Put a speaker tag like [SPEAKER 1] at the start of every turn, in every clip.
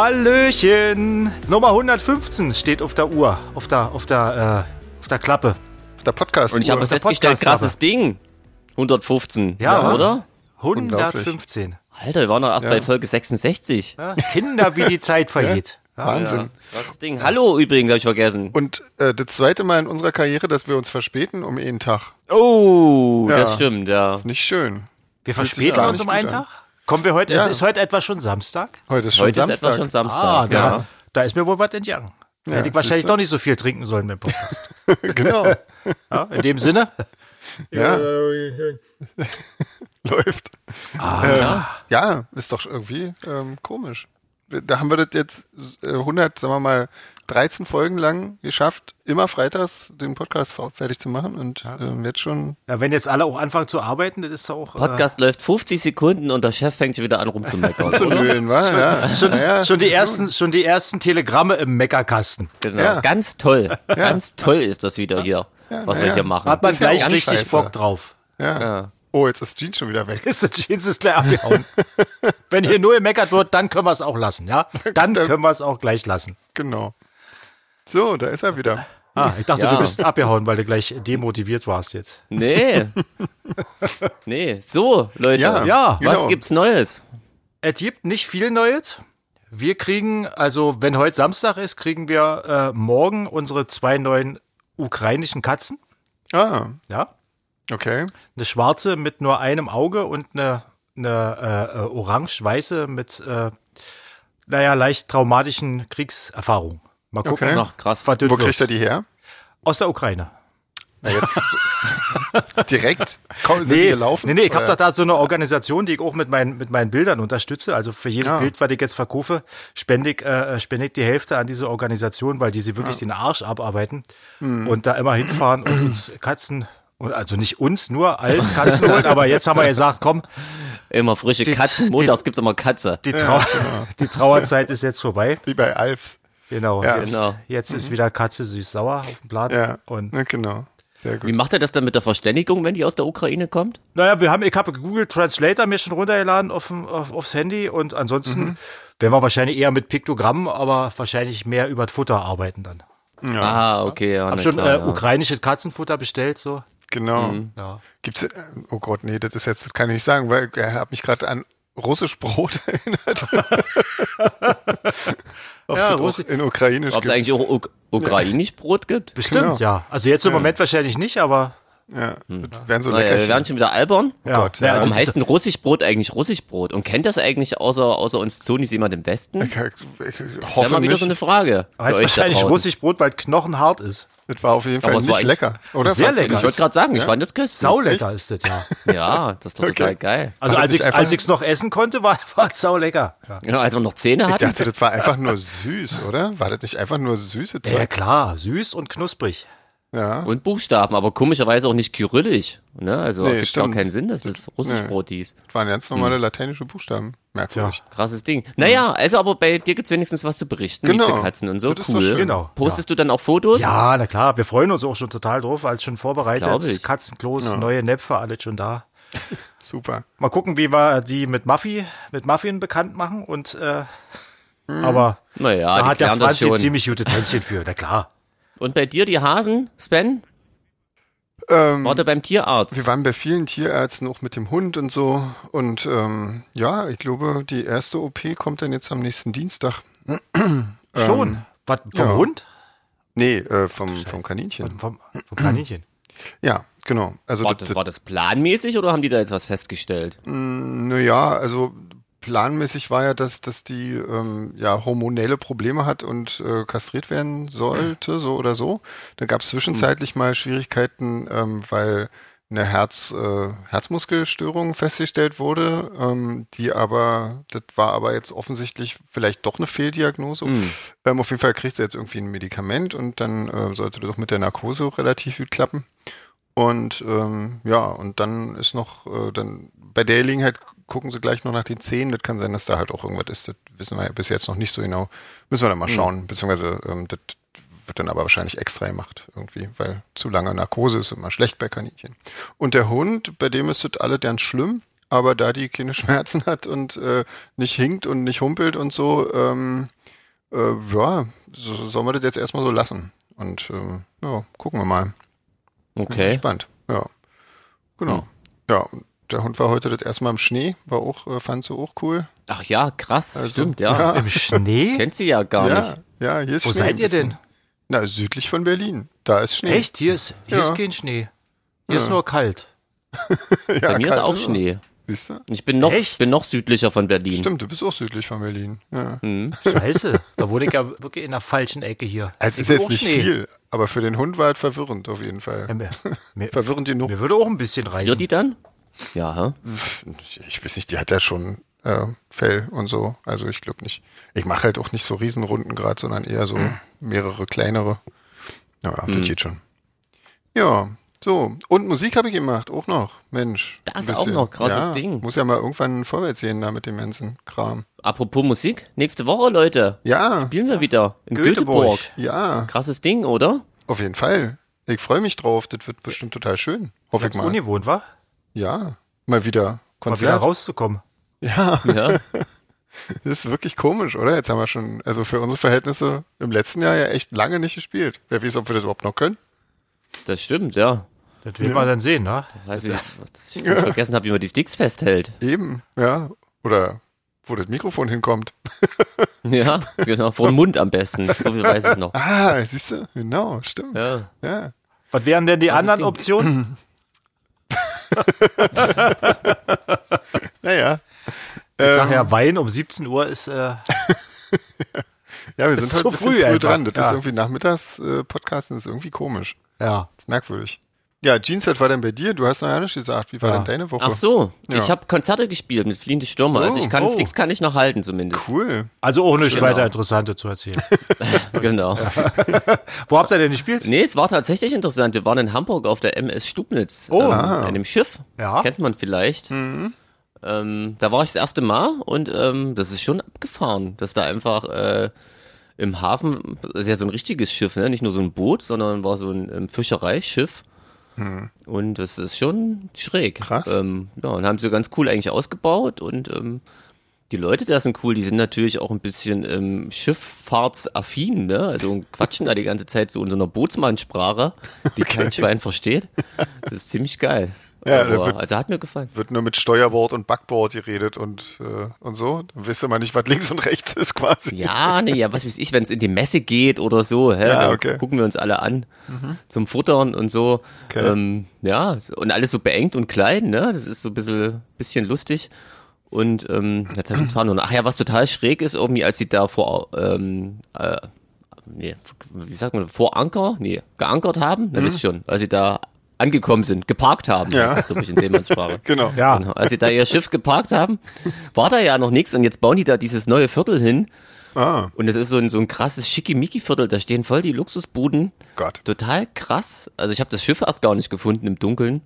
[SPEAKER 1] Hallöchen! Nummer 115 steht auf der Uhr, auf der, auf der, äh, auf der Klappe.
[SPEAKER 2] Auf der Podcast.
[SPEAKER 3] Und ich habe
[SPEAKER 1] der
[SPEAKER 3] festgestellt,
[SPEAKER 1] Podcast-Klappe.
[SPEAKER 3] krasses Ding. 115.
[SPEAKER 1] Ja, wa?
[SPEAKER 3] oder?
[SPEAKER 1] 115.
[SPEAKER 3] Alter, wir waren doch erst
[SPEAKER 2] Ja.
[SPEAKER 3] bei Folge 66.
[SPEAKER 1] Ja, Kinder, wie die Zeit vergeht. Ja.
[SPEAKER 2] Wahnsinn.
[SPEAKER 3] Krasses Ding. Hallo übrigens, habe ich vergessen.
[SPEAKER 2] Und äh, das zweite Mal in unserer Karriere, dass wir uns verspäten um einen Tag.
[SPEAKER 3] Oh,
[SPEAKER 2] Ja.
[SPEAKER 3] das stimmt, ja.
[SPEAKER 2] Nicht schön.
[SPEAKER 1] Wir
[SPEAKER 2] Fühlt sich
[SPEAKER 1] verspäten
[SPEAKER 2] gar
[SPEAKER 1] uns
[SPEAKER 2] nicht
[SPEAKER 1] um
[SPEAKER 2] gut
[SPEAKER 1] einen
[SPEAKER 2] an.
[SPEAKER 1] Tag. Kommen wir heute,
[SPEAKER 2] Ja.
[SPEAKER 1] es ist heute etwa schon Samstag. Ah,
[SPEAKER 2] Heute ist schon
[SPEAKER 3] Heute ist
[SPEAKER 2] Samstag.
[SPEAKER 3] etwa schon Samstag.
[SPEAKER 1] da,
[SPEAKER 3] ja.
[SPEAKER 1] da ist mir wohl was entgangen. Da Hätte ich wahrscheinlich doch nicht so viel trinken sollen beim Podcast.
[SPEAKER 2] genau.
[SPEAKER 1] Ja, in dem Sinne.
[SPEAKER 2] Ja. Läuft. äh, ja. ist doch irgendwie ähm, komisch. Wir- Da haben wir das jetzt äh, 100, sagen wir mal, 13 Folgen lang geschafft, immer freitags den Podcast fertig zu machen und ähm, jetzt schon
[SPEAKER 1] Ja, wenn jetzt alle auch anfangen zu arbeiten, das ist doch auch. äh,
[SPEAKER 3] Podcast läuft 50 Sekunden und der Chef fängt schon wieder an rumzumeckern.
[SPEAKER 2] zu nölen, wa? Ja.
[SPEAKER 1] Schon,
[SPEAKER 2] Naja.
[SPEAKER 1] schon, die ersten, schon die ersten Telegramme im Meckerkasten.
[SPEAKER 3] Genau.
[SPEAKER 2] Ja.
[SPEAKER 3] Ganz toll. Ganz toll ist das wieder hier,
[SPEAKER 2] na
[SPEAKER 3] was wir
[SPEAKER 2] ja.
[SPEAKER 3] hier machen.
[SPEAKER 1] Hat man
[SPEAKER 2] ist ja
[SPEAKER 1] gleich
[SPEAKER 2] auch
[SPEAKER 1] richtig
[SPEAKER 2] scheiße.
[SPEAKER 1] Bock drauf.
[SPEAKER 2] Ja. Oh, jetzt ist Jean schon wieder weg.
[SPEAKER 1] Ist das Jeans ist gleich abgehauen. Wenn hier nur gemeckert wird, dann können wir es auch lassen, ja? Dann können wir es auch gleich lassen.
[SPEAKER 2] Genau. So, da ist er wieder.
[SPEAKER 1] Ah, ich dachte,
[SPEAKER 3] Ja.
[SPEAKER 1] du bist abgehauen, weil du gleich demotiviert warst jetzt.
[SPEAKER 3] Nee. nee. So, Leute.
[SPEAKER 2] Ja,
[SPEAKER 1] Ja,
[SPEAKER 3] Was
[SPEAKER 2] genau.
[SPEAKER 3] gibt's Neues?
[SPEAKER 1] Es gibt nicht viel Neues. Wir kriegen, also wenn heute Samstag ist, kriegen wir äh, morgen unsere zwei neuen ukrainischen Katzen.
[SPEAKER 2] Ah,
[SPEAKER 1] Ja,
[SPEAKER 2] okay.
[SPEAKER 1] eine schwarze mit nur einem Auge und eine, eine äh, äh, orange-weiße mit, äh, naja, leicht traumatischen Kriegserfahrungen. Mal gucken,
[SPEAKER 2] Okay.
[SPEAKER 3] Ach, krass.
[SPEAKER 1] was das
[SPEAKER 2] Wo
[SPEAKER 1] wird.
[SPEAKER 2] kriegt er die her?
[SPEAKER 1] Aus der Ukraine.
[SPEAKER 2] Na, jetzt so- direkt? Komm, sind die gelaufen?
[SPEAKER 1] nee, nee, ich habe
[SPEAKER 2] Oder-
[SPEAKER 1] doch da so eine Organisation, die ich auch mit meinen, mit meinen Bildern unterstütze. Also für jedes
[SPEAKER 2] Ja.
[SPEAKER 1] Bild, was ich jetzt verkaufe, spende ich, äh, spende ich die Hälfte an diese Organisation, weil die sie wirklich den Arsch abarbeiten
[SPEAKER 2] Mhm.
[SPEAKER 1] und da immer hinfahren und uns Katzen, und also nicht uns, nur allen Katzen holen, aber jetzt haben wir gesagt, komm,
[SPEAKER 3] Immer frische
[SPEAKER 1] Die-
[SPEAKER 3] Katzen.
[SPEAKER 1] die-
[SPEAKER 3] Montags gibt's immer Katze.
[SPEAKER 1] die, Trau die Trauerzeit ist jetzt vorbei.
[SPEAKER 2] Wie bei Alfs.
[SPEAKER 1] Genau,
[SPEAKER 2] Ja. Mhm.
[SPEAKER 1] jetzt,
[SPEAKER 3] Genau.
[SPEAKER 1] jetzt ist wieder Katze süß-sauer auf dem Plan.
[SPEAKER 2] Ja,
[SPEAKER 1] Und
[SPEAKER 2] Na, genau. Sehr
[SPEAKER 3] Wie
[SPEAKER 2] gut.
[SPEAKER 3] macht er das dann mit der Verständigung, wenn die aus der Ukraine kommt?
[SPEAKER 1] Naja, wir haben, ich habe Google Translator mir schon runtergeladen auf, dem- auf, aufs Handy und ansonsten
[SPEAKER 3] Mhm.
[SPEAKER 1] werden wir wahrscheinlich eher mit Piktogrammen, aber wahrscheinlich mehr über das Futter arbeiten dann.
[SPEAKER 3] Ah, okay. Ja,
[SPEAKER 1] Hab
[SPEAKER 3] na
[SPEAKER 1] schon
[SPEAKER 3] klar,
[SPEAKER 1] äh,
[SPEAKER 3] ja.
[SPEAKER 1] ukrainisches Katzenfutter bestellt, so.
[SPEAKER 2] Genau.
[SPEAKER 1] Mhm. Ja.
[SPEAKER 2] Gibt's, äh, oh Gott, nee, das ist jetzt, das kann ich nicht sagen, weil er hat mich gerade an russisch Brot erinnert. Ob
[SPEAKER 1] Ja,
[SPEAKER 2] ja, das auch
[SPEAKER 1] Russi-
[SPEAKER 2] in ukrainisch
[SPEAKER 3] Ob es
[SPEAKER 2] gibt.
[SPEAKER 3] eigentlich auch Uk ukrainisch Brot gibt?
[SPEAKER 1] Bestimmt,
[SPEAKER 2] Genau.
[SPEAKER 1] ja. Also jetzt im Moment wahrscheinlich nicht, aber
[SPEAKER 2] Ja,
[SPEAKER 1] Hm.
[SPEAKER 2] das wären so
[SPEAKER 3] Naja, äh, wir
[SPEAKER 2] lecker.
[SPEAKER 3] werden schon wieder albern.
[SPEAKER 1] ja.
[SPEAKER 2] Gott, ja.
[SPEAKER 1] also
[SPEAKER 3] Warum
[SPEAKER 1] das-
[SPEAKER 3] heißt denn Russischbrot eigentlich Russischbrot? Und kennt das eigentlich außer, außer uns Zonis jemand im Westen?
[SPEAKER 2] Ich, ich, ich
[SPEAKER 3] Das ist ja
[SPEAKER 2] hoffe
[SPEAKER 3] mal wieder
[SPEAKER 2] nicht.
[SPEAKER 3] so eine Frage. für
[SPEAKER 1] heißt
[SPEAKER 3] euch da
[SPEAKER 1] wahrscheinlich
[SPEAKER 3] draußen.
[SPEAKER 1] russisch Brot, weil es knochenhart ist.
[SPEAKER 2] das war auf jeden Fall
[SPEAKER 3] Aber es war
[SPEAKER 2] nicht
[SPEAKER 3] eigentlich
[SPEAKER 2] lecker, oder?
[SPEAKER 1] sehr
[SPEAKER 2] Fandst du
[SPEAKER 1] lecker.
[SPEAKER 3] Ich
[SPEAKER 2] nicht?
[SPEAKER 3] wollte gerade sagen, ich fand das köstlich.
[SPEAKER 1] Saulecker ist das, ja.
[SPEAKER 3] Ja, das ist doch total
[SPEAKER 2] Okay.
[SPEAKER 3] geil.
[SPEAKER 1] Also
[SPEAKER 2] Hat
[SPEAKER 1] als
[SPEAKER 2] es
[SPEAKER 1] ich es
[SPEAKER 2] einfach-
[SPEAKER 1] noch essen konnte, war es saulecker. Ja.
[SPEAKER 3] Ja, Genau, als wir noch Zähne
[SPEAKER 2] Ich
[SPEAKER 3] hatten.
[SPEAKER 2] dachte, das war einfach nur süß, oder? War das nicht einfach nur süße
[SPEAKER 1] ja,
[SPEAKER 2] Zeug?
[SPEAKER 1] klar, süß und knusprig.
[SPEAKER 2] Ja.
[SPEAKER 3] Und Buchstaben, aber komischerweise auch nicht kyrillisch. Ne? Also
[SPEAKER 2] Nee,
[SPEAKER 3] gibt gar
[SPEAKER 2] stimmt.
[SPEAKER 3] keinen Sinn, dass das Russischbrot hieß.
[SPEAKER 2] Das waren ganz normale lateinische Buchstaben. Merkwürdig.
[SPEAKER 3] Krasses Ding. Naja, also aber bei dir gibt's wenigstens was zu berichten.
[SPEAKER 2] Mhm. Genau.
[SPEAKER 3] Miezekatzen und so.
[SPEAKER 2] Das ist doch
[SPEAKER 3] Cool.
[SPEAKER 2] schön.
[SPEAKER 1] Genau,
[SPEAKER 3] Postest du dann auch Fotos?
[SPEAKER 1] Ja, na klar, wir freuen uns auch schon total drauf, als schon
[SPEAKER 3] glaub
[SPEAKER 1] vorbereitet.
[SPEAKER 3] ich.
[SPEAKER 1] Katzenklos, neue Näpfe, alles schon da.
[SPEAKER 2] Super.
[SPEAKER 1] Mal gucken, wie wir die mit Muffy, mit Muffin bekannt machen und äh,
[SPEAKER 2] Hm.
[SPEAKER 1] aber
[SPEAKER 3] Naja,
[SPEAKER 1] da
[SPEAKER 3] die
[SPEAKER 1] hat ja
[SPEAKER 3] klären das
[SPEAKER 1] Franzi
[SPEAKER 3] schon.
[SPEAKER 1] ziemlich gute Tänzchen für, na klar.
[SPEAKER 3] Und bei dir die Hasen, Sven?
[SPEAKER 2] Ähm,
[SPEAKER 3] Warte beim Tierarzt.
[SPEAKER 2] wir waren bei vielen Tierärzten, auch mit dem Hund und so. Und ähm, ja, ich glaube, die erste OP kommt dann jetzt am nächsten Dienstag.
[SPEAKER 1] Schon. Was, vom
[SPEAKER 2] Ähm. ja.
[SPEAKER 1] Hund?
[SPEAKER 2] Nee, äh, vom, vom Kaninchen.
[SPEAKER 1] Vom,
[SPEAKER 2] Hm.
[SPEAKER 1] vom Kaninchen.
[SPEAKER 2] Ja, genau. Also,
[SPEAKER 3] War
[SPEAKER 2] das-
[SPEAKER 3] das, war das planmäßig oder haben die da jetzt was festgestellt?
[SPEAKER 2] Mhm. Naja, also planmäßig war ja, dass, dass die ähm, ja hormonelle Probleme hat und äh, kastriert werden sollte, so oder so. Da gab es zwischenzeitlich mal Schwierigkeiten, ähm, weil eine Herz, äh, Herzmuskelstörung festgestellt wurde, ähm, die aber, das war aber jetzt offensichtlich vielleicht doch eine Fehldiagnose. Ähm, auf jeden Fall kriegt sie jetzt irgendwie ein Medikament und dann äh, sollte das doch mit der Narkose relativ gut klappen. Und ähm, ja, und dann ist noch, äh, dann bei der Gelegenheit gucken sie gleich noch nach den Zähnen. Das kann sein, dass da halt auch irgendwas ist. Das wissen wir ja bis jetzt noch nicht so genau. Müssen wir dann mal schauen. Beziehungsweise ähm, das wird dann aber wahrscheinlich extra gemacht irgendwie, weil zu lange Narkose ist immer schlecht bei Kaninchen. Und der Hund, bei dem ist das alle ganz schlimm. aber da die keine Schmerzen hat und äh, nicht hinkt und nicht humpelt und so, ähm, äh, ja, so, sollen wir das jetzt erstmal so lassen. Und ähm, ja, gucken wir mal.
[SPEAKER 3] Okay.
[SPEAKER 2] Spannend. Ja.
[SPEAKER 1] Hm.
[SPEAKER 2] Genau. Ja, und der Hund war heute das erste Mal im Schnee, war auch, äh, fand so auch cool.
[SPEAKER 3] Ach ja, krass.
[SPEAKER 2] Also,
[SPEAKER 3] Stimmt, ja.
[SPEAKER 1] Im Schnee?
[SPEAKER 3] Kennt sie ja gar
[SPEAKER 2] ja,
[SPEAKER 3] nicht.
[SPEAKER 2] ja, hier ist
[SPEAKER 1] Wo
[SPEAKER 2] Schnee. ein
[SPEAKER 1] seid ihr
[SPEAKER 2] bisschen.
[SPEAKER 1] denn?
[SPEAKER 2] Na, südlich von Berlin. Da ist Schnee.
[SPEAKER 1] Echt? Hier ist, hier
[SPEAKER 2] Ja.
[SPEAKER 1] ist kein Schnee. Hier ist
[SPEAKER 2] Ja.
[SPEAKER 1] nur kalt.
[SPEAKER 2] Ja,
[SPEAKER 3] Bei mir ist
[SPEAKER 2] kalt
[SPEAKER 3] auch
[SPEAKER 2] es.
[SPEAKER 3] Schnee.
[SPEAKER 2] Siehst
[SPEAKER 1] Hm.
[SPEAKER 2] du?
[SPEAKER 3] Ich bin noch,
[SPEAKER 1] Echt?
[SPEAKER 3] bin noch südlicher von Berlin.
[SPEAKER 2] Stimmt, du bist auch südlich von Berlin. Ja.
[SPEAKER 1] Hm. Scheiße. Da wurde ich ja wirklich in der falschen Ecke hier.
[SPEAKER 2] Also
[SPEAKER 1] Ich
[SPEAKER 2] es ist
[SPEAKER 1] will
[SPEAKER 2] jetzt
[SPEAKER 1] auch
[SPEAKER 2] nicht
[SPEAKER 1] Schnee. Ähm,
[SPEAKER 2] viel, aber für den Hund war es verwirrend auf jeden
[SPEAKER 1] Ja,
[SPEAKER 2] Fall.
[SPEAKER 1] mir, mir,
[SPEAKER 2] Verwirrend genug.
[SPEAKER 1] mir würde auch ein bisschen
[SPEAKER 3] Friert
[SPEAKER 1] reichen.
[SPEAKER 3] die dann? Ja,
[SPEAKER 2] Mhm.
[SPEAKER 3] hä?
[SPEAKER 2] Ich weiß nicht, die hat ja schon äh, Fell und so. Also ich glaube nicht. Ich mache halt auch nicht so Riesenrunden gerade, sondern eher so
[SPEAKER 3] Hm.
[SPEAKER 2] mehrere kleinere. Naja, das geht schon. Ja, so. Und Musik habe ich gemacht, auch noch. Mensch.
[SPEAKER 3] Das
[SPEAKER 2] ein
[SPEAKER 3] auch
[SPEAKER 2] bisschen.
[SPEAKER 3] noch, krasses
[SPEAKER 2] ja,
[SPEAKER 3] Ding.
[SPEAKER 2] Muss ja mal irgendwann vorwärts gehen da mit dem ganzen Kram.
[SPEAKER 3] Apropos Musik, nächste Woche, Leute,
[SPEAKER 2] Ja,
[SPEAKER 3] spielen wir wieder in
[SPEAKER 1] Göteborg.
[SPEAKER 3] Göteborg.
[SPEAKER 2] ja,
[SPEAKER 3] Krasses Ding, oder?
[SPEAKER 2] auf jeden Fall. Ich freue mich drauf. Das wird bestimmt total schön. Hoffe ich
[SPEAKER 1] Ganz
[SPEAKER 2] mal.
[SPEAKER 1] ungewohnt, wa?
[SPEAKER 2] Ja, mal wieder
[SPEAKER 1] Mal wieder
[SPEAKER 2] Konzert.
[SPEAKER 1] rauszukommen.
[SPEAKER 2] ja,
[SPEAKER 3] Ja.
[SPEAKER 2] das ist wirklich komisch, oder? Jetzt haben wir schon, also für unsere Verhältnisse im letzten Jahr ja echt lange nicht gespielt. Wer weiß, ob wir das überhaupt noch können.
[SPEAKER 3] Das stimmt, ja.
[SPEAKER 1] Das werden wir dann sehen, ne?
[SPEAKER 3] Weiß, wie, dass ich nicht vergessen habe, wie man die Sticks festhält.
[SPEAKER 2] Eben, ja. Oder wo das Mikrofon hinkommt.
[SPEAKER 3] Ja, genau. Vor dem Mund am besten. So viel weiß ich noch.
[SPEAKER 2] Ah, siehst du? Genau, stimmt. Ja.
[SPEAKER 3] Ja.
[SPEAKER 1] Was wären denn die anderen
[SPEAKER 3] Ding.
[SPEAKER 1] Optionen?
[SPEAKER 2] Naja.
[SPEAKER 1] Ich sag ja, Wein um 17 Uhr ist, äh,
[SPEAKER 2] Ja, wir
[SPEAKER 1] Das
[SPEAKER 2] sind
[SPEAKER 1] ist
[SPEAKER 2] heute
[SPEAKER 1] zu
[SPEAKER 2] ein bisschen
[SPEAKER 1] früh
[SPEAKER 2] früh
[SPEAKER 1] einfach.
[SPEAKER 2] dran. Das ist
[SPEAKER 1] Ja.
[SPEAKER 2] irgendwie nachmittags äh, Podcasten ist irgendwie komisch.
[SPEAKER 1] ja.
[SPEAKER 2] Das ist merkwürdig. Ja, Jeans, was war denn bei dir? Du hast noch ja nicht gesagt. Wie war
[SPEAKER 1] Ja.
[SPEAKER 2] denn deine Woche?
[SPEAKER 3] Ach so,
[SPEAKER 2] Ja.
[SPEAKER 3] ich habe Konzerte gespielt mit Fliehende Stürmer. also ich kann
[SPEAKER 1] oh.
[SPEAKER 3] Sticks kann ich noch halten zumindest.
[SPEAKER 2] Cool.
[SPEAKER 1] Also auch nichts
[SPEAKER 3] Genau.
[SPEAKER 1] weiter Interessantes zu erzählen.
[SPEAKER 3] Genau.
[SPEAKER 1] Wo habt ihr denn gespielt?
[SPEAKER 3] Nee, es war tatsächlich interessant. Wir waren in Hamburg auf der MS Stubnitz,
[SPEAKER 1] Oh.
[SPEAKER 3] ähm,
[SPEAKER 1] Ah.
[SPEAKER 3] einem Schiff.
[SPEAKER 1] Ja. Mhm.
[SPEAKER 3] Kennt man vielleicht. Ähm, da war ich das erste Mal und ähm, das ist schon abgefahren, dass da einfach äh, im Hafen, das ist ja so ein richtiges Schiff, ne? nicht nur so ein Boot, sondern war so ein, ähm, Fischereischiff.
[SPEAKER 1] Mhm.
[SPEAKER 3] Und das ist schon schräg.
[SPEAKER 2] Krass.
[SPEAKER 3] Ähm, ja, und haben sie ganz cool eigentlich ausgebaut und ähm, die Leute da sind cool, die sind natürlich auch ein bisschen ähm, schifffahrtsaffin, ne? Also quatschen da die ganze Zeit so in so einer Bootsmannsprache, die kein Schwein versteht. Das ist ziemlich geil.
[SPEAKER 2] Ja, da
[SPEAKER 3] Aber,
[SPEAKER 2] wird-
[SPEAKER 3] also hat mir gefallen.
[SPEAKER 2] wird nur mit Steuerbord und Backbord geredet und, äh, und so. Dann wisst ihr mal nicht, was links und rechts ist quasi.
[SPEAKER 3] Ja, nee, ja, was weiß ich, wenn es in die Messe geht oder so, hä,
[SPEAKER 2] Ja,
[SPEAKER 3] dann
[SPEAKER 2] okay. Mhm.
[SPEAKER 3] gucken wir uns alle an zum Futtern und so.
[SPEAKER 2] Okay.
[SPEAKER 3] Ähm, ja, und alles so beengt und klein, ne? Das ist so ein bisschen, bisschen lustig. Und ähm, jetzt haben wir noch. Ach ja, was total schräg ist, irgendwie, als sie da vor ähm, äh, nee, wie sagt man, vor Anker? Nee, geankert haben, na wisst schon, als sie da angekommen sind, geparkt haben,
[SPEAKER 2] Mhm. Ja.
[SPEAKER 3] heißt das glaube ich in Seemannssprache.
[SPEAKER 2] Genau.
[SPEAKER 1] Ja.
[SPEAKER 3] Genau. Als sie da ihr Schiff geparkt haben, war da ja noch nichts und jetzt bauen die da dieses neue Viertel hin.
[SPEAKER 2] Ah,
[SPEAKER 3] Und das ist so ein, so ein krasses Schickimicki-Viertel. Da stehen voll die Luxusbuden.
[SPEAKER 2] Gott.
[SPEAKER 3] Total krass. Also ich habe das Schiff erst gar nicht gefunden im Dunkeln.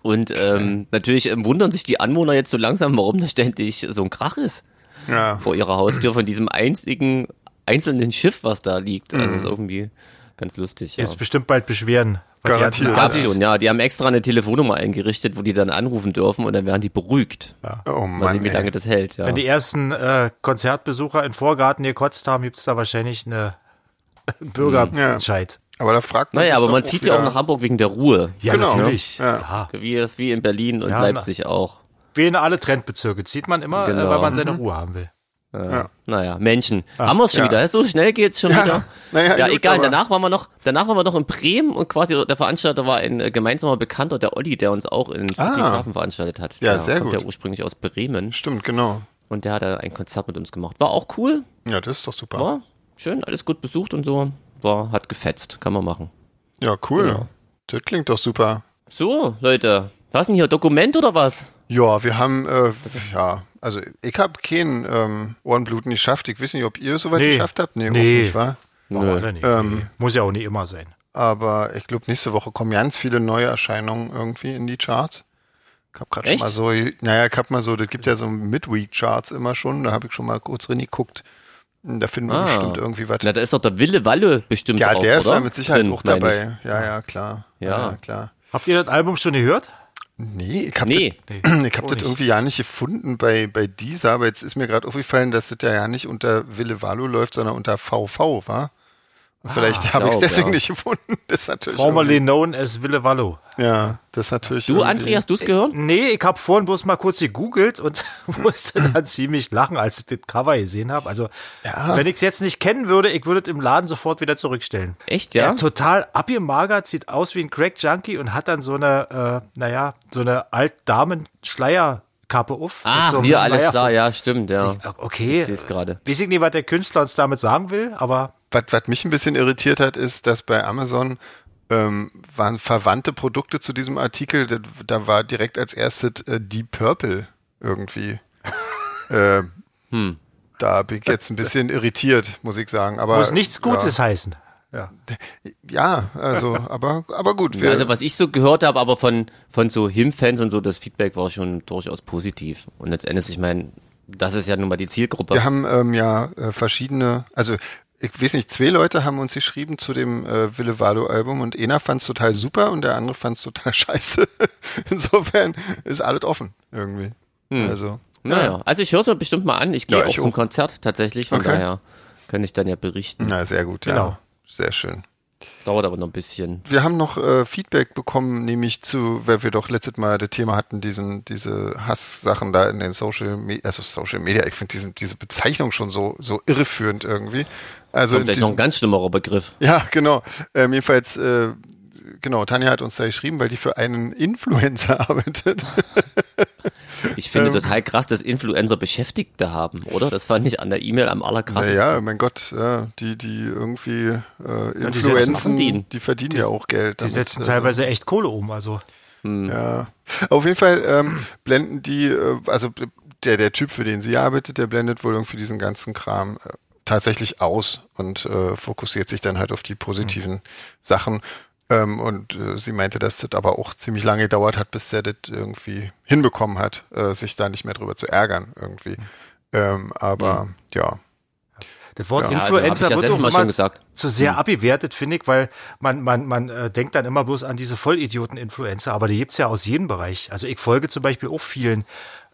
[SPEAKER 3] Und ähm, natürlich ähm, wundern sich die Anwohner jetzt so langsam, warum da ständig so ein Krach ist
[SPEAKER 2] Ja.
[SPEAKER 3] vor ihrer Haustür von diesem einzigen, einzelnen Schiff, was da liegt. Also ist irgendwie ganz lustig. Ja.
[SPEAKER 1] Mhm. Jetzt bestimmt bald Beschwerden. Weil die ganzen
[SPEAKER 2] Garantiert.
[SPEAKER 3] Gab's
[SPEAKER 1] Assis-
[SPEAKER 3] schon, ja. Die haben extra eine Telefonnummer eingerichtet, wo die dann anrufen dürfen und dann werden die beruhigt.
[SPEAKER 2] Oh
[SPEAKER 3] Mal sehen,
[SPEAKER 2] Mann.
[SPEAKER 3] wie
[SPEAKER 2] ey.
[SPEAKER 3] lange das hält. Ja.
[SPEAKER 1] Wenn die ersten äh, Konzertbesucher in den Vorgarten gekotzt haben, gibt's da wahrscheinlich eine einen Bürgerentscheid.
[SPEAKER 2] Aber da fragt man
[SPEAKER 3] Naja,
[SPEAKER 2] sich
[SPEAKER 3] aber
[SPEAKER 2] doch
[SPEAKER 3] man zieht ja auch
[SPEAKER 2] wieder-
[SPEAKER 3] nach Hamburg wegen der Ruhe.
[SPEAKER 1] Ja,
[SPEAKER 2] Genau.
[SPEAKER 1] natürlich.
[SPEAKER 2] Mhm. Ja.
[SPEAKER 1] Ja.
[SPEAKER 3] Wie, es- wie in Berlin und
[SPEAKER 1] Ja, na-
[SPEAKER 3] Leipzig auch.
[SPEAKER 1] Wählen alle Trendbezirke. Zieht man immer, äh,
[SPEAKER 3] Genau.
[SPEAKER 1] weil man seine Ruhe haben will.
[SPEAKER 3] Naja, Menschen. Haben wir es schon
[SPEAKER 2] Ah, Ja.
[SPEAKER 3] wieder? So schnell geht's schon
[SPEAKER 2] Ja.
[SPEAKER 3] wieder.
[SPEAKER 2] Naja,
[SPEAKER 3] ja,
[SPEAKER 2] gut,
[SPEAKER 3] egal.
[SPEAKER 2] aber-
[SPEAKER 3] Danach waren wir noch, danach waren wir noch in Bremen und quasi der Veranstalter war ein äh, gemeinsamer Bekannter, der Olli, der uns auch in Friedrichshafen veranstaltet hat.
[SPEAKER 2] Ah. Ja,
[SPEAKER 3] der
[SPEAKER 2] sehr
[SPEAKER 3] kommt
[SPEAKER 2] gut.
[SPEAKER 3] ja ursprünglich aus Bremen
[SPEAKER 2] Stimmt, genau.
[SPEAKER 3] und der hat da ein Konzert mit uns gemacht. War auch cool,
[SPEAKER 2] Ja, das ist doch super.
[SPEAKER 3] war schön, alles gut besucht und so. War, hat gefetzt, kann man machen.
[SPEAKER 2] Ja, cool.
[SPEAKER 3] Genau.
[SPEAKER 2] Das klingt doch super.
[SPEAKER 3] So, Leute. Was denn hier? Dokument oder was?
[SPEAKER 2] Ja, wir haben, äh, ja, also ich habe keinen ähm, Ohrenbluten geschafft. Ich weiß nicht, ob ihr soweit
[SPEAKER 1] Nee.
[SPEAKER 2] geschafft habt. Nee,
[SPEAKER 1] Nee.
[SPEAKER 2] Auch nicht, wa?
[SPEAKER 1] Warum denn nicht? Muss ja auch nicht immer sein.
[SPEAKER 2] Aber ich glaube, nächste Woche kommen ganz viele neue Erscheinungen irgendwie in die Charts. Ich habe gerade schon
[SPEAKER 3] Echt?
[SPEAKER 2] mal so, naja, ich habe mal so, das gibt ja so Midweek-Charts immer schon, da habe ich schon mal kurz reingeguckt. Da finden wir
[SPEAKER 3] Ah.
[SPEAKER 2] bestimmt irgendwie was.
[SPEAKER 3] Na, da ist doch der Wille Walle bestimmt
[SPEAKER 2] Ja,
[SPEAKER 3] drauf,
[SPEAKER 2] der ist
[SPEAKER 3] oder?
[SPEAKER 2] da mit Sicherheit
[SPEAKER 3] Drin,
[SPEAKER 2] auch
[SPEAKER 3] meine ich.
[SPEAKER 2] dabei. Ja, ja, klar.
[SPEAKER 3] Ja.
[SPEAKER 2] klar.
[SPEAKER 1] Habt ihr das Album schon gehört?
[SPEAKER 2] Nee, ich habe
[SPEAKER 3] Nee.
[SPEAKER 2] das, ich hab
[SPEAKER 1] auch
[SPEAKER 2] das
[SPEAKER 1] nicht.
[SPEAKER 2] irgendwie ja nicht gefunden bei, bei dieser, aber jetzt ist mir gerade aufgefallen, dass das ja ja nicht unter Wille Valo läuft, sondern unter VV, war. Und vielleicht habe ich es
[SPEAKER 3] Ah, glaub,
[SPEAKER 2] deswegen
[SPEAKER 3] ja.
[SPEAKER 2] nicht gefunden. Das ist natürlich.
[SPEAKER 1] Formerly known as Wille Wallo.
[SPEAKER 2] irgendwie- Ja, das ist natürlich.
[SPEAKER 3] Du,
[SPEAKER 2] irgendwie-
[SPEAKER 3] André, hast du es gehört?
[SPEAKER 1] Nee, ich habe vorhin bloß mal kurz gegoogelt und musste dann ziemlich lachen, als ich das Cover gesehen habe. Also, wenn ich es jetzt nicht kennen würde, ich würde es im Laden sofort wieder zurückstellen.
[SPEAKER 3] Echt,
[SPEAKER 1] Ja?
[SPEAKER 3] ja?
[SPEAKER 1] total abgemagert, sieht aus wie ein Crack Junkie und hat dann so eine, äh, naja, so eine Altdamen-Schleierkappe auf.
[SPEAKER 3] ah,
[SPEAKER 1] Mit so einem
[SPEAKER 3] hier, alles
[SPEAKER 1] Schleier-
[SPEAKER 3] klar, ja, stimmt, ja.
[SPEAKER 1] Okay.
[SPEAKER 3] Ich seh's gerade.
[SPEAKER 1] Weiß ich nicht, was der Künstler uns damit sagen will, aber
[SPEAKER 2] Was, was mich ein bisschen irritiert hat, ist, dass bei Amazon ähm, waren verwandte Produkte zu diesem Artikel, da, da war direkt als erstes äh, Deep Purple irgendwie. äh,
[SPEAKER 3] Hm.
[SPEAKER 2] Da bin ich jetzt ein bisschen irritiert, muss ich sagen. Aber
[SPEAKER 1] muss nichts Gutes
[SPEAKER 2] Äh, ja,
[SPEAKER 1] heißen.
[SPEAKER 2] Ja, also, aber, aber gut. Wir,
[SPEAKER 3] Also was ich so gehört habe, aber von, von so Him-Fans und so, das Feedback war schon durchaus positiv. Und letztendlich, ich meine, das ist ja nun mal die Zielgruppe.
[SPEAKER 2] wir haben ähm, ja äh, verschiedene, also ich weiß nicht, zwei Leute haben uns geschrieben zu dem äh, Wille Vado Album und einer fand es total super und der andere fand es total scheiße. Insofern ist alles offen irgendwie.
[SPEAKER 3] Hm.
[SPEAKER 2] Also.
[SPEAKER 3] Naja, also ich höre es mir bestimmt mal an. Ich gehe
[SPEAKER 2] Ja,
[SPEAKER 3] auch
[SPEAKER 2] ich
[SPEAKER 3] zum
[SPEAKER 2] auch.
[SPEAKER 3] Konzert tatsächlich, von
[SPEAKER 2] Okay.
[SPEAKER 3] daher kann ich dann ja berichten.
[SPEAKER 2] Na, sehr gut,
[SPEAKER 1] Genau.
[SPEAKER 2] ja. Sehr schön. Hm.
[SPEAKER 3] Dauert aber noch ein bisschen.
[SPEAKER 2] Wir haben noch äh, Feedback bekommen, nämlich zu, weil wir doch letztes Mal das Thema hatten, diesen, diese Hasssachen da in den Social Media, also Social Media, ich finde diesen- diese Bezeichnung schon so, so irreführend irgendwie. Also
[SPEAKER 3] Kommt
[SPEAKER 2] in
[SPEAKER 3] gleich noch
[SPEAKER 2] diesem-
[SPEAKER 3] ein ganz schlimmerer Begriff.
[SPEAKER 2] Ja, genau. Ähm, jedenfalls, äh, genau, Tanja hat uns da geschrieben, weil die für einen Influencer arbeitet.
[SPEAKER 3] Ich finde
[SPEAKER 2] Ähm.
[SPEAKER 3] total krass, dass Influencer Beschäftigte haben, oder? Das fand ich an der E-Mail am allerkrassesten.
[SPEAKER 2] Naja, mein Gott, ja, die, die irgendwie äh,
[SPEAKER 1] die
[SPEAKER 2] Influenzen,
[SPEAKER 3] setzen-
[SPEAKER 2] die, verdienen ja auch Geld.
[SPEAKER 1] Die
[SPEAKER 2] damit.
[SPEAKER 1] setzen
[SPEAKER 2] Also-
[SPEAKER 1] teilweise echt Kohle um. Also
[SPEAKER 2] Ja. Auf jeden Fall ähm, blenden die, äh, also der, der Typ, für den sie arbeitet, der blendet wohl irgendwie diesen ganzen Kram äh, tatsächlich aus und äh, fokussiert sich dann halt auf die positiven Sachen. Ähm, und äh, sie meinte, dass das aber auch ziemlich lange gedauert hat, bis er das irgendwie hinbekommen hat, äh, sich da nicht mehr drüber zu ärgern irgendwie. Ähm, aber
[SPEAKER 1] Mhm.
[SPEAKER 2] ja.
[SPEAKER 1] das Wort
[SPEAKER 3] Ja, also
[SPEAKER 1] Influencer
[SPEAKER 3] hab ich ja
[SPEAKER 1] wird
[SPEAKER 3] letztes
[SPEAKER 1] doch
[SPEAKER 3] Mal
[SPEAKER 1] immer
[SPEAKER 3] schon gesagt.
[SPEAKER 1] zu sehr abgewertet, finde ich, weil man, man, man äh, denkt dann immer bloß an diese Vollidioten-Influencer, aber die gibt's ja aus jedem Bereich. Also ich folge zum Beispiel auch vielen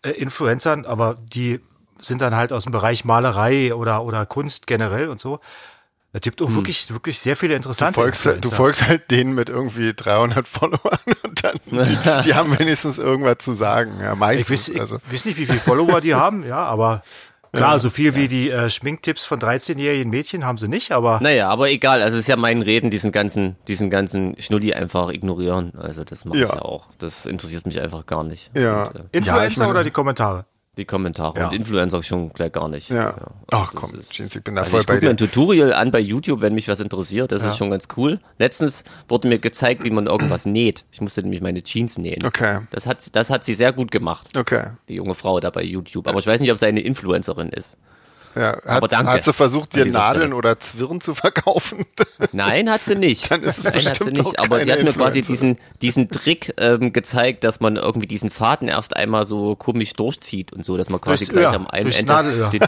[SPEAKER 1] äh, Influencern, aber die sind dann halt aus dem Bereich Malerei oder, oder Kunst generell und so. Es gibt auch wirklich, wirklich sehr viele interessante
[SPEAKER 2] Folgst, du
[SPEAKER 1] Influencer.
[SPEAKER 2] folgst halt denen mit irgendwie 300 Followern und dann, die, die haben wenigstens irgendwas zu sagen. Ja,
[SPEAKER 1] Ich
[SPEAKER 2] meistens.
[SPEAKER 1] weiß, ich
[SPEAKER 2] also.
[SPEAKER 1] weiß nicht, wie viele Follower die haben, ja, aber klar, so viel wie die äh, Schminktipps von 13-jährigen Mädchen haben sie nicht, aber
[SPEAKER 3] Naja, aber egal, also es ist ja meinen Reden, diesen ganzen, diesen ganzen Schnulli einfach ignorieren. Also das mache ich
[SPEAKER 2] Ja.
[SPEAKER 3] ja auch. Das interessiert mich einfach gar nicht.
[SPEAKER 2] Ja.
[SPEAKER 3] Und, äh,
[SPEAKER 1] Influencer
[SPEAKER 2] Ja, ich meine-
[SPEAKER 1] oder die Kommentare?
[SPEAKER 3] die Kommentare
[SPEAKER 1] Ja.
[SPEAKER 3] und Influencer schon gleich gar nicht.
[SPEAKER 2] Ja. Ach
[SPEAKER 3] das
[SPEAKER 2] komm,
[SPEAKER 3] ist-
[SPEAKER 2] Jeans, ich bin da
[SPEAKER 3] also
[SPEAKER 2] voll
[SPEAKER 3] ich
[SPEAKER 2] bei
[SPEAKER 3] gucke mir
[SPEAKER 2] dir.
[SPEAKER 3] ein Tutorial an bei YouTube, wenn mich was interessiert. Das ist schon ganz cool. Letztens wurde mir gezeigt, wie man irgendwas näht. Ich musste nämlich meine Jeans nähen.
[SPEAKER 2] Okay.
[SPEAKER 3] Das hat, das hat sie sehr gut gemacht,
[SPEAKER 2] Okay.
[SPEAKER 3] die junge Frau da bei YouTube. Aber ich weiß nicht, ob sie eine Influencerin ist.
[SPEAKER 2] Ja, hat,
[SPEAKER 3] Aber danke
[SPEAKER 2] hat sie versucht, dir
[SPEAKER 3] an dieser
[SPEAKER 2] Nadeln
[SPEAKER 3] Stelle.
[SPEAKER 2] oder Zwirn zu verkaufen?
[SPEAKER 3] Nein, hat sie nicht.
[SPEAKER 2] Dann ist es
[SPEAKER 3] Nein, hat sie
[SPEAKER 2] bestimmt auch
[SPEAKER 3] nicht. Aber sie
[SPEAKER 2] keine
[SPEAKER 3] hat mir quasi
[SPEAKER 2] Influencerin.
[SPEAKER 3] diesen, diesen Trick ähm, gezeigt, dass man irgendwie diesen Faden erst einmal so komisch durchzieht und so, dass man quasi
[SPEAKER 1] Durchs
[SPEAKER 3] gleich
[SPEAKER 1] Öhr,
[SPEAKER 3] am einen
[SPEAKER 1] durchs
[SPEAKER 3] Ende.
[SPEAKER 1] Nadelöhr.
[SPEAKER 3] Den,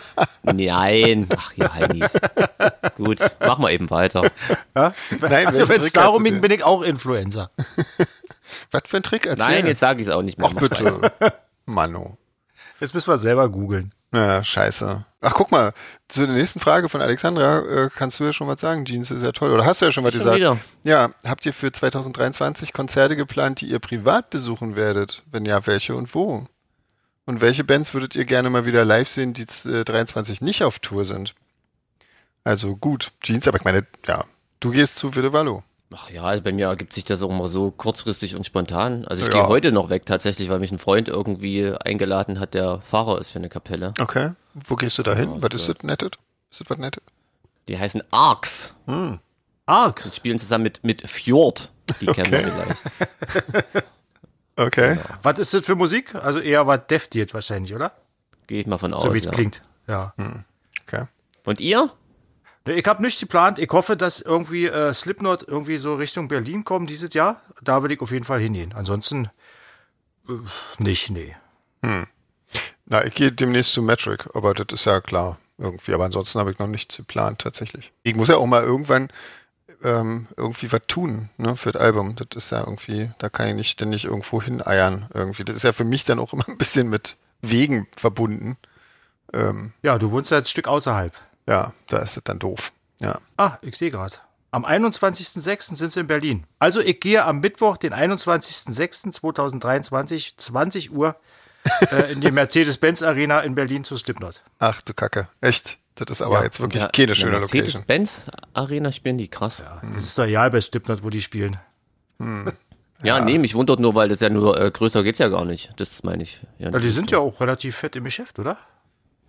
[SPEAKER 3] nein. Ach ja, Heinis. Gut, machen wir eben weiter.
[SPEAKER 2] Nein,
[SPEAKER 1] also
[SPEAKER 2] welchen
[SPEAKER 1] wenn es
[SPEAKER 2] Trick hat
[SPEAKER 1] darum
[SPEAKER 2] sie
[SPEAKER 1] ging,
[SPEAKER 2] dir?
[SPEAKER 1] bin ich auch Influencer.
[SPEAKER 2] Was für ein Trick erzähl?
[SPEAKER 3] Nein, jetzt sage ich es auch nicht mehr.
[SPEAKER 2] Ach
[SPEAKER 3] Mach weiter.
[SPEAKER 2] bitte. Mano.
[SPEAKER 1] Jetzt müssen wir selber googeln.
[SPEAKER 2] Ja, scheiße. Ach, guck mal, zu der nächsten Frage von Alexandra äh, kannst du ja schon was sagen. Jeans ist ja toll. Oder hast du ja schon was
[SPEAKER 3] Schon
[SPEAKER 2] gesagt?
[SPEAKER 3] wieder.
[SPEAKER 2] Ja, habt ihr für 2023 Konzerte geplant, die ihr privat besuchen werdet? Wenn ja, welche und wo? Und welche Bands würdet ihr gerne mal wieder live sehen, die äh, 23 nicht auf Tour sind? Also gut, Jeans, aber ich meine, ja, du gehst zu Ville Vallo.
[SPEAKER 3] Ach ja, also bei mir ergibt sich das auch immer so kurzfristig und spontan. Also ich
[SPEAKER 2] Ja.
[SPEAKER 3] gehe heute noch weg tatsächlich, weil mich ein Freund irgendwie eingeladen hat, der Fahrer ist für eine Kapelle.
[SPEAKER 2] Okay. Wo gehst du da hin? was ist das nettet? Ist das was nettet?
[SPEAKER 3] Die heißen Arcs.
[SPEAKER 1] Arx.
[SPEAKER 3] Spielen zusammen mit, mit Fjord. Die kennen wir
[SPEAKER 2] Okay.
[SPEAKER 3] vielleicht.
[SPEAKER 2] Okay.
[SPEAKER 1] Was ist das für Musik? Also eher was Deftiert wahrscheinlich, oder?
[SPEAKER 3] Gehe ich mal von aus.
[SPEAKER 1] So wie es
[SPEAKER 3] ja.
[SPEAKER 1] klingt. Ja. Hm.
[SPEAKER 2] Okay.
[SPEAKER 3] Und ihr?
[SPEAKER 1] Ne, Ich habe nichts geplant. Ich hoffe, dass irgendwie äh, Slipknot irgendwie so Richtung Berlin kommen dieses Jahr. Da will ich auf jeden Fall hingehen. Ansonsten äh, nicht, nee.
[SPEAKER 2] Na, ich gehe demnächst zu Metric, aber das ist ja klar irgendwie. Aber ansonsten habe ich noch nichts geplant tatsächlich. Ich muss ja auch mal irgendwann ähm, irgendwie was tun ne, für das Album. Das ist ja irgendwie, da kann ich nicht ständig irgendwo hineiern irgendwie. Das ist ja für mich dann auch immer ein bisschen mit Wegen verbunden. Ähm,
[SPEAKER 1] Ja, du wohnst ja ein Stück außerhalb.
[SPEAKER 2] ja, da ist das dann doof. Ja.
[SPEAKER 1] Ah, ich sehe gerade. Am 21.06. sind sie in Berlin. Also ich gehe am Mittwoch, den 21.06.2023, 20 Uhr, äh, in die Mercedes-Benz Arena in Berlin zu Slipknot.
[SPEAKER 2] Ach du Kacke. Echt. Das ist aber jetzt wirklich keine schöne Location.
[SPEAKER 3] Mercedes-Benz Arena spielen die krass. Ja,
[SPEAKER 1] Mhm. Das ist doch egal bei Slipknot, wo die spielen.
[SPEAKER 3] nee, mich wundert nur, weil das ja nur äh, größer geht's ja gar nicht. Das meine ich. Ja,
[SPEAKER 2] Also
[SPEAKER 1] Ja, die sind ja auch relativ fett im Geschäft, oder?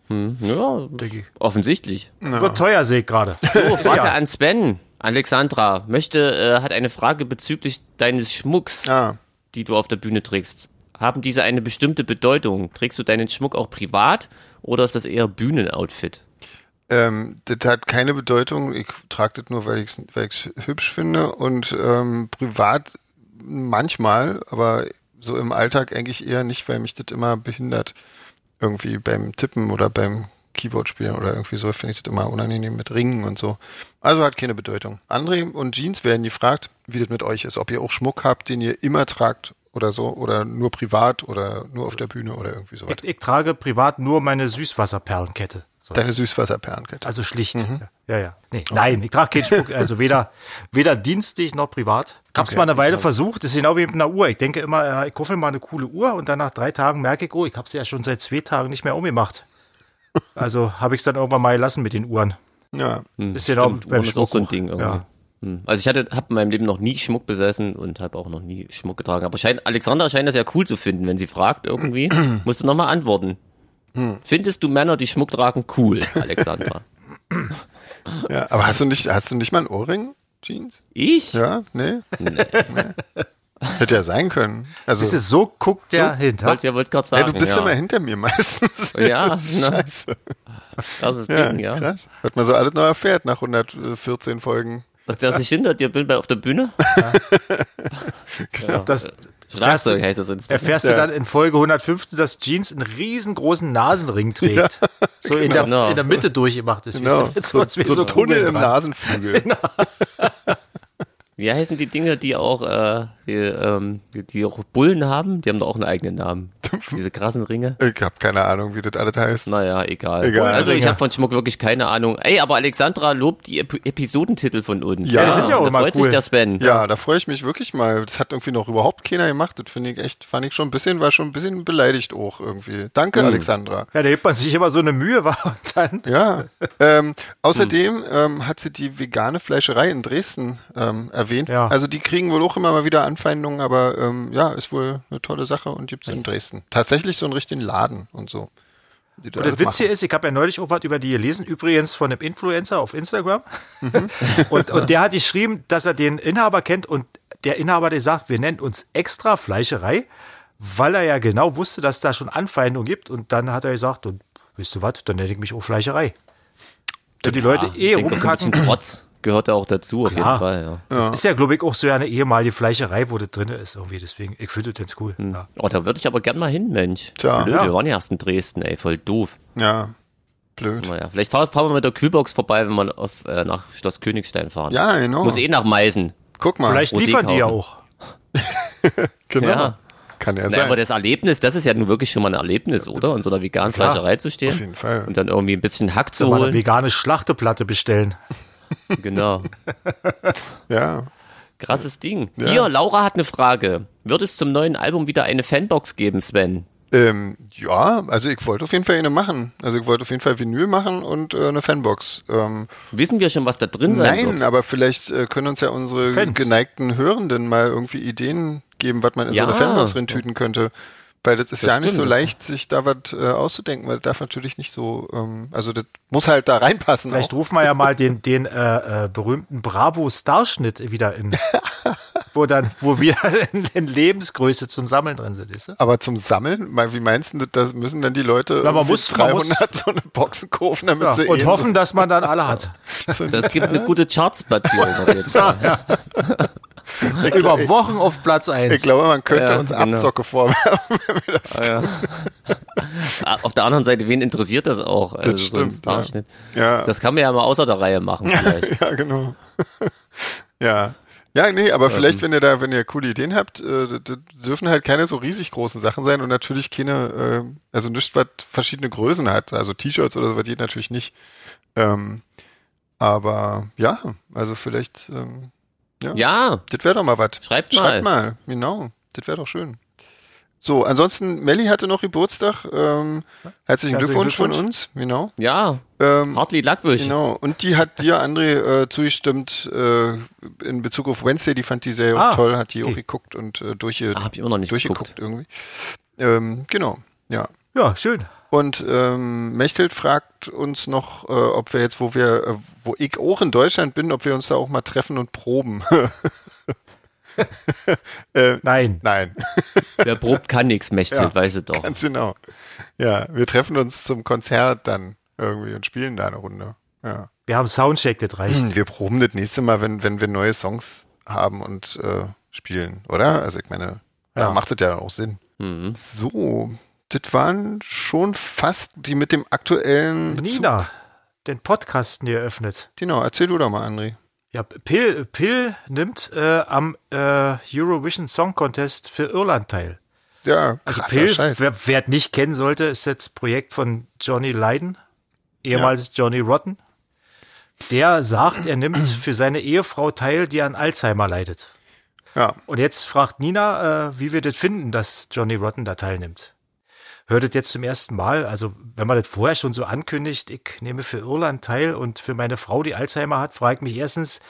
[SPEAKER 3] ne? ja
[SPEAKER 1] Denke ich.
[SPEAKER 3] offensichtlich.
[SPEAKER 2] Mhm.
[SPEAKER 1] Wird teuer, sehe ich gerade.
[SPEAKER 3] So, Frage an Sven. Alexandra möchte, äh, hat eine Frage bezüglich deines Schmucks,
[SPEAKER 2] Ah,
[SPEAKER 3] die du auf der Bühne trägst. Haben diese eine bestimmte Bedeutung? Trägst du deinen Schmuck auch privat oder ist das eher Bühnenoutfit?
[SPEAKER 2] ähm, das hat keine Bedeutung. Ich trage das nur, weil ich es weil ich's hübsch finde und ähm, privat manchmal, aber so im Alltag eigentlich eher nicht, weil mich das immer behindert. Irgendwie beim Tippen oder beim Keyboard spielen oder irgendwie so finde ich das immer unangenehm mit Ringen und so. Also hat keine Bedeutung. André und Jeans werden gefragt, wie das mit euch ist. Ob ihr auch Schmuck habt, den ihr immer tragt oder so oder nur privat oder nur auf der Bühne oder irgendwie sowas.
[SPEAKER 1] Ich, ich trage privat nur meine Süßwasserperlenkette. So.
[SPEAKER 2] Deine Süßwasserperlenkette.
[SPEAKER 1] Also schlicht. Ja, ja. Nee, Nein, ich trage keinen Schmuck. Also weder, weder dienstlich noch privat. Ich habe es
[SPEAKER 2] Okay,
[SPEAKER 1] mal eine Weile versucht. Das ist genau wie mit einer Uhr. Ich denke immer, äh, ich kaufe mir mal eine coole Uhr und dann nach drei Tagen merke ich, oh, ich habe sie ja schon seit zwei Tagen nicht mehr umgemacht. Also habe ich es dann irgendwann mal gelassen mit den Uhren.
[SPEAKER 2] Ja.
[SPEAKER 1] ist genau
[SPEAKER 3] Uhren ist auch so ein
[SPEAKER 1] Schmuck.
[SPEAKER 3] Ding irgendwie.
[SPEAKER 1] Ja.
[SPEAKER 3] Hm. Also ich hatte, habe in meinem Leben noch nie Schmuck besessen und habe auch noch nie Schmuck getragen. Aber scheint, Alexandra scheint das ja cool zu finden, wenn sie fragt irgendwie. Musst du nochmal antworten. Findest du Männer, die Schmuck tragen, cool, Alexandra?
[SPEAKER 2] Ja, aber hast du nicht, hast du nicht mal einen Ohrring, Jeans?
[SPEAKER 3] ich?
[SPEAKER 2] Ja, nee. Nee. Hätte ja sein können. Also,
[SPEAKER 1] Das ist so guckt der
[SPEAKER 3] So,
[SPEAKER 1] hinter.
[SPEAKER 3] Wollt, ja, wollt grad
[SPEAKER 2] ja,
[SPEAKER 3] sagen,
[SPEAKER 2] du bist
[SPEAKER 3] ja.
[SPEAKER 2] immer hinter mir meistens.
[SPEAKER 3] Ja,
[SPEAKER 2] das ist
[SPEAKER 3] ne?
[SPEAKER 2] scheiße.
[SPEAKER 3] Das ist
[SPEAKER 2] Ja,
[SPEAKER 3] Ding, ja.
[SPEAKER 2] krass. Hat man so alles neu erfährt nach 114 Folgen.
[SPEAKER 3] Dass, dass ich hinter dir bin bei, auf der Bühne?
[SPEAKER 1] Das
[SPEAKER 3] Schlagzeug heißt das ins
[SPEAKER 1] erfährst du dann in Folge 115, dass Jeans einen riesengroßen Nasenring trägt. so in, der,
[SPEAKER 3] genau.
[SPEAKER 1] in der Mitte durchgemacht ist.
[SPEAKER 2] Genau.
[SPEAKER 1] Weißt du,
[SPEAKER 2] So,
[SPEAKER 1] als
[SPEAKER 2] so,
[SPEAKER 1] wär
[SPEAKER 2] ein Tunnel
[SPEAKER 1] Kugeln
[SPEAKER 2] im
[SPEAKER 1] dran.
[SPEAKER 2] Nasenflügel.
[SPEAKER 3] Wie heißen die Dinger, die auch, äh, die, ähm, die- die auch Bullen haben? Die haben doch auch einen eigenen Namen. Diese krassen Ringe.
[SPEAKER 2] Ich habe keine Ahnung, wie das alles heißt.
[SPEAKER 3] Naja, egal.
[SPEAKER 2] Egal.
[SPEAKER 3] also ich
[SPEAKER 2] Dinger.
[SPEAKER 3] habe von Schmuck wirklich keine Ahnung. Ey, aber Alexandra lobt die Ep Episodentitel von uns.
[SPEAKER 2] Ja, die sind
[SPEAKER 1] ja auch
[SPEAKER 3] Da
[SPEAKER 1] immer
[SPEAKER 3] freut
[SPEAKER 1] cool.
[SPEAKER 3] sich der Sven.
[SPEAKER 2] Ja, da freue ich mich wirklich mal. Das hat irgendwie noch überhaupt keiner gemacht. Das finde ich echt, fand ich schon ein bisschen, war schon ein bisschen beleidigt auch irgendwie. Danke, Alexandra.
[SPEAKER 1] Ja, da hebt man sich immer so eine Mühe war und dann
[SPEAKER 2] Ja. Ähm, außerdem
[SPEAKER 1] Hm.
[SPEAKER 2] ähm, hat sie die vegane Fleischerei in Dresden ähm, erwähnt.
[SPEAKER 1] Ja.
[SPEAKER 2] Also die kriegen wohl auch immer mal wieder Anfeindungen, aber ähm, ja, ist wohl eine tolle Sache und gibt's in Dresden. Tatsächlich so einen richtigen Laden und so. Die da
[SPEAKER 1] Und der
[SPEAKER 2] alles
[SPEAKER 1] Witz
[SPEAKER 2] machen.
[SPEAKER 1] hier ist, ich habe ja neulich auch was über die gelesen, übrigens von einem Influencer auf Instagram.
[SPEAKER 3] Mhm.
[SPEAKER 1] und, und der hat geschrieben, dass er den Inhaber kennt und der Inhaber, der sagt, wir nennen uns extra Fleischerei, weil er ja genau wusste, dass da schon Anfeindungen gibt. Und dann hat er gesagt, und wisst ihr was, dann nenne ich mich auch Fleischerei. Und die Leute
[SPEAKER 3] ich
[SPEAKER 1] eh
[SPEAKER 3] denk, das ist ein
[SPEAKER 1] rumkacken.
[SPEAKER 3] bisschen Trotz gehört da auch dazu, auf
[SPEAKER 1] Ja.
[SPEAKER 3] jeden Fall. Ja.
[SPEAKER 1] Das ist ja, glaube ich, auch so eine ehemalige Fleischerei, wo das drin ist irgendwie. Deswegen, ich finde das ganz cool. Ja.
[SPEAKER 3] Oh, da würde ich aber gern mal hin, Mensch.
[SPEAKER 2] Tja.
[SPEAKER 3] Blöd,
[SPEAKER 1] Ja.
[SPEAKER 3] wir waren ja erst in Dresden, ey, voll doof.
[SPEAKER 2] Ja, blöd.
[SPEAKER 3] Naja, vielleicht fahr- fahren wir mit der Kühlbox vorbei, wenn wir auf, äh, nach Schloss Königstein fahren.
[SPEAKER 2] Ja, genau.
[SPEAKER 3] Muss eh nach Meisen.
[SPEAKER 2] Guck mal.
[SPEAKER 1] Vielleicht
[SPEAKER 3] Rosé
[SPEAKER 1] liefern die ja
[SPEAKER 3] kaufen.
[SPEAKER 1] auch.
[SPEAKER 2] Genau.
[SPEAKER 3] Ja.
[SPEAKER 2] Kann ja
[SPEAKER 3] Naja,
[SPEAKER 2] sein.
[SPEAKER 3] aber das Erlebnis, das ist ja nun wirklich schon mal ein Erlebnis, oder? In so einer veganen Fleischerei zu stehen.
[SPEAKER 2] Auf jeden Fall.
[SPEAKER 3] Und dann irgendwie ein bisschen Hack zu
[SPEAKER 1] Mal eine
[SPEAKER 3] holen.
[SPEAKER 1] vegane Schlachteplatte bestellen.
[SPEAKER 3] Genau.
[SPEAKER 2] Ja.
[SPEAKER 3] Krasses Ding. Hier, Laura hat eine Frage. Wird es zum neuen Album wieder eine Fanbox geben, Sven?
[SPEAKER 2] Ähm, ja, also ich wollte auf jeden Fall eine machen. Also ich wollte auf jeden Fall Vinyl machen und äh, eine Fanbox. Ähm,
[SPEAKER 3] Wissen wir schon, was da drin sein
[SPEAKER 2] Nein,
[SPEAKER 3] wird?
[SPEAKER 2] aber vielleicht äh, können uns ja unsere
[SPEAKER 1] Fans.
[SPEAKER 2] geneigten Hörenden mal irgendwie Ideen geben, was man in
[SPEAKER 3] Ja.
[SPEAKER 2] so eine Fanbox reintüten könnte. Weil das ist ja nicht so
[SPEAKER 3] stimmt.
[SPEAKER 2] leicht, sich da was äh, auszudenken, weil das darf natürlich nicht so, ähm, also das muss halt da reinpassen.
[SPEAKER 1] Vielleicht
[SPEAKER 2] auch.
[SPEAKER 1] rufen wir ja mal den, den äh, äh, berühmten Bravo-Starschnitt wieder in. wo dann, wo wir in, in Lebensgröße zum Sammeln drin sind, ist
[SPEAKER 2] Aber zum Sammeln, mal, wie meinst du, das- das müssen dann die Leute
[SPEAKER 1] man
[SPEAKER 2] irgendwie
[SPEAKER 1] muss- man muss-
[SPEAKER 2] 300 so eine Boxen kaufen, damit
[SPEAKER 1] ja,
[SPEAKER 2] sie
[SPEAKER 1] Und
[SPEAKER 2] eh
[SPEAKER 1] hoffen, dass man dann alle hat.
[SPEAKER 3] Das gibt eine gute Chartsplatzierung. auf jeden Fall.
[SPEAKER 2] so, ich,
[SPEAKER 1] Über
[SPEAKER 2] ich,
[SPEAKER 1] Wochen auf Platz
[SPEAKER 2] ich
[SPEAKER 1] 1.
[SPEAKER 2] glaube, man könnte
[SPEAKER 3] Ja,
[SPEAKER 2] uns
[SPEAKER 3] genau.
[SPEAKER 2] Abzocke vorwerfen, wenn wir das tun.
[SPEAKER 3] Ah, Auf der anderen Seite, wen interessiert das auch? Also so ein
[SPEAKER 2] stimmt, ja.
[SPEAKER 3] Starschnitt.
[SPEAKER 2] Ja.
[SPEAKER 3] Das kann man ja mal außer der Reihe machen vielleicht.
[SPEAKER 2] Ja, genau. ja. Ja, nee, aber vielleicht, wenn ihr da, wenn ihr coole Ideen habt, äh, d- d- dürfen halt keine so riesig großen Sachen sein und natürlich keine, äh, also nichts, was verschiedene Größen hat. Also T-Shirts oder so, was geht natürlich nicht. Ähm, aber ja, also vielleicht, ähm,
[SPEAKER 3] Ja,
[SPEAKER 2] das wäre doch mal was.
[SPEAKER 3] schreibt mal.
[SPEAKER 2] Schreibt mal, genau. Das wäre doch schön. So, ansonsten, Melli hatte noch Geburtstag. Ähm, herzlichen
[SPEAKER 1] Herzlichen
[SPEAKER 2] Glückwunsch, von
[SPEAKER 1] Glückwunsch.
[SPEAKER 2] uns, genau.
[SPEAKER 3] Ja,
[SPEAKER 2] Ähm,
[SPEAKER 3] Hartli Lackwürsch.
[SPEAKER 2] genau. Und die hat dir, André, äh, zugestimmt äh, in Bezug auf Wednesday. Die fand die Serie
[SPEAKER 1] Ah,
[SPEAKER 2] auch toll, hat die auch
[SPEAKER 1] okay.
[SPEAKER 2] geguckt und äh, durchge
[SPEAKER 3] Ah, hab ich immer noch nicht geguckt.
[SPEAKER 2] durchgeguckt irgendwie. Ähm, genau, ja.
[SPEAKER 1] Ja, schön.
[SPEAKER 2] Und ähm, Mechthild fragt uns noch, äh, ob wir jetzt, wo wir, äh, wo ich auch in Deutschland bin, ob wir uns da auch mal treffen und proben. Äh,
[SPEAKER 1] Nein.
[SPEAKER 2] Nein.
[SPEAKER 3] Wer probt, kann nichts, Mechthild,
[SPEAKER 2] Ja.
[SPEAKER 3] weiß es doch.
[SPEAKER 2] Ganz genau. Ja, wir treffen uns zum Konzert dann irgendwie und spielen da eine Runde. Ja.
[SPEAKER 1] Wir haben Soundcheck, das reicht.
[SPEAKER 2] Wir proben das nächste Mal, wenn, wenn wir neue Songs haben und äh, spielen, oder? Also ich meine, da
[SPEAKER 1] Ja.
[SPEAKER 2] macht es ja dann auch Sinn.
[SPEAKER 3] Mhm.
[SPEAKER 2] So, das waren schon fast die mit dem aktuellen Bezug.
[SPEAKER 1] Nina, den Podcasten eröffnet.
[SPEAKER 2] Genau, erzähl du doch mal, André.
[SPEAKER 1] Ja, Pill, Pill nimmt äh, am äh, Eurovision Song Contest für Irland teil.
[SPEAKER 2] Ja,
[SPEAKER 1] Also
[SPEAKER 2] krasser
[SPEAKER 1] Pill,
[SPEAKER 2] Scheiß.
[SPEAKER 1] wer, wer es nicht kennen sollte, ist das Projekt von Johnny Lydon, ehemals Johnny Rotten. Der sagt, er nimmt für seine Ehefrau teil, die an Alzheimer leidet.
[SPEAKER 2] Ja,
[SPEAKER 1] Und jetzt fragt Nina, äh, wie wir das finden, dass Johnny Rotten da teilnimmt. Hört das jetzt zum ersten Mal? Also, wenn man das vorher schon so ankündigt, ich nehme für Irland teil und für meine Frau, die Alzheimer hat, frage ich mich erstens,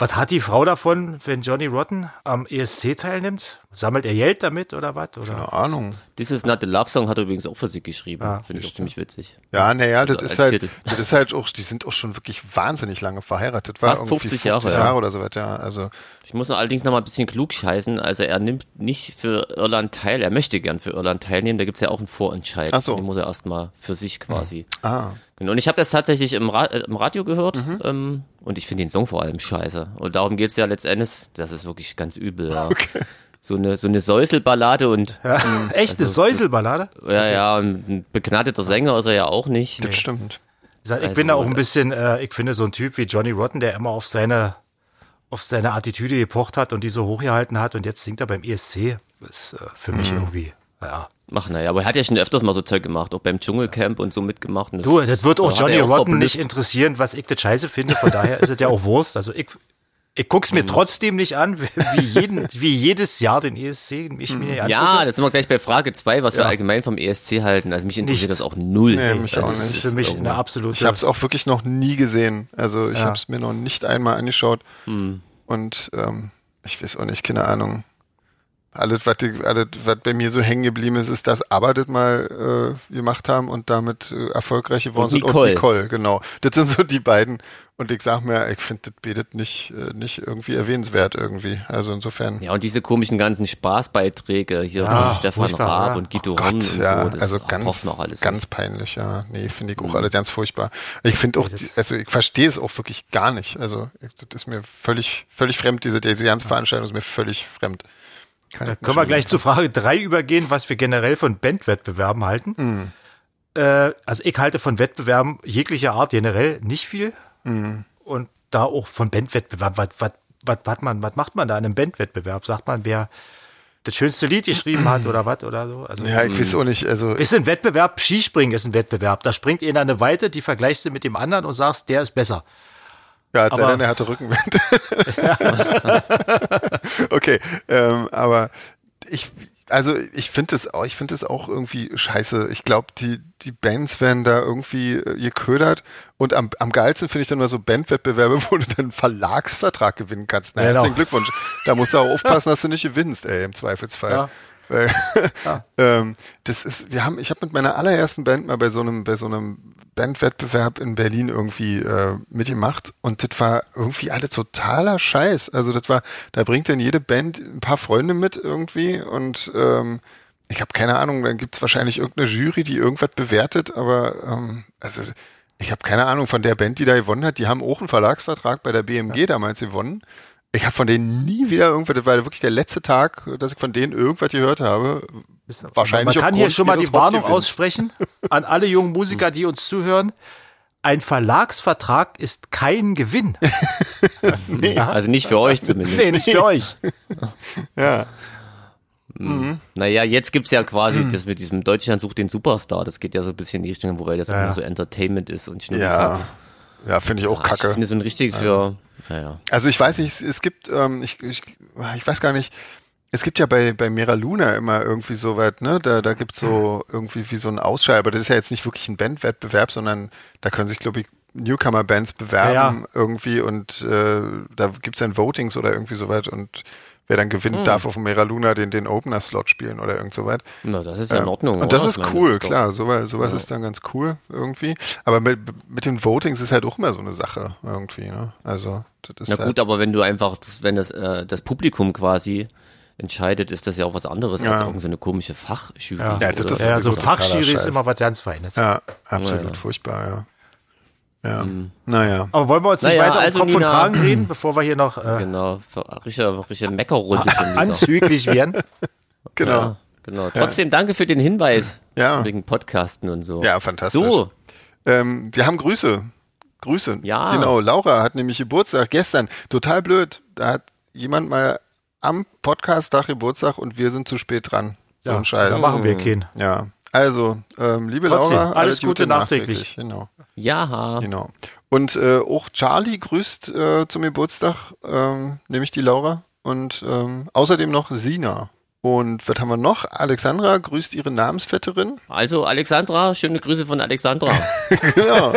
[SPEAKER 1] was hat die Frau davon, wenn Johnny Rotten am ESC teilnimmt? Sammelt er Geld damit oder was? Oder?
[SPEAKER 2] keine Ahnung.
[SPEAKER 3] This is not the love song hat er übrigens auch für sie geschrieben.
[SPEAKER 2] Ah,
[SPEAKER 3] Finde ich auch ziemlich witzig.
[SPEAKER 2] Ja, naja, das
[SPEAKER 3] Also
[SPEAKER 2] ist
[SPEAKER 3] als
[SPEAKER 2] halt,
[SPEAKER 3] Titel.
[SPEAKER 2] das ist halt auch, die sind auch schon wirklich wahnsinnig lange verheiratet. War
[SPEAKER 3] Fast
[SPEAKER 2] irgendwie
[SPEAKER 3] 50 Jahre, ja.
[SPEAKER 2] Jahre oder so weiter. Ja, also
[SPEAKER 3] Ich muss allerdings noch mal ein bisschen klug scheißen. Also er nimmt nicht für Irland teil. Er möchte gern für Irland teilnehmen. Da gibt's ja auch einen Vorentscheid.
[SPEAKER 2] Ach so.
[SPEAKER 3] Den muss er erstmal für sich quasi.
[SPEAKER 1] Hm.
[SPEAKER 2] Ah.
[SPEAKER 3] Genau. Und ich habe das tatsächlich im, Ra äh, im Radio gehört.
[SPEAKER 1] Mhm.
[SPEAKER 3] Ähm, und ich finde den Song vor allem scheiße. Und darum geht's ja letztendlich. Das ist wirklich ganz übel. Ja. So eine, so eine Säuselballade und, ja, Also,
[SPEAKER 1] Echte Säuselballade?
[SPEAKER 3] ja, und ein begnadeter Sänger ist er ja auch nicht.
[SPEAKER 2] das stimmt.
[SPEAKER 1] Ich sag, ich
[SPEAKER 3] Also,
[SPEAKER 1] bin da auch ein
[SPEAKER 3] äh,
[SPEAKER 1] bisschen, äh, ich finde so ein Typ wie Johnny Rotten, der immer auf seine, auf seine Attitüde gepocht hat und die so hochgehalten hat und jetzt singt er beim ESC, ist äh, für mich
[SPEAKER 3] Mhm.
[SPEAKER 1] irgendwie, ja.
[SPEAKER 3] Machen er ja. Aber er hat ja schon öfters mal so Zeug gemacht. Auch beim Dschungelcamp und so mitgemacht. Und
[SPEAKER 1] Du, das wird auch
[SPEAKER 3] hat er
[SPEAKER 1] Johnny
[SPEAKER 3] ja
[SPEAKER 1] Rotten nicht
[SPEAKER 3] verblüfft.
[SPEAKER 1] interessieren, was ich das scheiße finde, von daher ist es ja auch Wurst. Also ich, ich guck's
[SPEAKER 3] Mhm.
[SPEAKER 1] mir trotzdem nicht an, wie, wie jeden, wie jedes Jahr den ESC mich mir nicht
[SPEAKER 3] Mhm. Ja, das sind wir gleich bei Frage zwei, was wir allgemein vom ESC halten. Also mich interessiert
[SPEAKER 1] Nichts.
[SPEAKER 3] das auch null.
[SPEAKER 2] Nee, mich
[SPEAKER 3] also
[SPEAKER 2] auch
[SPEAKER 3] das
[SPEAKER 2] nicht.
[SPEAKER 1] ist
[SPEAKER 3] ist
[SPEAKER 1] für mich
[SPEAKER 3] irgendwie-
[SPEAKER 1] eine absolute.
[SPEAKER 2] Ich habe es auch wirklich noch nie gesehen. Also ich
[SPEAKER 1] Ja.
[SPEAKER 2] habe es mir noch nicht einmal angeschaut.
[SPEAKER 3] Hm.
[SPEAKER 2] Und ähm, ich weiß auch nicht, keine Ahnung. Alles, was die- alles, was bei mir so hängen geblieben ist, ist, dass Aber das mal äh, gemacht haben und damit äh, erfolgreich geworden
[SPEAKER 3] Und
[SPEAKER 2] sind.
[SPEAKER 3] Nicole.
[SPEAKER 2] Und Nicole, genau. Das sind so die beiden. Und ich sag mir, ich finde das betet nicht, äh, nicht irgendwie erwähnenswert irgendwie. Also insofern.
[SPEAKER 3] Ja, und diese komischen ganzen Spaßbeiträge hier
[SPEAKER 1] Ja,
[SPEAKER 3] von Stefan
[SPEAKER 1] furchtbar,
[SPEAKER 3] Raab
[SPEAKER 1] oder?
[SPEAKER 3] und Guido
[SPEAKER 2] Oh
[SPEAKER 3] Horn und
[SPEAKER 2] Gott,
[SPEAKER 3] so,
[SPEAKER 2] ja,
[SPEAKER 3] das
[SPEAKER 2] also
[SPEAKER 3] braucht
[SPEAKER 2] ganz,
[SPEAKER 3] noch alles. Mhm.
[SPEAKER 2] ganz peinlich, ja. Nee, finde ich auch alles ganz furchtbar. Ich finde auch, die, also ich verstehe es auch wirklich gar nicht. Also ich, das ist mir völlig, völlig fremd, diese, diese ganze Veranstaltung ist mir völlig fremd. Kann
[SPEAKER 1] Da
[SPEAKER 2] ich
[SPEAKER 1] können
[SPEAKER 2] nicht
[SPEAKER 1] wir gleich zu Frage 3 übergehen, was wir generell von Bandwettbewerben halten. Äh, also ich halte von Wettbewerben jeglicher Art generell nicht viel. Und da auch von Bandwettbewerben, was, was, was, was, man, was macht man da in einem Bandwettbewerb? Sagt man, wer das schönste Lied geschrieben hat oder was oder so? Also,
[SPEAKER 2] Ja, ich weiß
[SPEAKER 3] Mhm.
[SPEAKER 2] auch nicht, also
[SPEAKER 1] Ist ein Wettbewerb, Skispringen ist ein Wettbewerb. Da springt einer eine Weite, die vergleichst du mit dem anderen und sagst, der ist besser.
[SPEAKER 2] ja, als
[SPEAKER 1] aber-
[SPEAKER 2] einer, der hatte Rückenwind. okay, ähm, aber ich, also ich finde es auch, ich finde es auch irgendwie scheiße. Ich glaube, die, die Bands werden da irgendwie äh, geködert und am, am geilsten finde ich dann mal so Bandwettbewerbe, wo du dann einen Verlagsvertrag gewinnen kannst. Na,
[SPEAKER 1] Genau.
[SPEAKER 2] herzlichen Glückwunsch. Da musst du auch aufpassen, dass du nicht gewinnst, ey, im Zweifelsfall.
[SPEAKER 1] Ja.
[SPEAKER 2] Weil, ähm, das ist, wir haben, ich habe mit meiner allerersten Band mal bei so einem, bei so einem Bandwettbewerb in Berlin irgendwie äh, mitgemacht und das war irgendwie alle totaler Scheiß. Also das war, da bringt dann jede Band ein paar Freunde mit irgendwie und ähm, ich habe keine Ahnung, dann gibt's wahrscheinlich irgendeine Jury, die irgendwas bewertet, aber ähm, also ich habe keine Ahnung von der Band, die da gewonnen hat, die haben auch einen Verlagsvertrag bei der BMG damals gewonnen. Ich habe von denen nie wieder irgendwas, das war wirklich der letzte Tag, dass ich von denen irgendwas gehört habe. Wahrscheinlich
[SPEAKER 1] Man kann hier
[SPEAKER 2] aufgrund
[SPEAKER 1] schon mal
[SPEAKER 2] ihres
[SPEAKER 1] die Warnung
[SPEAKER 2] Wortgewinns.
[SPEAKER 1] aussprechen an alle jungen Musiker, die uns zuhören. ein Verlagsvertrag ist kein Gewinn. Ja.
[SPEAKER 3] Also nicht für euch zumindest.
[SPEAKER 1] Nee, nicht für euch.
[SPEAKER 2] Ja.
[SPEAKER 3] Naja, jetzt gibt's ja
[SPEAKER 2] Hm.
[SPEAKER 3] quasi das mit diesem Deutschland sucht den Superstar. Das geht ja so ein bisschen in die Richtung, wobei das immer so Entertainment ist und Schnurrifax.
[SPEAKER 2] Ja. Ja, finde ich auch
[SPEAKER 3] Ah, Ich
[SPEAKER 2] kacke.
[SPEAKER 3] finde so ein richtig für, naja.
[SPEAKER 2] Also ich weiß nicht, es, es gibt, ähm, ich, ich, ich weiß gar nicht, es gibt ja bei, bei Mera Luna immer irgendwie so weit, ne? Da, da gibt's so irgendwie wie so einen Ausschall, aber das ist ja jetzt nicht wirklich ein Bandwettbewerb, sondern da können sich, glaube ich, Newcomer-Bands bewerben
[SPEAKER 1] Ja, ja.
[SPEAKER 2] irgendwie und äh, da gibt's dann Votings oder irgendwie so weit und wer dann
[SPEAKER 1] Hm.
[SPEAKER 2] gewinnt, darf auf Mera Luna den, den Opener-Slot spielen oder irgend so weit.
[SPEAKER 3] Na, das ist ja in Ordnung.
[SPEAKER 2] Und das
[SPEAKER 3] oder?
[SPEAKER 2] ist
[SPEAKER 3] Ich meine,
[SPEAKER 2] cool,
[SPEAKER 3] doch-
[SPEAKER 2] klar. Sowas, sowas ist dann ganz cool irgendwie. Aber mit, mit den Votings ist halt auch immer so eine Sache irgendwie. Ne? Also, das ist
[SPEAKER 3] Na
[SPEAKER 2] halt,
[SPEAKER 3] gut, aber wenn du einfach, das- wenn das, äh, das Publikum quasi entscheidet, ist das ja auch was anderes als
[SPEAKER 2] Ja.
[SPEAKER 3] irgendeine so eine komische Fachjury.
[SPEAKER 1] Ja,
[SPEAKER 2] das
[SPEAKER 3] oder
[SPEAKER 2] ist-
[SPEAKER 3] so.
[SPEAKER 1] Ja, so
[SPEAKER 2] sowieso totaler
[SPEAKER 1] Fachschiri ist
[SPEAKER 2] Scheiß.
[SPEAKER 1] immer was ganz Feines.
[SPEAKER 2] Ja, absolut
[SPEAKER 3] Naja.
[SPEAKER 2] furchtbar, ja. Ja.
[SPEAKER 3] Mhm.
[SPEAKER 2] Naja.
[SPEAKER 1] Aber wollen wir uns nicht
[SPEAKER 3] Naja,
[SPEAKER 1] weiter
[SPEAKER 3] also
[SPEAKER 1] um Kopf
[SPEAKER 3] Nina-
[SPEAKER 1] und Kragen reden, bevor wir hier noch äh,
[SPEAKER 3] Genau, richtige, richtige Meckerrunde schon wieder.
[SPEAKER 1] anzüglich werden?
[SPEAKER 2] Ah, Genau.
[SPEAKER 3] Ja, genau. Trotzdem danke für den Hinweis
[SPEAKER 2] Ja.
[SPEAKER 3] wegen Podcasten und so.
[SPEAKER 2] Ja, fantastisch.
[SPEAKER 3] So,
[SPEAKER 2] Ähm, wir haben Grüße. Grüße.
[SPEAKER 3] Ja.
[SPEAKER 2] Genau, Laura hat nämlich Geburtstag gestern. Total blöd. Da hat jemand mal am Podcast-Tag Geburtstag und wir sind zu spät dran. So ein
[SPEAKER 1] Da
[SPEAKER 2] Scheiß.
[SPEAKER 1] machen wir keinen.
[SPEAKER 2] Ja. Also, ähm, liebe
[SPEAKER 1] Trotzdem,
[SPEAKER 2] Laura,
[SPEAKER 1] alles Gute nachträglich.
[SPEAKER 2] Genau.
[SPEAKER 3] ja,
[SPEAKER 2] Genau. Und äh, auch Charlie grüßt äh, zum Geburtstag, ähm, nämlich die Laura. Und ähm, außerdem noch Sina. Und was haben wir noch? Alexandra grüßt ihre Namensvetterin.
[SPEAKER 3] also Alexandra, schöne Grüße von Alexandra.
[SPEAKER 2] Genau.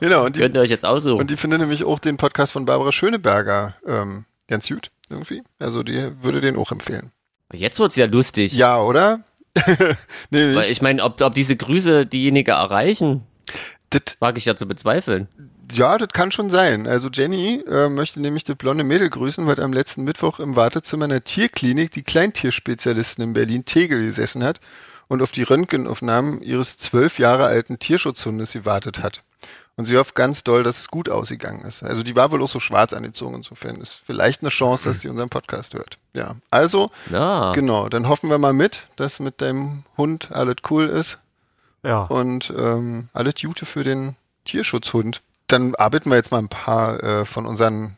[SPEAKER 2] genau. Und die,
[SPEAKER 3] Könnt ihr euch jetzt aussuchen.
[SPEAKER 2] und die findet nämlich auch den Podcast von Barbara Schöneberger ähm, ganz gut irgendwie. Also die würde den auch empfehlen.
[SPEAKER 3] Jetzt wird's ja lustig.
[SPEAKER 2] Ja, oder? nee,
[SPEAKER 3] Weil
[SPEAKER 2] ich,
[SPEAKER 3] ich meine, ob, ob diese Grüße diejenige erreichen,
[SPEAKER 2] das,
[SPEAKER 3] wage ich ja zu bezweifeln.
[SPEAKER 2] ja, das kann schon sein. Also Jenny äh, möchte nämlich das blonde Mädel grüßen, weil am letzten Mittwoch im Wartezimmer einer Tierklinik die Kleintierspezialisten in Berlin Tegel gesessen hat und auf die Röntgenaufnahmen ihres zwölf Jahre alten Tierschutzhundes gewartet hat. Und sie hofft ganz doll, dass es gut ausgegangen ist. Also die war wohl auch so schwarz angezogen, insofern ist vielleicht eine Chance, dass sie unseren Podcast hört. Ja, also
[SPEAKER 3] Na,
[SPEAKER 2] genau, dann hoffen wir mal mit, dass mit deinem Hund alles cool ist
[SPEAKER 1] Ja.
[SPEAKER 2] und ähm, alles Jute für den Tierschutzhund. Dann arbeiten wir jetzt mal ein paar äh, von unseren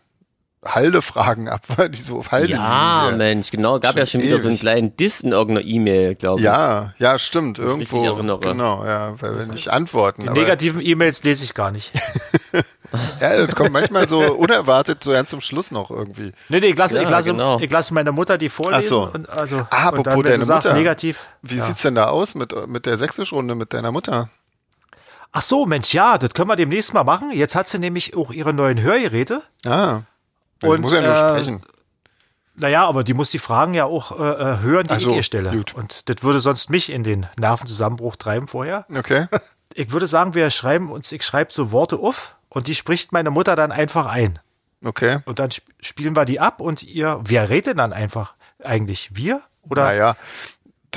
[SPEAKER 2] Halde-Fragen ab, weil die so auf Halde
[SPEAKER 3] ja,
[SPEAKER 2] liegen.
[SPEAKER 3] Mensch, genau, gab
[SPEAKER 2] Schon
[SPEAKER 3] ja schon wieder so einen
[SPEAKER 2] ewig.
[SPEAKER 3] kleinen Diss in irgendeiner E-Mail, glaube ich.
[SPEAKER 2] Ja, ja, stimmt.
[SPEAKER 3] ich richtig
[SPEAKER 2] Irgendwo.
[SPEAKER 3] erinnere.
[SPEAKER 2] Genau, ja, weil wir nicht antworten.
[SPEAKER 1] Die
[SPEAKER 2] aber-
[SPEAKER 1] negativen E-Mails lese ich gar nicht.
[SPEAKER 2] ja, das kommt manchmal so unerwartet, so ganz zum Schluss noch irgendwie.
[SPEAKER 1] Nee, nee, ich lasse,
[SPEAKER 3] Ja,
[SPEAKER 1] ich lasse,
[SPEAKER 3] genau.
[SPEAKER 1] ich lasse meine Mutter die vorlesen.
[SPEAKER 2] Ach so.
[SPEAKER 1] Und, also,
[SPEAKER 2] Ah,
[SPEAKER 1] und
[SPEAKER 2] apropos
[SPEAKER 1] wenn sie
[SPEAKER 2] deine
[SPEAKER 1] sagt,
[SPEAKER 2] Mutter.
[SPEAKER 1] negativ.
[SPEAKER 2] Wie sieht's denn da aus mit, mit der Sächsisch-Runde mit deiner Mutter?
[SPEAKER 1] Ach so, Mensch, ja, das können wir demnächst mal machen. Jetzt hat sie nämlich auch ihre neuen Hörgeräte.
[SPEAKER 2] Ah. Sie
[SPEAKER 1] Und,
[SPEAKER 2] muss ja nur
[SPEAKER 1] äh,
[SPEAKER 2] sprechen.
[SPEAKER 1] Naja, aber die muss die Fragen ja auch äh, äh, hören, die
[SPEAKER 2] Ach
[SPEAKER 1] ich
[SPEAKER 2] so,
[SPEAKER 1] ihr stelle.
[SPEAKER 2] gut.
[SPEAKER 1] Und das würde sonst mich in den Nervenzusammenbruch treiben vorher.
[SPEAKER 2] Okay.
[SPEAKER 1] Ich würde sagen, wir schreiben uns, ich schreibe so Worte auf und die spricht meine Mutter dann einfach ein.
[SPEAKER 2] Okay.
[SPEAKER 1] Und dann sp spielen wir die ab und ihr, wer redet dann einfach? Eigentlich wir? Oder
[SPEAKER 2] Naja.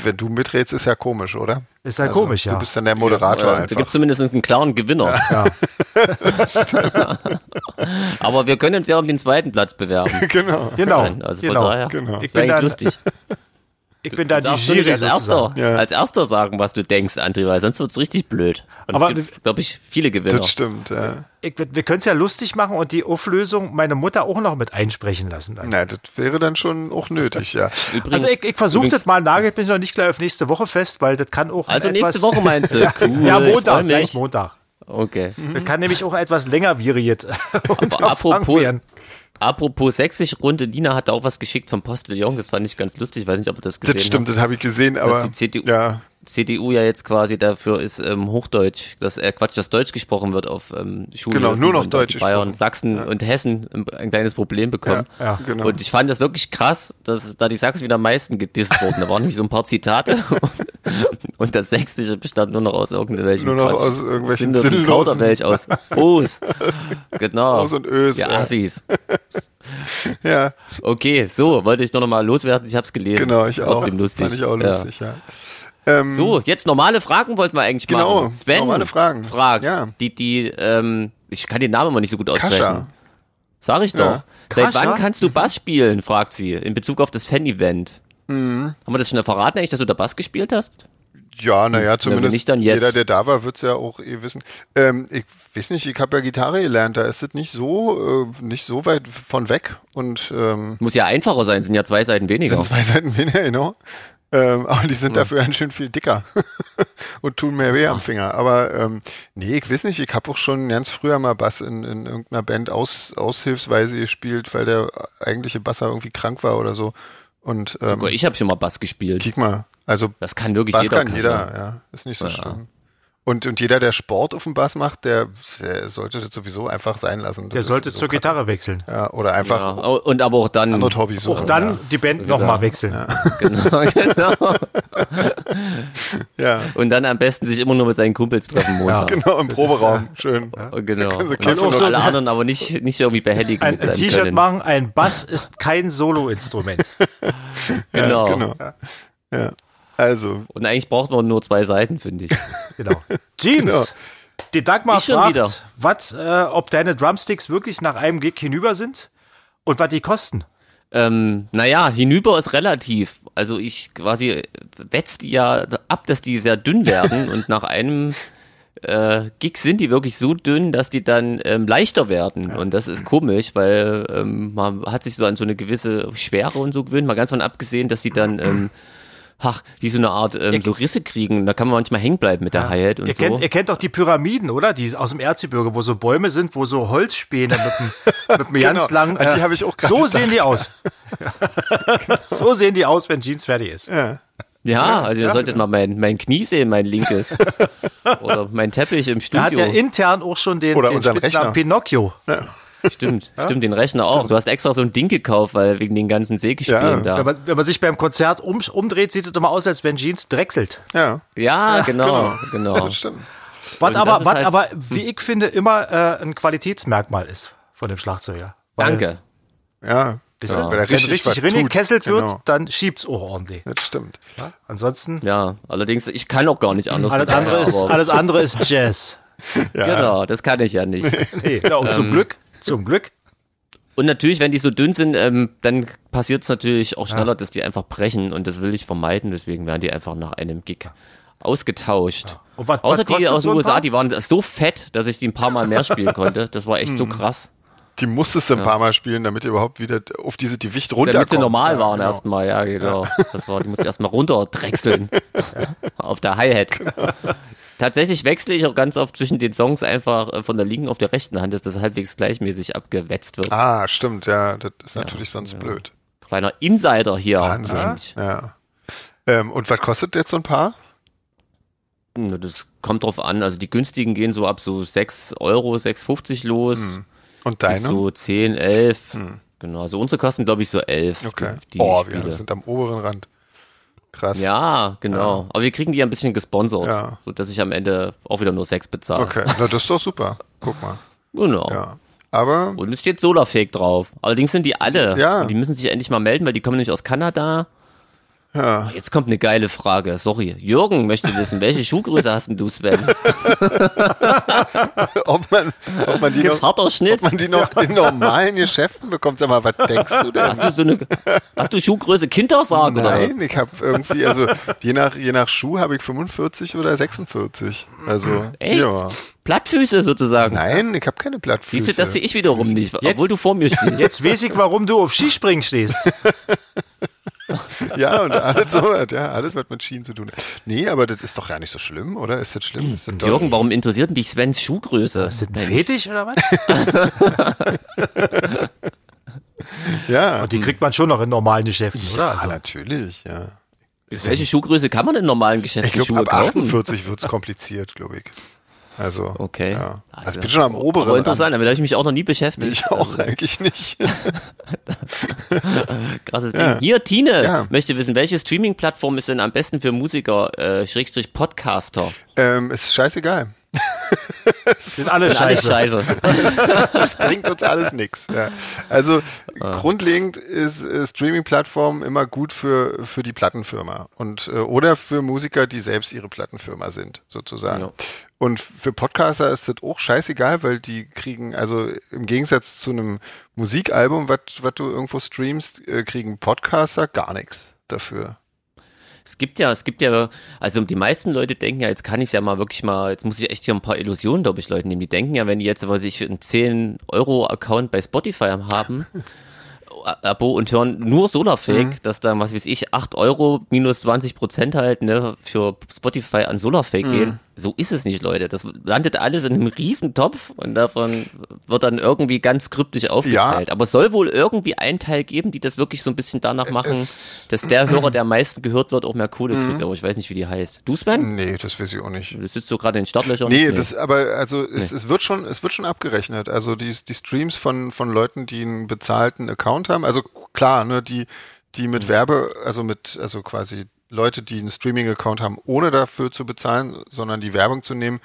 [SPEAKER 2] Wenn du miträtst, ist ja komisch, oder? Also,
[SPEAKER 1] Ist ja komisch, ja.
[SPEAKER 2] Du bist dann der Moderator
[SPEAKER 3] Äh, Da
[SPEAKER 2] einfach.
[SPEAKER 3] gibt zumindest einen klaren Gewinner. Aber wir können uns ja um den zweiten Platz bewerben.
[SPEAKER 2] Genau.
[SPEAKER 1] Genau.
[SPEAKER 3] Also von
[SPEAKER 1] genau.
[SPEAKER 3] daher,
[SPEAKER 2] genau.
[SPEAKER 3] das
[SPEAKER 1] Ich
[SPEAKER 3] wäre
[SPEAKER 1] bin
[SPEAKER 3] eigentlich
[SPEAKER 1] dann-
[SPEAKER 3] lustig.
[SPEAKER 1] Ich bin da die
[SPEAKER 3] darfst du nicht
[SPEAKER 1] Jury
[SPEAKER 3] als
[SPEAKER 1] sozusagen.
[SPEAKER 3] erster,
[SPEAKER 2] Ja.
[SPEAKER 3] als erster sagen, was du denkst, André, weil sonst wird's richtig blöd. Und
[SPEAKER 1] Aber-
[SPEAKER 3] es glaube ich, viele Gewinner.
[SPEAKER 2] Das stimmt, ja.
[SPEAKER 1] Ich, wir können es ja lustig machen und die Auflösung meine Mutter auch noch mit einsprechen lassen. Dann.
[SPEAKER 2] Na, das wäre dann schon auch nötig, ja.
[SPEAKER 3] Übrigens,
[SPEAKER 1] Also ich, ich versuche
[SPEAKER 3] übrigens-
[SPEAKER 1] das mal, nagelt mich noch nicht gleich auf nächste Woche fest, weil das kann auch ein
[SPEAKER 3] Also
[SPEAKER 1] etwas,
[SPEAKER 3] nächste Woche meinst du? Cool,
[SPEAKER 1] Ja,
[SPEAKER 3] ich freu
[SPEAKER 1] Montag,
[SPEAKER 3] mich.
[SPEAKER 1] gleich Montag.
[SPEAKER 3] Okay.
[SPEAKER 1] Das Mhm. kann nämlich auch ein etwas längerwieriges Unterfangen
[SPEAKER 3] apropos-
[SPEAKER 1] werden.
[SPEAKER 3] Apropos sächsisch Runde, Nina hat auch was geschickt vom Postillon, das fand ich ganz lustig, weiß nicht, ob ihr das gesehen
[SPEAKER 2] Das stimmt, das habe ich gesehen,
[SPEAKER 3] habt,
[SPEAKER 2] aber.
[SPEAKER 3] dass die CDU,
[SPEAKER 2] Ja,
[SPEAKER 3] CDU ja jetzt quasi dafür ist ähm, Hochdeutsch, dass äh, Quatsch, dass Deutsch gesprochen wird auf ähm, Schulen.
[SPEAKER 2] Genau, nur noch
[SPEAKER 3] und auch die
[SPEAKER 2] Deutsch
[SPEAKER 3] Bayern,
[SPEAKER 2] gesprochen.
[SPEAKER 3] Sachsen und Hessen ein, ein kleines Problem bekommen.
[SPEAKER 2] Ja, ja, genau.
[SPEAKER 3] Und ich fand das wirklich krass, dass da die Sachsen wieder am meisten gedisst wurden. Da waren nämlich so ein paar Zitate und das Sächsische bestand nur noch aus irgendwelchen
[SPEAKER 2] Nur noch
[SPEAKER 3] Quatsch,
[SPEAKER 2] aus irgendwelchen
[SPEAKER 3] sinnlosen
[SPEAKER 2] sinnlosen-
[SPEAKER 3] Kauderwelsch aus Os. Genau.
[SPEAKER 2] Aus und Ös,
[SPEAKER 3] Ja,
[SPEAKER 2] ja.
[SPEAKER 3] Assis.
[SPEAKER 2] ja,
[SPEAKER 3] Okay, so, wollte ich doch nochmal loswerden, ich hab's gelesen.
[SPEAKER 2] genau, ich auch.
[SPEAKER 3] Trotzdem lustig.
[SPEAKER 2] Fand ich auch
[SPEAKER 3] Ja.
[SPEAKER 2] lustig, ja.
[SPEAKER 3] So, jetzt normale Fragen wollten wir eigentlich
[SPEAKER 2] Mhm. Genau,
[SPEAKER 3] machen. Sven
[SPEAKER 2] normale Fragen.
[SPEAKER 3] fragt,
[SPEAKER 2] Ja.
[SPEAKER 3] die, die, ähm, ich kann den Namen immer nicht so gut aussprechen.
[SPEAKER 2] Kascha.
[SPEAKER 3] Sag ich doch.
[SPEAKER 2] Ja.
[SPEAKER 3] Seit
[SPEAKER 1] Kascha?
[SPEAKER 3] wann kannst du Bass
[SPEAKER 2] Mhm.
[SPEAKER 3] spielen, fragt sie, in Bezug auf das Fan-Event. Haben wir das schon verraten eigentlich, dass du da Bass gespielt hast?
[SPEAKER 2] Ja, naja, zumindest
[SPEAKER 3] nicht, dann jetzt.
[SPEAKER 2] jeder, der da war, wird es ja auch eh wissen. Ähm, ich weiß nicht, ich habe ja Gitarre gelernt, da ist es nicht so, äh, nicht so weit von weg. Und ähm,
[SPEAKER 3] Muss ja einfacher sein, sind ja zwei Seiten weniger.
[SPEAKER 2] sind zwei Seiten weniger, genau. Ähm, aber die sind dafür ganz schön viel dicker und tun mehr weh am Finger. Aber ähm, nee, ich weiß nicht, ich habe auch schon ganz früher mal Bass in, in irgendeiner Band aus, aushilfsweise gespielt, weil der eigentliche Basser irgendwie krank war oder so. Und ähm,
[SPEAKER 3] Ich habe schon mal Bass gespielt.
[SPEAKER 2] kick mal, also
[SPEAKER 3] Das kann wirklich
[SPEAKER 2] Bass
[SPEAKER 3] jeder.
[SPEAKER 2] kann
[SPEAKER 3] Kasper.
[SPEAKER 2] jeder, ja. Ist nicht so schlimm. Und, und jeder, der Sport auf dem Bass macht, der, der sollte das sowieso einfach sein lassen. Das
[SPEAKER 1] Der
[SPEAKER 2] ist
[SPEAKER 1] sollte
[SPEAKER 2] so
[SPEAKER 1] zur
[SPEAKER 2] kacke.
[SPEAKER 1] Gitarre wechseln.
[SPEAKER 2] Ja, oder einfach
[SPEAKER 3] Ja. oh, Und aber auch dann.
[SPEAKER 2] andere Hobbys.
[SPEAKER 1] Auch
[SPEAKER 2] suchen,
[SPEAKER 1] dann die Band nochmal wechseln.
[SPEAKER 3] genau, genau.
[SPEAKER 2] Ja, ja
[SPEAKER 3] Und dann am besten sich immer nur mit seinen Kumpels treffen Montag.
[SPEAKER 2] genau, im Proberaum. Schön. Ja.
[SPEAKER 3] Oh, Genau.
[SPEAKER 2] können sie
[SPEAKER 3] Und
[SPEAKER 2] kiffen und-
[SPEAKER 3] alle anderen aber nicht, nicht irgendwie behelligen
[SPEAKER 1] Ein,
[SPEAKER 3] mit
[SPEAKER 1] ein
[SPEAKER 3] seinem
[SPEAKER 1] T-Shirt
[SPEAKER 3] Können.
[SPEAKER 1] machen, ein Bass ist kein Soloinstrument.
[SPEAKER 3] Genau.
[SPEAKER 2] genau. Ja. Also,
[SPEAKER 3] Und eigentlich braucht man nur zwei Seiten, finde ich.
[SPEAKER 1] Genau. Jeans.
[SPEAKER 2] Genau.
[SPEAKER 1] Die Dagmar
[SPEAKER 3] Ich schon wieder.
[SPEAKER 1] fragt, was, äh, ob deine Drumsticks wirklich nach einem Gig hinüber sind und was die kosten.
[SPEAKER 3] Ähm, naja, hinüber ist relativ. Also ich quasi wetz die ja ab, dass die sehr dünn werden und nach einem äh, Gig sind die wirklich so dünn, dass die dann ähm, leichter werden. Und das ist komisch, weil ähm, man hat sich so an so eine gewisse Schwere und so gewöhnt. Mal ganz von abgesehen, dass die dann ähm, ach, wie so eine Art ähm, so Risse kriegen. Da kann man manchmal hängen bleiben mit der Hi-Hat und
[SPEAKER 1] Ihr,
[SPEAKER 3] so.
[SPEAKER 1] kennt, ihr kennt doch die Pyramiden, oder? Die aus dem Erzgebirge, wo so Bäume sind, wo so Holzspäne mit einem, mit einem ganz langen. äh,
[SPEAKER 2] An die hab ich auch grad
[SPEAKER 1] so
[SPEAKER 2] gedacht.
[SPEAKER 1] sehen die aus. so sehen die aus, wenn Jeans fertig ist.
[SPEAKER 3] ja, also ihr solltet mal mein, mein Knie sehen, mein linkes. Oder mein Teppich im Studio.
[SPEAKER 1] Er hat ja intern auch schon den,
[SPEAKER 2] Oder
[SPEAKER 1] den
[SPEAKER 2] unseren
[SPEAKER 1] Spitznamen
[SPEAKER 2] Rechner.
[SPEAKER 1] Pinocchio.
[SPEAKER 3] Stimmt, stimmt, den Rechner auch. Du hast extra so ein Ding gekauft, weil wegen den ganzen
[SPEAKER 1] Wenn,
[SPEAKER 3] Sägespielen da.
[SPEAKER 1] man, wenn man sich beim Konzert um, umdreht, sieht es immer aus, als wenn Jeans drechselt.
[SPEAKER 2] ja,
[SPEAKER 3] Ja, genau, genau.
[SPEAKER 2] das stimmt.
[SPEAKER 1] Was
[SPEAKER 3] Und das
[SPEAKER 1] aber,
[SPEAKER 3] ist
[SPEAKER 1] was
[SPEAKER 3] halt-
[SPEAKER 1] aber, wie ich finde, immer äh, ein Qualitätsmerkmal ist von dem Schlagzeuger. Weil,
[SPEAKER 3] Danke.
[SPEAKER 2] Ja,
[SPEAKER 1] Wisst ihr,
[SPEAKER 2] ja,
[SPEAKER 1] Wenn er richtig, richtig
[SPEAKER 2] was tut,
[SPEAKER 1] reingekesselt wird,
[SPEAKER 2] Genau,
[SPEAKER 1] dann schiebt's auch ordentlich.
[SPEAKER 2] das stimmt.
[SPEAKER 1] Ansonsten,
[SPEAKER 3] Ja, allerdings, ich kann auch gar nicht anders.
[SPEAKER 1] alles
[SPEAKER 3] mit
[SPEAKER 1] andere,
[SPEAKER 3] einer,
[SPEAKER 1] ist,
[SPEAKER 3] aber-
[SPEAKER 1] alles andere ist Jazz.
[SPEAKER 2] Ja,
[SPEAKER 3] Genau, das kann ich ja nicht.
[SPEAKER 1] Nee, ja, Genau, und
[SPEAKER 3] Ähm.
[SPEAKER 1] zum Glück, zum Glück.
[SPEAKER 3] Und natürlich, wenn die so dünn sind, ähm, dann passiert es natürlich auch schneller, dass die einfach brechen und das will ich vermeiden, deswegen werden die einfach nach einem Gig ausgetauscht.
[SPEAKER 1] Und was- was
[SPEAKER 3] Außer die
[SPEAKER 1] kostet
[SPEAKER 3] aus
[SPEAKER 1] so
[SPEAKER 3] den
[SPEAKER 1] ein
[SPEAKER 3] USA,
[SPEAKER 1] Paar?
[SPEAKER 3] die waren so fett, dass ich die ein paar Mal mehr spielen konnte. Das war echt so
[SPEAKER 1] Hm.
[SPEAKER 3] krass.
[SPEAKER 2] Die musstest du ein paar Mal spielen, damit ihr überhaupt wieder auf diese Gewicht runterkommt.
[SPEAKER 3] Damit sie normal
[SPEAKER 2] ja,
[SPEAKER 3] waren
[SPEAKER 2] genau.
[SPEAKER 3] erstmal, ja, genau. Das war, die musste erstmal runterdrechseln. auf der Hi-Hat.
[SPEAKER 1] Genau.
[SPEAKER 3] Tatsächlich wechsle ich auch ganz oft zwischen den Songs einfach äh, von der linken auf der rechten Hand, dass das halbwegs gleichmäßig abgewetzt wird.
[SPEAKER 2] Ah, stimmt, ja, das ist natürlich sonst blöd.
[SPEAKER 3] Kleiner Insider hier.
[SPEAKER 2] Wahnsinn.
[SPEAKER 3] Oh, Mensch.
[SPEAKER 2] Ja. Ähm, und was kostet jetzt so ein paar?
[SPEAKER 3] Na, Das kommt drauf an. Also die günstigen gehen so ab so 6 Euro, 6,50 los.
[SPEAKER 2] Hm. Und
[SPEAKER 3] Bis
[SPEAKER 2] deine?
[SPEAKER 3] so 10, 11. Genau. Also unsere kosten, glaube ich, so 11.
[SPEAKER 2] Hm. okay.
[SPEAKER 3] Die, die
[SPEAKER 2] oh, wir
[SPEAKER 3] Spiele.
[SPEAKER 2] sind am oberen Rand. Krass.
[SPEAKER 3] Ja, genau. Aber wir kriegen die ja ein bisschen gesponsert,
[SPEAKER 2] Ja.
[SPEAKER 3] sodass ich am Ende auch wieder nur 6 bezahle.
[SPEAKER 2] Okay, na das ist doch super. Guck mal.
[SPEAKER 3] Genau.
[SPEAKER 2] Ja. Aber
[SPEAKER 3] Und es steht Solarfake drauf. Allerdings sind die alle.
[SPEAKER 2] Ja.
[SPEAKER 3] Und die müssen sich endlich mal melden, weil die kommen nämlich aus Kanada. Oh, Jetzt kommt eine geile Frage. Sorry. Jürgen möchte wissen, welche Schuhgröße hast denn du, Sven?
[SPEAKER 2] ob man, ob man die noch,
[SPEAKER 3] Harter Schnitt.
[SPEAKER 2] ob man die noch in normalen Geschäften bekommt, sag mal, was denkst du denn?
[SPEAKER 3] Hast du so eine, hast du Schuhgröße Kindersagen oder was?
[SPEAKER 2] Nein, ich habe irgendwie, also je nach, je nach Schuh habe ich 45 oder 46. Also,
[SPEAKER 3] Echt?
[SPEAKER 2] Ja.
[SPEAKER 3] Plattfüße sozusagen.
[SPEAKER 2] Nein, ich habe keine Plattfüße.
[SPEAKER 3] Siehst du, das sehe ich wiederum nicht, obwohl du vor mir stehst.
[SPEAKER 1] Jetzt weiß ich, warum du auf Skispringen stehst.
[SPEAKER 2] Ja, und alles so was, ja, alles, was mit Schienen zu tun hat. Nee, aber das ist doch gar nicht so schlimm, oder? Ist das schlimm? Ist das doch-
[SPEAKER 3] Jürgen, warum interessiert denn dich Svens Schuhgröße?
[SPEAKER 1] Ist das ein Fetisch oder was?
[SPEAKER 2] Ja,
[SPEAKER 1] Die kriegt man schon noch in normalen Geschäften, oder?
[SPEAKER 2] ah,
[SPEAKER 1] Also,
[SPEAKER 2] natürlich, ja.
[SPEAKER 3] welche Schuhgröße kann man in normalen Geschäften
[SPEAKER 2] Ich glaube,
[SPEAKER 3] Schuhe
[SPEAKER 2] ab
[SPEAKER 3] kaufen?
[SPEAKER 2] 48 wird's kompliziert, glaube ich. Also,
[SPEAKER 3] Okay.
[SPEAKER 2] Ja. Also,
[SPEAKER 3] Also,
[SPEAKER 2] ich bin schon am oberen.
[SPEAKER 3] Aber interessant, damit habe ich mich auch noch nie beschäftigt.
[SPEAKER 2] Ich auch eigentlich nicht.
[SPEAKER 3] Krasses Ding. Hier, Tine
[SPEAKER 2] Ja.
[SPEAKER 3] möchte wissen, welche Streaming-Plattform ist denn am besten für Musiker, äh, Schrägstrich Podcaster?
[SPEAKER 2] ähm, ist scheißegal.
[SPEAKER 1] sind alle
[SPEAKER 3] Scheiße. Alles
[SPEAKER 1] scheiße.
[SPEAKER 3] scheiße.
[SPEAKER 2] Das bringt uns alles nichts. Ja. Also grundlegend ist äh, Streaming-Plattform immer gut für, für die Plattenfirma und äh, oder für Musiker, die selbst ihre Plattenfirma sind, sozusagen.
[SPEAKER 3] Ja.
[SPEAKER 2] Und für Podcaster ist das auch scheißegal, weil die kriegen, also im Gegensatz zu einem Musikalbum, was was du irgendwo streamst, äh, kriegen Podcaster gar nichts dafür.
[SPEAKER 3] Es gibt ja, es gibt ja, also die meisten Leute denken ja, jetzt kann ich ja mal wirklich mal, jetzt muss ich echt hier ein paar Illusionen, glaube ich, Leuten nehmen. Die denken ja, wenn die jetzt, was ich, einen 10-Euro-Account bei Spotify haben, äh, Abo und hören nur Solarfake, mhm. dass dann, was weiß ich, 8 Euro minus 20 Prozent halt, ne, für Spotify an Solarfake mhm. gehen. So ist es nicht, Leute. Das landet alles in einem riesen Topf und davon wird dann irgendwie ganz kryptisch aufgeteilt. Ja. Aber es soll wohl irgendwie einen Teil geben, die das wirklich so ein bisschen danach machen, es dass der Hörer, der am meisten gehört wird, auch mehr Kohle mhm. kriegt. Aber ich weiß nicht, wie die heißt. Du, Sven?
[SPEAKER 2] Nee, das weiß ich auch nicht.
[SPEAKER 3] Du sitzt so gerade in den Startlöchern.
[SPEAKER 2] Mhm. Nee, nee, das, aber also, es, nee. es, wird schon, es wird schon abgerechnet. Also, die, die Streams von, von Leuten, die einen bezahlten Account haben. Also, klar, ne, die, die mit mhm. Werbe, also mit, also quasi Leute, die einen Streaming-Account haben, ohne dafür zu bezahlen, sondern die Werbung zu nehmen,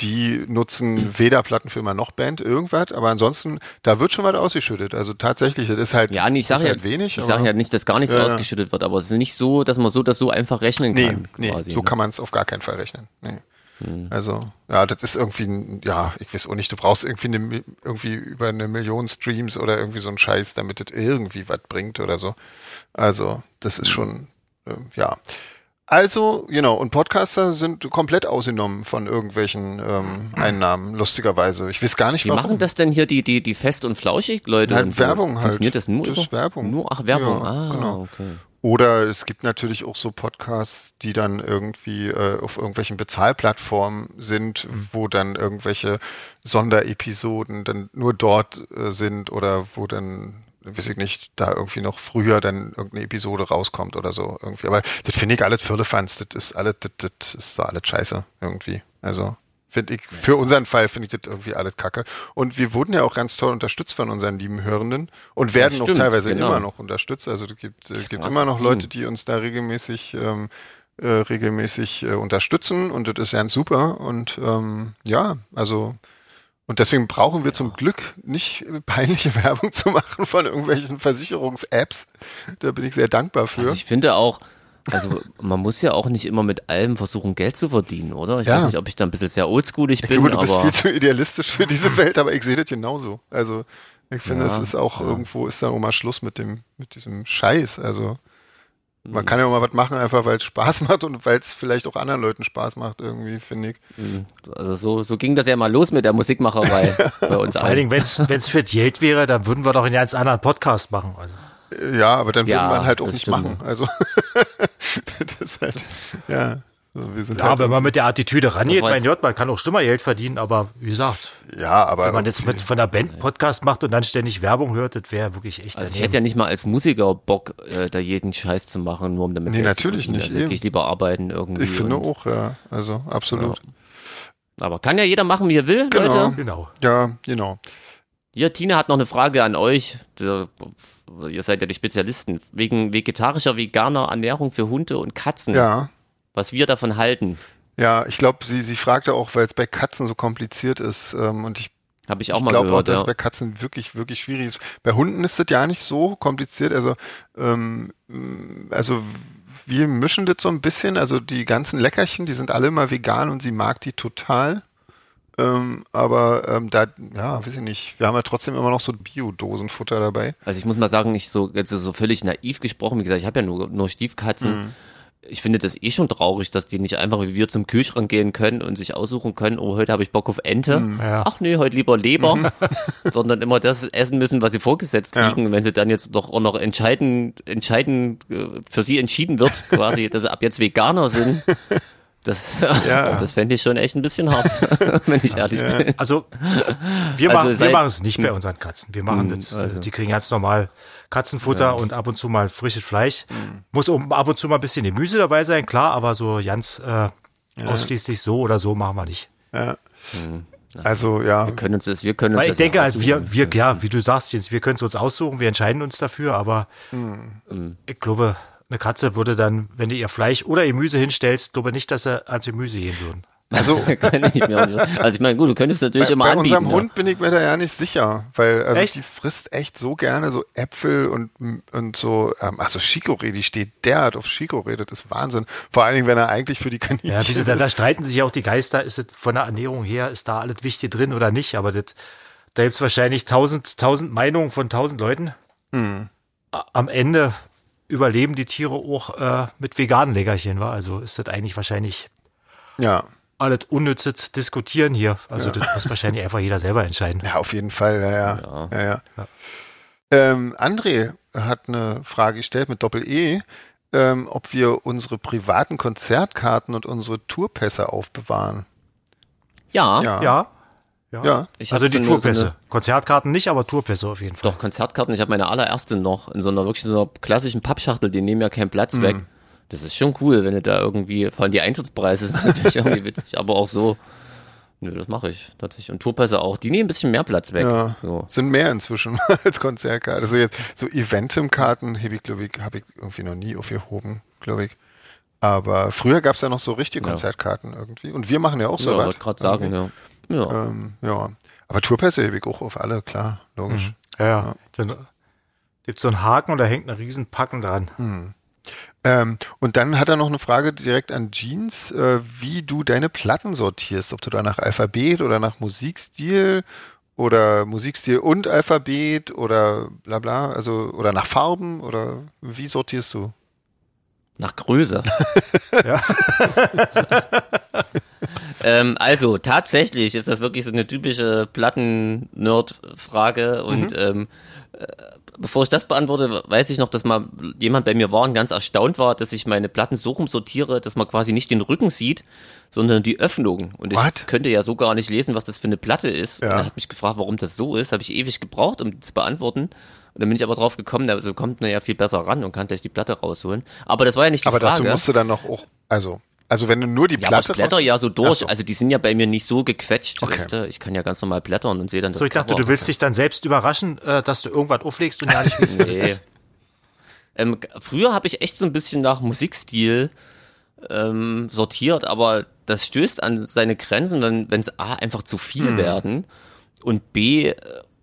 [SPEAKER 2] die nutzen weder Plattenfirma noch Band irgendwas, aber ansonsten, da wird schon was ausgeschüttet. Also tatsächlich, das ist halt,
[SPEAKER 3] ja, nee, ich sage ja, halt wenig. Ich sage ja nicht, dass gar nichts ja, ausgeschüttet wird, aber es ist nicht so, dass man so das so einfach rechnen
[SPEAKER 2] nee,
[SPEAKER 3] kann.
[SPEAKER 2] Nee, quasi, so ne? kann man es auf gar keinen Fall rechnen. Nee. Hm. Also, ja, das ist irgendwie, ein, ja, ich weiß auch nicht, du brauchst irgendwie, eine, irgendwie über eine Million Streams oder irgendwie so einen Scheiß, damit das irgendwie was bringt oder so. Also, das ist schon, ähm, ja. Also, genau, und Podcaster sind komplett ausgenommen von irgendwelchen ähm, Einnahmen, lustigerweise. Ich weiß gar nicht,
[SPEAKER 3] Wie
[SPEAKER 2] warum.
[SPEAKER 3] machen das denn hier die, die, die fest und flauschig, Leute?
[SPEAKER 2] Halt so? Werbung
[SPEAKER 3] Funktioniert
[SPEAKER 2] halt.
[SPEAKER 3] das nur?
[SPEAKER 2] Das ist Werbung.
[SPEAKER 3] Nur, ach, Werbung,
[SPEAKER 2] ja,
[SPEAKER 3] ah,
[SPEAKER 2] genau.
[SPEAKER 3] okay.
[SPEAKER 2] Oder es gibt natürlich auch so Podcasts, die dann irgendwie äh, auf irgendwelchen Bezahlplattformen sind, wo dann irgendwelche Sonderepisoden dann nur dort äh, sind oder wo dann weiß ich nicht, da irgendwie noch früher dann irgendeine Episode rauskommt oder so irgendwie. Aber das finde ich alles Firlefanz, das ist alles, das, das ist da alles scheiße irgendwie. Also finde ich, für unseren Fall finde ich das irgendwie alles kacke. Und wir wurden ja auch ganz toll unterstützt von unseren lieben Hörenden und werden stimmt, auch teilweise genau. immer noch unterstützt. Also es gibt, es gibt immer noch Leute, die uns da regelmäßig ähm, äh, regelmäßig äh, unterstützen und das ist ganz super. Und ähm, ja, also und deswegen brauchen wir zum Glück nicht peinliche Werbung zu machen von irgendwelchen Versicherungs-Apps. Da bin ich sehr dankbar für.
[SPEAKER 3] Also ich finde auch, also man muss ja auch nicht immer mit allem versuchen, Geld zu verdienen, oder? Ich
[SPEAKER 2] ja.
[SPEAKER 3] weiß nicht, ob ich da ein bisschen sehr oldschoolig bin. Ich glaube,
[SPEAKER 2] du
[SPEAKER 3] aber
[SPEAKER 2] bist viel zu idealistisch für diese Welt, aber ich sehe das genauso. Also ich finde, ja, es ist auch ja. irgendwo ist dann auch mal Schluss mit dem, mit diesem Scheiß. Also man kann ja auch mal was machen, einfach weil es Spaß macht und weil es vielleicht auch anderen Leuten Spaß macht, irgendwie, finde ich.
[SPEAKER 3] Also so, so ging das ja mal los mit der Musikmacherei bei uns
[SPEAKER 1] allen. Vor allen Dingen, wenn es für Geld wäre, dann würden wir doch einen ganz anderen Podcast machen. Also.
[SPEAKER 2] Ja, aber dann
[SPEAKER 3] ja,
[SPEAKER 2] würden wir halt auch nicht
[SPEAKER 3] stimmt.
[SPEAKER 2] machen. Also das halt, ja.
[SPEAKER 1] So, wir sind ja, halt wenn man mit der Attitüde rangeht, mein Gott, man kann auch schlimmer Geld verdienen, aber wie gesagt,
[SPEAKER 2] ja, aber
[SPEAKER 1] wenn man jetzt mit von der Band Podcast macht und dann ständig Werbung hört, das wäre wirklich echt
[SPEAKER 3] also daneben. ich hätte ja nicht mal als Musiker Bock, äh, da jeden Scheiß zu machen, nur um damit
[SPEAKER 2] nee, natürlich nicht.
[SPEAKER 3] Also, ich lieber arbeiten irgendwie.
[SPEAKER 2] Ich finde auch, ja, also absolut.
[SPEAKER 3] Ja. Aber kann ja jeder machen, wie er will,
[SPEAKER 2] genau.
[SPEAKER 3] Leute.
[SPEAKER 2] Genau. Ja, genau.
[SPEAKER 3] Ja, Tina hat noch eine Frage an euch. Der, ihr seid ja die Spezialisten. Wegen vegetarischer, veganer Ernährung für Hunde und Katzen.
[SPEAKER 2] Ja
[SPEAKER 3] was wir davon halten.
[SPEAKER 2] Ja, ich glaube, sie, sie fragte auch, weil es bei Katzen so kompliziert ist. Ähm, und ich,
[SPEAKER 3] Hab ich,
[SPEAKER 2] ich
[SPEAKER 3] glaube auch,
[SPEAKER 2] dass
[SPEAKER 3] ja.
[SPEAKER 2] bei Katzen wirklich, wirklich schwierig ist. Bei Hunden ist das ja nicht so kompliziert. Also, ähm, also wir mischen das so ein bisschen. Also die ganzen Leckerchen, die sind alle immer vegan und sie mag die total. Ähm, aber ähm, da, ja, weiß ich nicht. Wir haben ja trotzdem immer noch so Bio-Dosenfutter dabei.
[SPEAKER 3] Also ich muss mal sagen, ich so jetzt so völlig naiv gesprochen. Wie gesagt, ich habe ja nur, nur Stiefkatzen. Mhm ich finde das eh schon traurig, dass die nicht einfach wie wir zum Kühlschrank gehen können und sich aussuchen können, oh, heute habe ich Bock auf Ente. Mm, ja. Ach nee, heute lieber Leber. sondern immer das essen müssen, was sie vorgesetzt kriegen. Ja. Und wenn sie dann jetzt doch auch noch entscheiden, entscheiden, für sie entschieden wird, quasi, dass sie ab jetzt Veganer sind. Das, ja. das fände ich schon echt ein bisschen hart, wenn ich ehrlich ja. bin.
[SPEAKER 1] Also, wir machen also wir es nicht bei unseren Katzen. Wir machen das. Also. Die kriegen ganz normal Katzenfutter ja. und ab und zu mal frisches Fleisch. Mhm. Muss oben ab und zu mal ein bisschen Gemüse dabei sein, klar, aber so ganz äh, ausschließlich so oder so machen wir nicht.
[SPEAKER 2] Mhm. Also ja.
[SPEAKER 3] Hm. Wir können uns das, wir können uns
[SPEAKER 1] Weil
[SPEAKER 3] das
[SPEAKER 1] ich denke, also wir, wir, ja, wie du sagst, Jens, wir können es uns aussuchen, wir entscheiden uns dafür, aber mhm. ich glaube, eine Katze würde dann, wenn du ihr Fleisch oder Gemüse hinstellst, glaube nicht, dass er ans Gemüse gehen würden.
[SPEAKER 3] Also, also ich meine, gut, du könntest natürlich
[SPEAKER 2] bei,
[SPEAKER 3] immer
[SPEAKER 2] bei
[SPEAKER 3] anbieten. ne?
[SPEAKER 2] Bei unserem Hund bin ich mir da ja nicht sicher, weil also echt? die frisst echt so gerne so Äpfel und, und so, ähm, also Chicorée, die steht derart auf Chicorée, das ist Wahnsinn. Vor allen Dingen, wenn er eigentlich für die Kaninchen
[SPEAKER 1] ja,
[SPEAKER 2] diese,
[SPEAKER 1] da, da, streiten sich ja auch die Geister, ist das von der Ernährung her, ist da alles wichtig drin oder nicht, aber das, da
[SPEAKER 3] Hm.
[SPEAKER 1] gibt es wahrscheinlich tausend, tausend Meinungen von tausend Leuten.
[SPEAKER 2] Mhm.
[SPEAKER 1] Am Ende überleben die Tiere auch äh, mit veganen Leckerchen, war. Also ist das eigentlich wahrscheinlich
[SPEAKER 2] Ja.
[SPEAKER 1] alles unnützes Diskutieren hier. Also das muss wahrscheinlich einfach jeder selber entscheiden.
[SPEAKER 2] Ja, auf jeden Fall, ja, ja. ja. ja, Ähm, André hat eine Frage gestellt mit Doppel-E, ähm, ob wir unsere privaten Konzertkarten und unsere Tourpässe aufbewahren.
[SPEAKER 3] Ja,
[SPEAKER 2] Ja.
[SPEAKER 1] Ja. Ja.
[SPEAKER 2] Ja.
[SPEAKER 3] Ich
[SPEAKER 1] also
[SPEAKER 3] hab
[SPEAKER 1] die
[SPEAKER 3] so eine-
[SPEAKER 1] Tourpässe.
[SPEAKER 3] So eine,
[SPEAKER 1] Konzertkarten nicht, aber Tourpässe auf jeden Fall.
[SPEAKER 3] doch, Konzertkarten. Ich habe meine allererste noch in so einer wirklich so einer klassischen Pappschachtel, die nehmen ja keinen Platz
[SPEAKER 2] Mhm.
[SPEAKER 3] weg. Das ist schon cool, wenn du da irgendwie, vor allem die Eintrittspreise sind natürlich irgendwie witzig, aber auch so. Nö, das mache ich tatsächlich. Und Tourpässe auch. Die nehmen ein bisschen mehr Platz weg.
[SPEAKER 2] Ja.
[SPEAKER 3] So.
[SPEAKER 2] Sind mehr inzwischen als Konzertkarten. Also jetzt so Eventim-Karten habe ich, glaube ich, habe ich irgendwie noch nie aufgehoben, glaube ich. Aber früher gab es ja noch so richtige
[SPEAKER 3] Ja.
[SPEAKER 2] Konzertkarten irgendwie. Und wir machen ja auch so
[SPEAKER 3] ja,
[SPEAKER 2] was.
[SPEAKER 3] wollte gerade sagen, ja. Ja.
[SPEAKER 2] Ähm, ja. Aber Tourpässe hebe ich auch auf alle, klar, logisch.
[SPEAKER 1] Ja, ja. Dann gibt so einen Haken und da hängt ein riesen Packen dran.
[SPEAKER 2] Ähm, und dann hat er noch eine Frage direkt an Jeans, äh, wie du deine Platten sortierst, ob du da nach Alphabet oder nach Musikstil oder Musikstil und Alphabet oder bla bla, also oder nach Farben oder wie sortierst du?
[SPEAKER 3] Nach Größe. ähm, also tatsächlich ist das wirklich so eine typische Platten-Nerd-Frage und
[SPEAKER 2] Mhm.
[SPEAKER 3] ähm, äh, bevor ich das beantworte, weiß ich noch, dass mal jemand bei mir war und ganz erstaunt war, dass ich meine Platten so rum sortiere, dass man quasi nicht den Rücken sieht, sondern die Öffnung. Und ich
[SPEAKER 2] What?
[SPEAKER 3] könnte ja so gar nicht lesen, was das für eine Platte ist.
[SPEAKER 2] Ja.
[SPEAKER 3] Und er hat mich gefragt, warum das so ist. Habe ich ewig gebraucht, um zu beantworten. Und dann bin ich aber drauf gekommen, da so kommt man ja viel besser ran und kann gleich die Platte rausholen. Aber das war ja nicht die
[SPEAKER 2] Aber
[SPEAKER 3] Frage.
[SPEAKER 2] dazu musst du dann noch auch, also, also wenn du nur die
[SPEAKER 3] Ja, aber ich
[SPEAKER 2] Platte
[SPEAKER 3] blätter ja so durch.
[SPEAKER 2] Ach so.
[SPEAKER 3] Also die sind ja bei mir nicht so gequetscht.
[SPEAKER 2] Okay.
[SPEAKER 3] Weißt du? Ich kann ja ganz normal blättern und sehe dann das
[SPEAKER 1] So, ich dachte,
[SPEAKER 3] Cover.
[SPEAKER 1] du willst dich dann selbst überraschen, äh, dass du irgendwas auflegst und ja nicht willst.
[SPEAKER 3] Nee. ähm, g- früher habe ich echt so ein bisschen nach Musikstil ähm, sortiert, aber das stößt an seine Grenzen, wenn es A einfach zu viel werden und B, äh,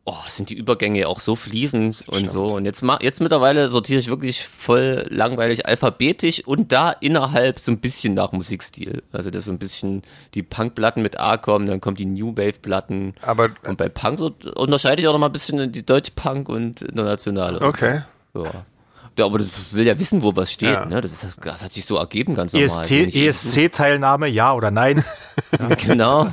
[SPEAKER 3] oh, sind die Übergänge auch so fließend und so. Und jetzt, ma- jetzt mittlerweile sortiere ich wirklich voll langweilig alphabetisch und da innerhalb so ein bisschen nach Musikstil. Also dass so ein bisschen die Punkplatten mit A kommen, dann kommen die New Wave-Platten.
[SPEAKER 2] Aber-
[SPEAKER 3] und bei Punk so unterscheide ich auch noch mal ein bisschen die Deutsch-Punk und internationale.
[SPEAKER 2] Okay.
[SPEAKER 3] Ja. ja, aber das will ja wissen, wo was steht.
[SPEAKER 2] Ja. E
[SPEAKER 3] Ne? Das, ist, das hat sich so ergeben ganz normal.
[SPEAKER 1] EST
[SPEAKER 3] Wenn ich-
[SPEAKER 1] ESC-Teilnahme, E ja oder nein?
[SPEAKER 3] Genau.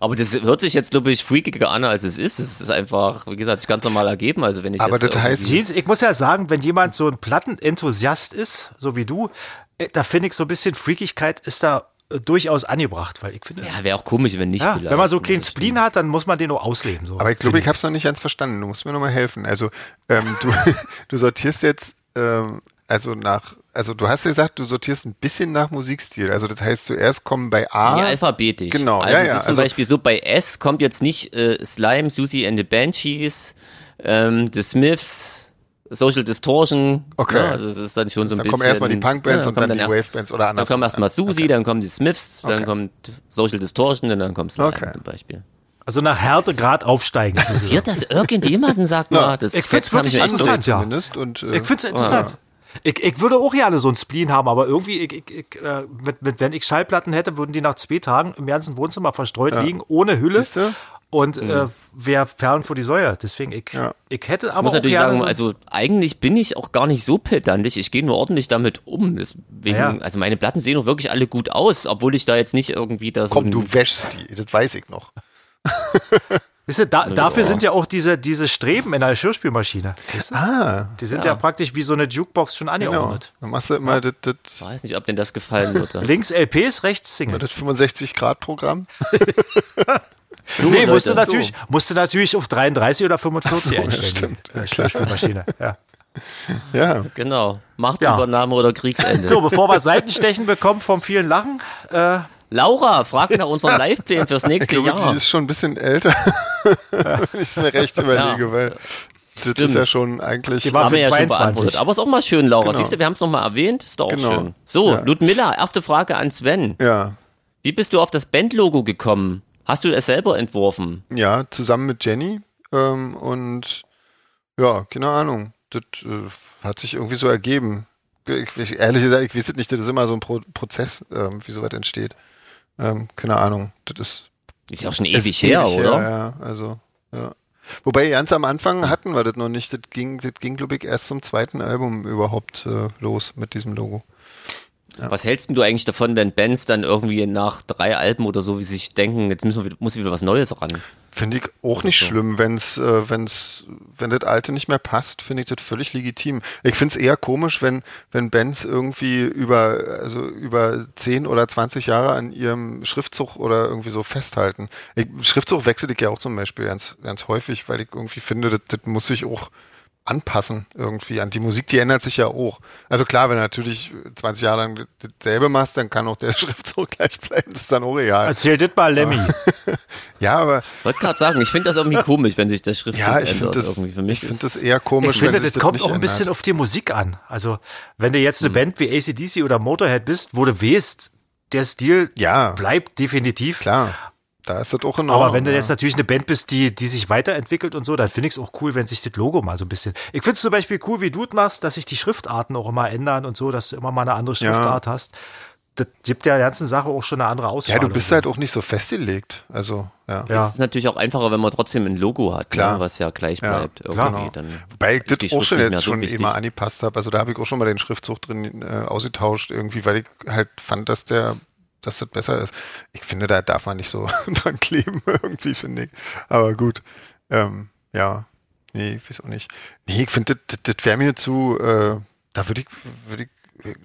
[SPEAKER 3] aber das hört sich jetzt, glaube ich, freakiger an, als es ist. Es ist einfach, wie gesagt, sich ganz normal ergeben. Also wenn ich
[SPEAKER 2] Aber
[SPEAKER 3] jetzt
[SPEAKER 2] das heißt-
[SPEAKER 3] irgendwie-
[SPEAKER 1] Jeans, ich muss ja sagen, wenn jemand so ein Plattenenthusiast ist, so wie du, äh, da finde ich so ein bisschen Freakigkeit ist da äh, durchaus angebracht, weil ich finde, ja,
[SPEAKER 3] Ja, wäre auch komisch, wenn nicht vielleicht.
[SPEAKER 1] wenn man so einen kleinen Spleen hat, dann muss man den auch ausleben. So.
[SPEAKER 2] Aber ich glaube, ich habe es noch nicht ganz verstanden. Du musst mir nochmal helfen. Also ähm, du, du sortierst jetzt, ähm, also nach, also du hast ja gesagt, du sortierst ein bisschen nach Musikstil. Also das heißt, zuerst kommen bei A.
[SPEAKER 3] Ja, alphabetisch.
[SPEAKER 2] Ah, Genau,
[SPEAKER 3] also
[SPEAKER 2] ja,
[SPEAKER 3] es
[SPEAKER 2] ja,
[SPEAKER 3] ist zum
[SPEAKER 2] also-
[SPEAKER 3] Beispiel so, bei S kommt jetzt nicht äh, Slime, Susie and the Banshees, ähm, The Smiths, Social Distortion.
[SPEAKER 2] Okay.
[SPEAKER 3] Ne? Also es ist dann schon so ein
[SPEAKER 2] Dann
[SPEAKER 3] bisschen...
[SPEAKER 2] kommen erstmal die Punkbands
[SPEAKER 3] Ja,
[SPEAKER 2] und
[SPEAKER 3] kommen
[SPEAKER 2] dann die
[SPEAKER 3] erst-
[SPEAKER 2] Wavebands oder
[SPEAKER 3] Dann
[SPEAKER 2] andersrum.
[SPEAKER 3] kommen erstmal Susie, dann kommen die Smiths, dann
[SPEAKER 2] Okay.
[SPEAKER 3] kommt Social Distortion und dann kommt Slime
[SPEAKER 2] Okay.
[SPEAKER 3] zum Beispiel.
[SPEAKER 1] also nach Härtegrad aufsteigen.
[SPEAKER 3] Passiert das irgendjemanden, sagt mal? Das
[SPEAKER 1] ich find's
[SPEAKER 3] kam
[SPEAKER 1] wirklich
[SPEAKER 3] mir echt
[SPEAKER 1] interessant.
[SPEAKER 3] durch.
[SPEAKER 1] ja.
[SPEAKER 2] zumindest. Und, äh,
[SPEAKER 1] Ich finde es interessant. Ich, ich würde auch gerne so einen Spleen haben, aber irgendwie, ich, ich, ich, äh, mit, mit, wenn ich Schallplatten hätte, würden die nach zwei Tagen im ganzen Wohnzimmer verstreut liegen, ohne Hülle.
[SPEAKER 2] Siehste? Mhm.
[SPEAKER 1] Und äh, wer Perlen vor die Säue. Deswegen, ich,
[SPEAKER 2] Ja.
[SPEAKER 1] ich hätte aber
[SPEAKER 3] muss
[SPEAKER 1] auch
[SPEAKER 3] natürlich
[SPEAKER 1] gerne
[SPEAKER 3] sagen,
[SPEAKER 1] so,
[SPEAKER 3] also eigentlich bin ich auch gar nicht so pedantisch. Ich gehe nur ordentlich damit um. Deswegen,
[SPEAKER 1] Ja, ja.
[SPEAKER 3] also meine Platten sehen auch wirklich alle gut aus, obwohl ich da jetzt nicht irgendwie da so
[SPEAKER 2] komm,
[SPEAKER 3] ein-
[SPEAKER 2] du wäschst die. Das weiß ich noch.
[SPEAKER 1] Wisst ihr, da,
[SPEAKER 3] oh.
[SPEAKER 1] dafür sind ja auch diese, diese Streben in der Geschirrspülmaschine. Wisst ihr?
[SPEAKER 2] Ah,
[SPEAKER 1] die sind ja. praktisch wie so eine Jukebox schon
[SPEAKER 2] genau.
[SPEAKER 1] angeordnet.
[SPEAKER 2] Dann machst du immer das, das,
[SPEAKER 3] weiß nicht, ob denn das gefallen würde.
[SPEAKER 1] Links LPs, rechts Singles.
[SPEAKER 2] das 65-Grad-Programm.
[SPEAKER 3] So,
[SPEAKER 1] Nee, musst du,
[SPEAKER 3] Leute,
[SPEAKER 1] natürlich, musst du natürlich auf 33 oder 45
[SPEAKER 2] ja,
[SPEAKER 1] einstellen.
[SPEAKER 2] stimmt.
[SPEAKER 1] die, äh, Geschirrspülmaschine. Ja.
[SPEAKER 2] Ja.
[SPEAKER 3] so, genau. Machtübernahme oder Kriegsende.
[SPEAKER 1] So, bevor wir Seitenstechen bekommen vom vielen Lachen, äh,
[SPEAKER 3] Laura, frag nach unseren Liveplan fürs nächste
[SPEAKER 2] Ich glaube,
[SPEAKER 3] Jahr.
[SPEAKER 2] die ist schon ein bisschen älter, wenn ich es mir recht überlege,
[SPEAKER 3] Ja.
[SPEAKER 2] weil das ist ja schon eigentlich.
[SPEAKER 1] Die war
[SPEAKER 3] haben
[SPEAKER 1] für
[SPEAKER 3] wir ja schon
[SPEAKER 1] 22.
[SPEAKER 3] beantwortet. Aber ist auch mal schön, Laura.
[SPEAKER 2] Genau.
[SPEAKER 3] Siehst du, wir haben es nochmal erwähnt. Ist doch auch
[SPEAKER 2] Genau.
[SPEAKER 3] schön. So,
[SPEAKER 2] Ja.
[SPEAKER 3] Ludmilla, erste Frage an Sven.
[SPEAKER 2] ja,
[SPEAKER 3] Wie bist du auf das Bandlogo gekommen? Hast du es selber entworfen?
[SPEAKER 2] ja, zusammen mit Jenny ähm, und ja, keine Ahnung. Das äh, hat sich irgendwie so ergeben. Ich, ich, ehrlich gesagt, ich weiß es nicht, das ist immer so ein Pro Prozess, ähm, wie sowas entsteht. Ähm, keine Ahnung. Das ist
[SPEAKER 3] Ist ja auch schon
[SPEAKER 2] ist
[SPEAKER 3] ewig her,
[SPEAKER 2] ewig
[SPEAKER 3] oder?
[SPEAKER 2] Ja, also, ja. Wobei ganz am Anfang hatten wir das noch nicht. Das ging, das ging glaube ich, erst zum zweiten Album überhaupt äh, los mit diesem Logo.
[SPEAKER 3] Was hältst denn du eigentlich davon, wenn Bands dann irgendwie nach drei Alben oder so, wie sie sich denken, jetzt müssen wir, muss wieder was Neues ran?
[SPEAKER 2] Finde ich auch nicht schlimm, wenn's, äh, wenn's, wenn das alte nicht mehr passt, finde ich das völlig legitim. Ich finde es eher komisch, wenn, wenn Bands irgendwie über, also über 10 oder 20 Jahre an ihrem Schriftzug oder irgendwie so festhalten. Ich, Schriftzug wechsle ich ja auch zum Beispiel ganz, ganz häufig, weil ich irgendwie finde, das, das muss sich auch anpassen irgendwie an die Musik, die ändert sich ja auch. Also klar, wenn du natürlich 20 Jahre lang das- dasselbe machst, dann kann auch der Schriftzug gleich bleiben, das ist dann auch egal.
[SPEAKER 1] Erzähl das mal, Lemmy.
[SPEAKER 2] Ja, aber
[SPEAKER 3] Wollte gerade sagen, ich finde das irgendwie komisch, wenn sich der Schriftzug
[SPEAKER 2] Ja, ich
[SPEAKER 3] ändert.
[SPEAKER 2] finde das,
[SPEAKER 3] irgendwie für mich
[SPEAKER 2] ich find
[SPEAKER 3] ist-
[SPEAKER 2] das eher komisch.
[SPEAKER 1] Ich finde,
[SPEAKER 2] wenn sich
[SPEAKER 1] das kommt
[SPEAKER 2] nicht Hm.
[SPEAKER 1] auch ein bisschen
[SPEAKER 2] ändert.
[SPEAKER 1] auf die Musik an. Also, wenn du jetzt eine Band wie ACDC oder Motorhead bist, wo du weißt, der Stil
[SPEAKER 2] Ja.
[SPEAKER 1] bleibt definitiv.
[SPEAKER 2] Klar, da ist das auch in Ordnung.
[SPEAKER 1] Aber wenn du
[SPEAKER 2] ja.
[SPEAKER 1] jetzt natürlich eine Band bist, die, die sich weiterentwickelt und so, dann finde ich es auch cool, wenn sich das Logo mal so ein bisschen. Ich finde es zum Beispiel cool, wie du es machst, dass sich die Schriftarten auch immer ändern und so, dass du immer mal eine andere
[SPEAKER 2] Ja.
[SPEAKER 1] Schriftart hast. Das gibt der ganzen Sache auch schon eine andere
[SPEAKER 2] ja,
[SPEAKER 1] Ausstrahlung.
[SPEAKER 2] du bist halt auch nicht so festgelegt. Also, ja.
[SPEAKER 1] Ja.
[SPEAKER 3] Es ist natürlich auch einfacher, wenn man trotzdem ein Logo hat,
[SPEAKER 2] Klar.
[SPEAKER 3] Ne, was ja gleich
[SPEAKER 2] Ja,
[SPEAKER 3] bleibt.
[SPEAKER 2] klar.
[SPEAKER 3] Irgendwie.
[SPEAKER 2] Genau.
[SPEAKER 3] Dann
[SPEAKER 2] Wobei ich
[SPEAKER 3] ist die
[SPEAKER 2] das auch
[SPEAKER 3] Schrift
[SPEAKER 2] schon
[SPEAKER 3] nicht mehr
[SPEAKER 2] jetzt
[SPEAKER 3] so
[SPEAKER 2] schon
[SPEAKER 3] wichtig.
[SPEAKER 2] immer angepasst habe. Also da habe ich auch schon mal den Schriftzug drin äh, ausgetauscht, irgendwie, weil ich halt fand, dass der dass das besser ist. Ich finde, da darf man nicht so dran kleben, irgendwie, finde ich. Aber gut. Ähm, ja. Nee, ich weiß auch nicht. Nee, ich finde, das, das wäre mir zu, äh, da würde ich, würde ich,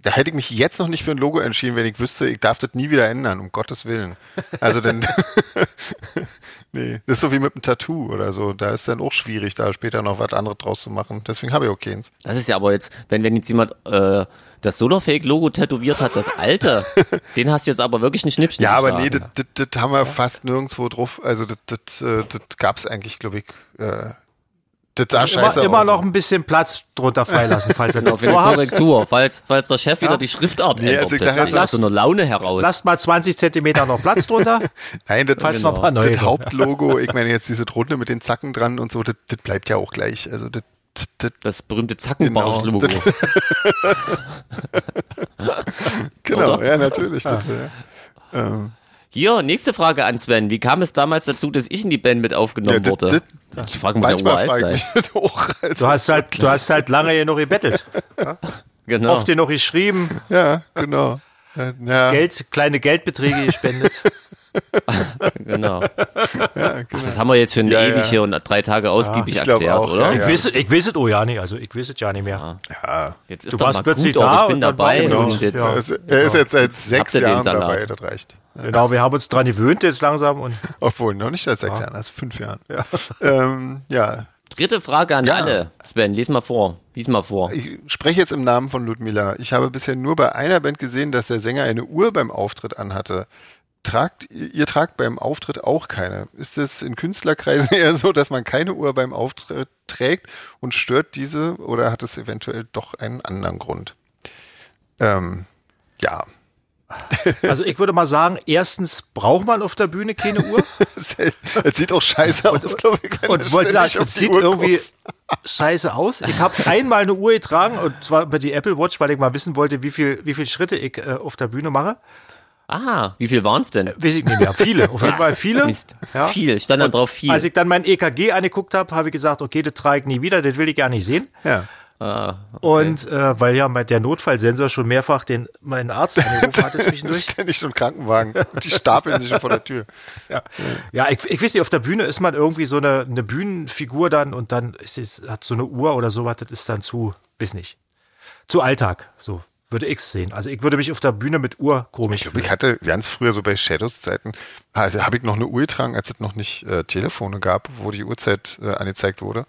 [SPEAKER 2] da hätte ich mich jetzt noch nicht für ein Logo entschieden, wenn ich wüsste, ich darf das nie wieder ändern, um Gottes Willen. Also dann, nee, das ist so wie mit einem Tattoo oder so. Da ist dann auch schwierig, da später noch was anderes draus zu machen. Deswegen habe ich auch keins.
[SPEAKER 3] Das ist ja aber jetzt, wenn, wenn jetzt jemand äh, das Solarfake-Logo tätowiert hat, das alte, den hast du jetzt aber wirklich einen Schnippschnitt.
[SPEAKER 2] Ja, aber nee, das,
[SPEAKER 3] geschlagen.
[SPEAKER 2] das, das haben wir fast nirgendwo drauf. Also das, das, äh, das gab es eigentlich, glaube ich, äh, das sah
[SPEAKER 1] Also immer,
[SPEAKER 2] scheiße
[SPEAKER 1] immer
[SPEAKER 2] aus.
[SPEAKER 1] noch ein bisschen Platz drunter freilassen, falls ihr
[SPEAKER 3] Genau,
[SPEAKER 1] das
[SPEAKER 3] für eine
[SPEAKER 1] vorhabt.
[SPEAKER 3] Korrektur, falls, falls der Chef wieder die Schriftart
[SPEAKER 2] Nee,
[SPEAKER 3] ändert.
[SPEAKER 2] also ich sag
[SPEAKER 3] plötzlich
[SPEAKER 2] jetzt,
[SPEAKER 3] aus so einer Laune heraus.
[SPEAKER 1] Lasst mal 20 Zentimeter noch Platz drunter.
[SPEAKER 2] Nein, das,
[SPEAKER 1] Falls
[SPEAKER 3] Genau.
[SPEAKER 1] noch ein paar neue
[SPEAKER 2] das
[SPEAKER 1] kommen.
[SPEAKER 2] Hauptlogo, ich meine jetzt diese Runde mit den Zacken dran und so, das, das bleibt ja auch gleich. Also das, das, das
[SPEAKER 3] Das berühmte Zackenbarsch-Logo.
[SPEAKER 2] Genau. genau,
[SPEAKER 3] Oder?
[SPEAKER 2] ja natürlich. Das, ja. Ähm,
[SPEAKER 3] Hier, nächste Frage an Sven. Wie kam es damals dazu, dass ich in die Band mit
[SPEAKER 2] ja,
[SPEAKER 3] aufgenommen
[SPEAKER 2] das,
[SPEAKER 3] wurde?
[SPEAKER 2] das,
[SPEAKER 3] Die Frage muss ja
[SPEAKER 2] manchmal
[SPEAKER 3] uralt
[SPEAKER 2] frage
[SPEAKER 3] sein.
[SPEAKER 2] ich mich das auch. Also,
[SPEAKER 1] Du hast halt, du hast halt lange hier noch gebettelt.
[SPEAKER 3] Genau.
[SPEAKER 1] Oft dir noch geschrieben,
[SPEAKER 2] ja, genau. Ja, ja,
[SPEAKER 1] Geld, kleine Geldbeträge gespendet.
[SPEAKER 3] genau. Ach, das haben wir jetzt schon
[SPEAKER 2] Ja, ja.
[SPEAKER 3] ewig hier und drei Tage ausgiebig
[SPEAKER 2] ich glaub
[SPEAKER 3] erklärt,
[SPEAKER 2] auch,
[SPEAKER 3] oder?
[SPEAKER 2] ja,
[SPEAKER 1] Ich
[SPEAKER 2] ja.
[SPEAKER 1] weiß, es- ich weiß es auch ja nicht, also ich weiß es ja nicht mehr.
[SPEAKER 2] ja,
[SPEAKER 3] Jetzt
[SPEAKER 1] Du
[SPEAKER 3] ist doch
[SPEAKER 1] warst
[SPEAKER 3] mal gut,
[SPEAKER 1] plötzlich
[SPEAKER 3] auch,
[SPEAKER 1] da
[SPEAKER 3] ich bin
[SPEAKER 1] und dann
[SPEAKER 3] dabei
[SPEAKER 1] war-
[SPEAKER 3] und
[SPEAKER 1] Genau.
[SPEAKER 3] jetzt
[SPEAKER 1] Ja.
[SPEAKER 2] er ist, Also, er ist jetzt seit sechs
[SPEAKER 3] ihr den
[SPEAKER 2] Jahren
[SPEAKER 3] Salat?
[SPEAKER 2] dabei, das reicht.
[SPEAKER 1] Genau, wir haben uns dran gewöhnt jetzt langsam und
[SPEAKER 2] Obwohl, noch nicht seit sechs Jahren, also fünf Jahren. Ja, ähm, ja.
[SPEAKER 3] Dritte Frage an
[SPEAKER 2] Ja.
[SPEAKER 3] alle. Sven, lies mal vor. Lies mal vor.
[SPEAKER 2] ich spreche jetzt im Namen von Ludmilla. Ich habe bisher nur bei einer Band gesehen, dass der Sänger eine Uhr beim Auftritt anhatte. Tragt, ihr ihr tragt beim Auftritt auch keine. Ist es in Künstlerkreisen eher so, dass man keine Uhr beim Auftritt trägt und stört diese oder hat es eventuell doch einen anderen Grund? Ähm, ja,
[SPEAKER 1] also ich würde mal sagen, erstens braucht man auf der Bühne keine Uhr
[SPEAKER 2] es sieht auch scheiße aus, glaube ich. wenn du
[SPEAKER 1] und wollte
[SPEAKER 2] ständig
[SPEAKER 1] sagen,
[SPEAKER 2] auf
[SPEAKER 1] es
[SPEAKER 2] die
[SPEAKER 1] sieht
[SPEAKER 2] Uhr
[SPEAKER 1] irgendwie
[SPEAKER 2] guckst.
[SPEAKER 1] scheiße aus. Ich habe einmal eine Uhr getragen und zwar über die Apple Watch, weil ich mal wissen wollte, wie viel wie viel Schritte ich äh, auf der Bühne mache.
[SPEAKER 3] Ah, wie viel waren's denn?
[SPEAKER 1] Weiß ich nicht mehr, viele, auf jeden Fall viele.
[SPEAKER 3] Mist. Viel, stand dann drauf viel.
[SPEAKER 2] also
[SPEAKER 1] Als ich dann mein EKG angeguckt habe, habe ich gesagt, okay, das trage ich nie wieder, das will ich gar nicht sehen.
[SPEAKER 2] Ja.
[SPEAKER 3] Ah,
[SPEAKER 1] Und äh, weil ja mein- der Notfallsensor schon mehrfach den meinen Arzt angerufen hatte zwischendurch.
[SPEAKER 2] Ständig so ein Krankenwagen. Die stapeln sich schon vor der Tür.
[SPEAKER 1] Ja, ich, ich weiß nicht, auf der Bühne ist man irgendwie so eine, eine Bühnenfigur dann und dann ist es, hat so eine Uhr oder sowas, das ist dann zu, weiß nicht, zu Alltag, so würde ich sehen. Also ich würde mich auf der Bühne mit Uhr komisch
[SPEAKER 2] Ich
[SPEAKER 1] fühlen.
[SPEAKER 2] hatte ganz früher so bei Shadows-Zeiten, also habe ich noch eine Uhr getragen, als es noch nicht äh, Telefone gab, wo die Uhrzeit äh, angezeigt wurde.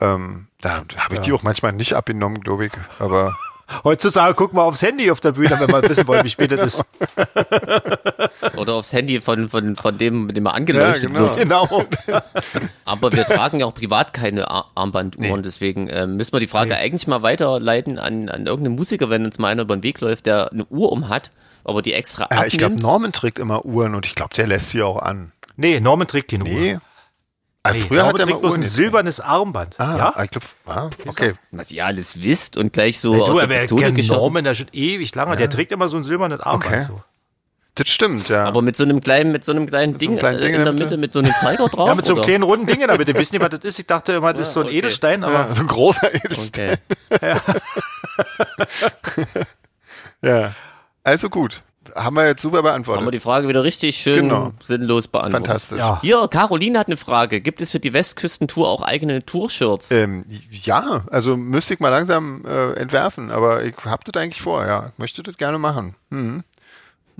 [SPEAKER 2] Ähm, da habe ich die auch manchmal nicht abgenommen, glaube ich. Aber
[SPEAKER 1] Heutzutage gucken wir aufs Handy auf der Bühne, wenn wir wissen wollen, wie spät es ist.
[SPEAKER 3] Oder aufs Handy von, von, von dem, mit dem er angeleuchtet wird.
[SPEAKER 1] Genau.
[SPEAKER 3] Aber wir tragen ja auch privat keine Ar Armbanduhren, deswegen äh, müssen wir die Frage eigentlich mal weiterleiten an, an irgendeinen Musiker, wenn uns mal einer über den Weg läuft, der eine Uhr um hat, aber die extra
[SPEAKER 2] äh,
[SPEAKER 3] abnimmt.
[SPEAKER 2] ich glaube, Norman trägt immer Uhren und ich glaube, der lässt sie auch an.
[SPEAKER 1] Nee, Norman trägt keine Uhr.
[SPEAKER 2] Nee. Also
[SPEAKER 1] Nee,
[SPEAKER 2] früher
[SPEAKER 1] Norman
[SPEAKER 2] hat er
[SPEAKER 1] trägt
[SPEAKER 2] immer
[SPEAKER 1] bloß
[SPEAKER 2] Uhren.
[SPEAKER 1] ein
[SPEAKER 2] getragen.
[SPEAKER 1] silbernes Armband.
[SPEAKER 2] Ah,
[SPEAKER 1] ja?
[SPEAKER 2] ah, ich glaube, ah, okay.
[SPEAKER 3] was ihr alles wisst und gleich so
[SPEAKER 1] Ey,
[SPEAKER 3] aus
[SPEAKER 1] du,
[SPEAKER 3] der
[SPEAKER 1] aber
[SPEAKER 3] Pistole
[SPEAKER 1] der
[SPEAKER 3] geschossen.
[SPEAKER 1] Norman, der schon ewig lange, der trägt immer so ein silbernes Armband.
[SPEAKER 2] Okay.
[SPEAKER 1] So.
[SPEAKER 2] Das stimmt, ja.
[SPEAKER 3] Aber mit so einem kleinen, mit so einem kleinen
[SPEAKER 2] so
[SPEAKER 3] Ding,
[SPEAKER 2] einem kleinen
[SPEAKER 3] äh,
[SPEAKER 2] Ding
[SPEAKER 3] in
[SPEAKER 2] in der
[SPEAKER 3] der Mitte
[SPEAKER 2] Mitte.
[SPEAKER 3] mit so einem Zeiger drauf.
[SPEAKER 1] Ja, mit so einem
[SPEAKER 3] oder?
[SPEAKER 1] kleinen runden Ding in der Mitte. Wisst ihr, was das ist? Ich dachte immer, das ist so ein
[SPEAKER 3] Oh, okay.
[SPEAKER 1] Edelstein, aber
[SPEAKER 2] ja. So ein großer Edelstein.
[SPEAKER 3] Okay.
[SPEAKER 2] Ja. Also gut. Haben wir jetzt super
[SPEAKER 3] Haben wir
[SPEAKER 2] beantwortet.
[SPEAKER 3] die Frage wieder richtig schön
[SPEAKER 2] Genau.
[SPEAKER 3] sinnlos beantwortet.
[SPEAKER 2] Fantastisch.
[SPEAKER 1] ja.
[SPEAKER 3] Hier, Caroline hat eine Frage. Gibt es für die Westküstentour auch eigene Tour-Shirts?
[SPEAKER 2] Ähm, ja, also müsste ich mal langsam äh, entwerfen, aber ich hab das eigentlich vor, ja. Ich möchte das gerne machen. Mhm.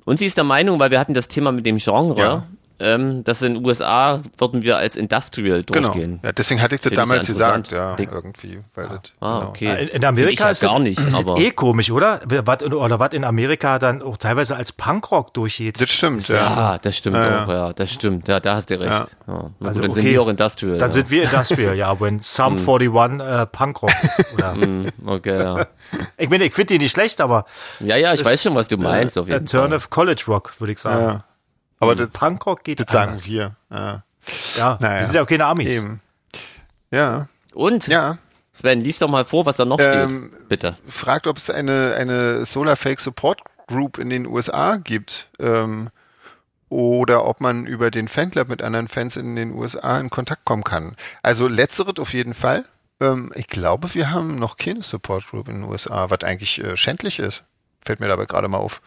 [SPEAKER 3] Und sie ist der Meinung, weil wir hatten das Thema mit dem Genre,
[SPEAKER 2] Ja.
[SPEAKER 3] ähm, dass in den USA würden wir als Industrial
[SPEAKER 2] Genau.
[SPEAKER 3] durchgehen.
[SPEAKER 2] Ja, deswegen hatte ich das
[SPEAKER 3] Finde ich
[SPEAKER 2] damals
[SPEAKER 3] interessant.
[SPEAKER 2] gesagt, ja,
[SPEAKER 3] Dick.
[SPEAKER 2] irgendwie. Weil das,
[SPEAKER 3] Ah,
[SPEAKER 2] genau.
[SPEAKER 3] okay.
[SPEAKER 1] in, in Amerika
[SPEAKER 3] ich ja
[SPEAKER 1] ist das-
[SPEAKER 3] gar nicht,
[SPEAKER 1] ist das
[SPEAKER 3] aber-
[SPEAKER 1] eh komisch, oder? Was, oder was in Amerika dann auch teilweise als Punkrock durchgeht.
[SPEAKER 2] Das stimmt, ja.
[SPEAKER 3] Ja, das stimmt
[SPEAKER 2] Ja,
[SPEAKER 3] auch, ja, das stimmt. Ja, da hast du recht. Ja. Na
[SPEAKER 1] Also,
[SPEAKER 3] gut, dann sind
[SPEAKER 1] okay.
[SPEAKER 3] wir auch Industrial.
[SPEAKER 1] Dann
[SPEAKER 3] ja.
[SPEAKER 1] sind wir Industrial, ja, wenn Sum 41 äh, Punkrock ist. Oder?
[SPEAKER 3] okay, ja.
[SPEAKER 1] ich meine, ich finde die nicht schlecht, aber
[SPEAKER 3] ja, ja, ich weiß schon, was du meinst, auf
[SPEAKER 1] äh,
[SPEAKER 3] jeden Fall.
[SPEAKER 1] Turnif College Rock, würde ich sagen.
[SPEAKER 2] ja. Aber das,
[SPEAKER 1] Punkrock geht
[SPEAKER 2] das sagen
[SPEAKER 1] anders.
[SPEAKER 2] wir. Ja.
[SPEAKER 1] Ja,
[SPEAKER 2] Naja.
[SPEAKER 1] wir sind ja auch keine Amis.
[SPEAKER 2] Eben. Ja,
[SPEAKER 3] Und,
[SPEAKER 2] ja.
[SPEAKER 3] Sven, lies doch mal vor, was da noch
[SPEAKER 2] Ähm,
[SPEAKER 3] steht. Bitte.
[SPEAKER 2] fragt, ob es eine, eine Solar Fake Support Group in den USA gibt. Ähm, oder ob man über den Fanclub mit anderen Fans in den USA in Kontakt kommen kann. Also letzteres auf jeden Fall. Ähm, ich glaube, wir haben noch keine Support Group in den USA, was eigentlich äh, schändlich ist. Fällt mir dabei gerade mal auf.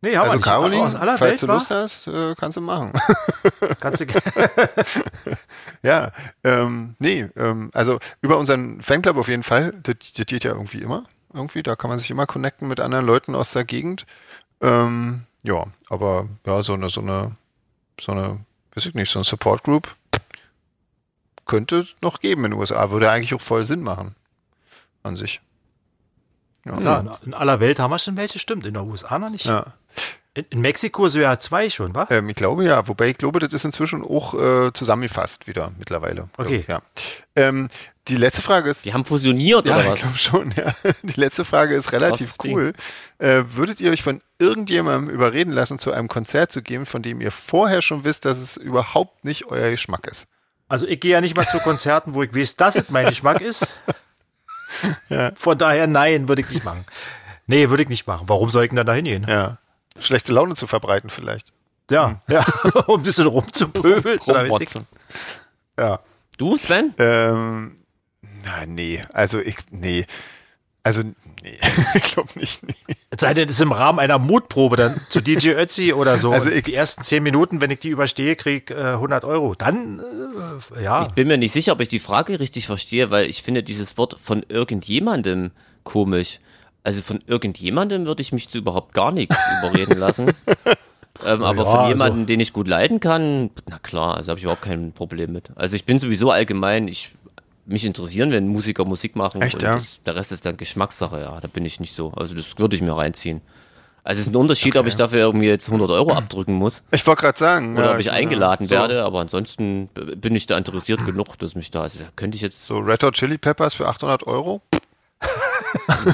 [SPEAKER 1] Nee, haben wir
[SPEAKER 2] also
[SPEAKER 1] nicht.
[SPEAKER 2] Caroline,
[SPEAKER 1] aus aller
[SPEAKER 2] falls
[SPEAKER 1] Welt
[SPEAKER 2] du
[SPEAKER 1] war,
[SPEAKER 2] Lust hast, äh, kannst du machen.
[SPEAKER 1] kannst du,
[SPEAKER 2] Ja, ähm, nee, ähm, also über unseren Fanclub auf jeden Fall, das, das geht ja irgendwie immer. Irgendwie, da kann man sich immer connecten mit anderen Leuten aus der Gegend. Ähm, ja, aber ja, so eine, so eine, so eine, weiß ich nicht, so eine Support Group könnte es noch geben in den USA, würde eigentlich auch voll Sinn machen an sich. Ja,
[SPEAKER 1] klar, in- in aller Welt haben wir schon welche, stimmt. In der USA noch nicht.
[SPEAKER 2] ja.
[SPEAKER 1] In, in Mexiko so ja zwei schon, wa?
[SPEAKER 2] Ähm, ich glaube ja, wobei ich glaube, das ist inzwischen auch äh, zusammengefasst wieder mittlerweile.
[SPEAKER 1] Okay.
[SPEAKER 2] Ja. Ähm, die letzte Frage ist
[SPEAKER 3] Die haben fusioniert,
[SPEAKER 2] Ja,
[SPEAKER 3] oder
[SPEAKER 2] ich
[SPEAKER 3] was?
[SPEAKER 2] glaube schon, ja. Die letzte Frage ist relativ
[SPEAKER 3] Krasses
[SPEAKER 2] cool. Äh, würdet ihr euch von irgendjemandem überreden lassen, zu einem Konzert zu gehen, von dem ihr vorher schon wisst, dass es überhaupt nicht euer Geschmack ist?
[SPEAKER 1] Also ich gehe ja nicht mal zu Konzerten, wo ich weiß, dass es mein Geschmack ist. Von daher nein, würde ich nicht machen. Nee, würde ich nicht machen. Warum soll ich denn da hingehen?
[SPEAKER 2] Ja. Schlechte Laune zu verbreiten vielleicht.
[SPEAKER 1] Ja, ja, um ein bisschen rumzupöbeln. oder weiß ich.
[SPEAKER 2] Rumrotzen. Ja.
[SPEAKER 3] Du, Sven?
[SPEAKER 2] Ähm, na, nee. Also ich, nee. Also, nee. ich glaube nicht, nee.
[SPEAKER 1] Es sei denn, es ist im Rahmen einer Mutprobe dann zu DJ Ötzi oder so.
[SPEAKER 2] Also
[SPEAKER 1] Und
[SPEAKER 2] ich-
[SPEAKER 1] die ersten zehn Minuten, wenn ich die überstehe, krieg äh, 100 Euro. Dann, äh, ja,
[SPEAKER 3] Bin mir nicht sicher, ob ich die Frage richtig verstehe, weil ich finde dieses Wort von irgendjemandem komisch. Also von irgendjemandem würde ich mich zu überhaupt gar nichts überreden lassen. Ähm, aber
[SPEAKER 1] Ja,
[SPEAKER 3] von
[SPEAKER 1] also-
[SPEAKER 3] jemandem, den ich gut leiden kann, na klar, also habe ich überhaupt kein Problem mit. Also ich bin sowieso allgemein, ich mich interessieren, wenn Musiker Musik machen.
[SPEAKER 2] Echt,
[SPEAKER 3] und
[SPEAKER 2] ja?
[SPEAKER 3] das, der Rest ist dann Geschmackssache, ja. Da bin ich nicht so. Also das würde ich mir reinziehen. Also es ist ein Unterschied, ob ich dafür irgendwie jetzt 100 Euro abdrücken muss
[SPEAKER 2] Ich wollte gerade sagen.
[SPEAKER 3] oder
[SPEAKER 2] ja,
[SPEAKER 3] ob ich
[SPEAKER 2] genau.
[SPEAKER 3] eingeladen
[SPEAKER 2] so,
[SPEAKER 3] werde, aber ansonsten b- bin ich da interessiert genug, dass mich da, also da könnte ich jetzt,
[SPEAKER 2] So Red Hot Chili Peppers für 800 Euro?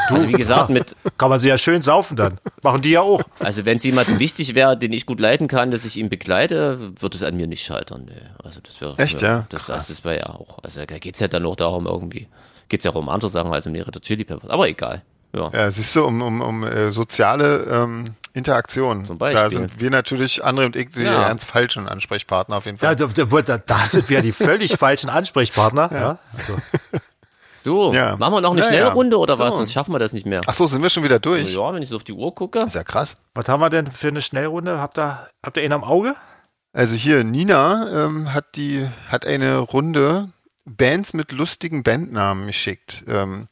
[SPEAKER 3] also wie gesagt, mit,
[SPEAKER 1] kann man sie ja schön saufen dann. Machen die ja auch.
[SPEAKER 3] also wenn es jemandem wichtig wäre, den ich gut leiten kann, dass ich ihn begleite, wird es an mir nicht scheitern, nee. Also das wäre,
[SPEAKER 2] Echt, ja?
[SPEAKER 3] Das, also das wäre ja auch, also da geht's ja dann auch darum irgendwie, geht's ja auch um andere Sachen als um die Red Hot Chili Peppers, aber egal, ja.
[SPEAKER 2] Ja, siehst du, um, um, um äh, soziale ähm, Interaktion.
[SPEAKER 3] Zum Beispiel.
[SPEAKER 2] Da sind wir natürlich, André und ich, die
[SPEAKER 3] Ja.
[SPEAKER 2] ganz falschen Ansprechpartner auf jeden
[SPEAKER 1] Ja,
[SPEAKER 2] Fall.
[SPEAKER 1] da, da, da, da sind wir die völlig falschen Ansprechpartner. Ja. Also,
[SPEAKER 3] So,
[SPEAKER 2] Ja.
[SPEAKER 3] machen wir noch eine
[SPEAKER 2] Ja,
[SPEAKER 3] schnelle
[SPEAKER 2] ja.
[SPEAKER 3] Runde oder was,
[SPEAKER 2] So.
[SPEAKER 3] sonst schaffen wir das nicht mehr.
[SPEAKER 2] Ach Also so, sind wir schon wieder durch?
[SPEAKER 3] ja, wenn ich so auf die Uhr gucke,
[SPEAKER 2] Ist ja krass.
[SPEAKER 1] was haben wir denn für eine Schnellrunde? Habt ihr, habt ihr einen am Auge?
[SPEAKER 2] Also hier, Nina ähm, hat die, hat eine Runde Bands mit lustigen Bandnamen geschickt. Ähm,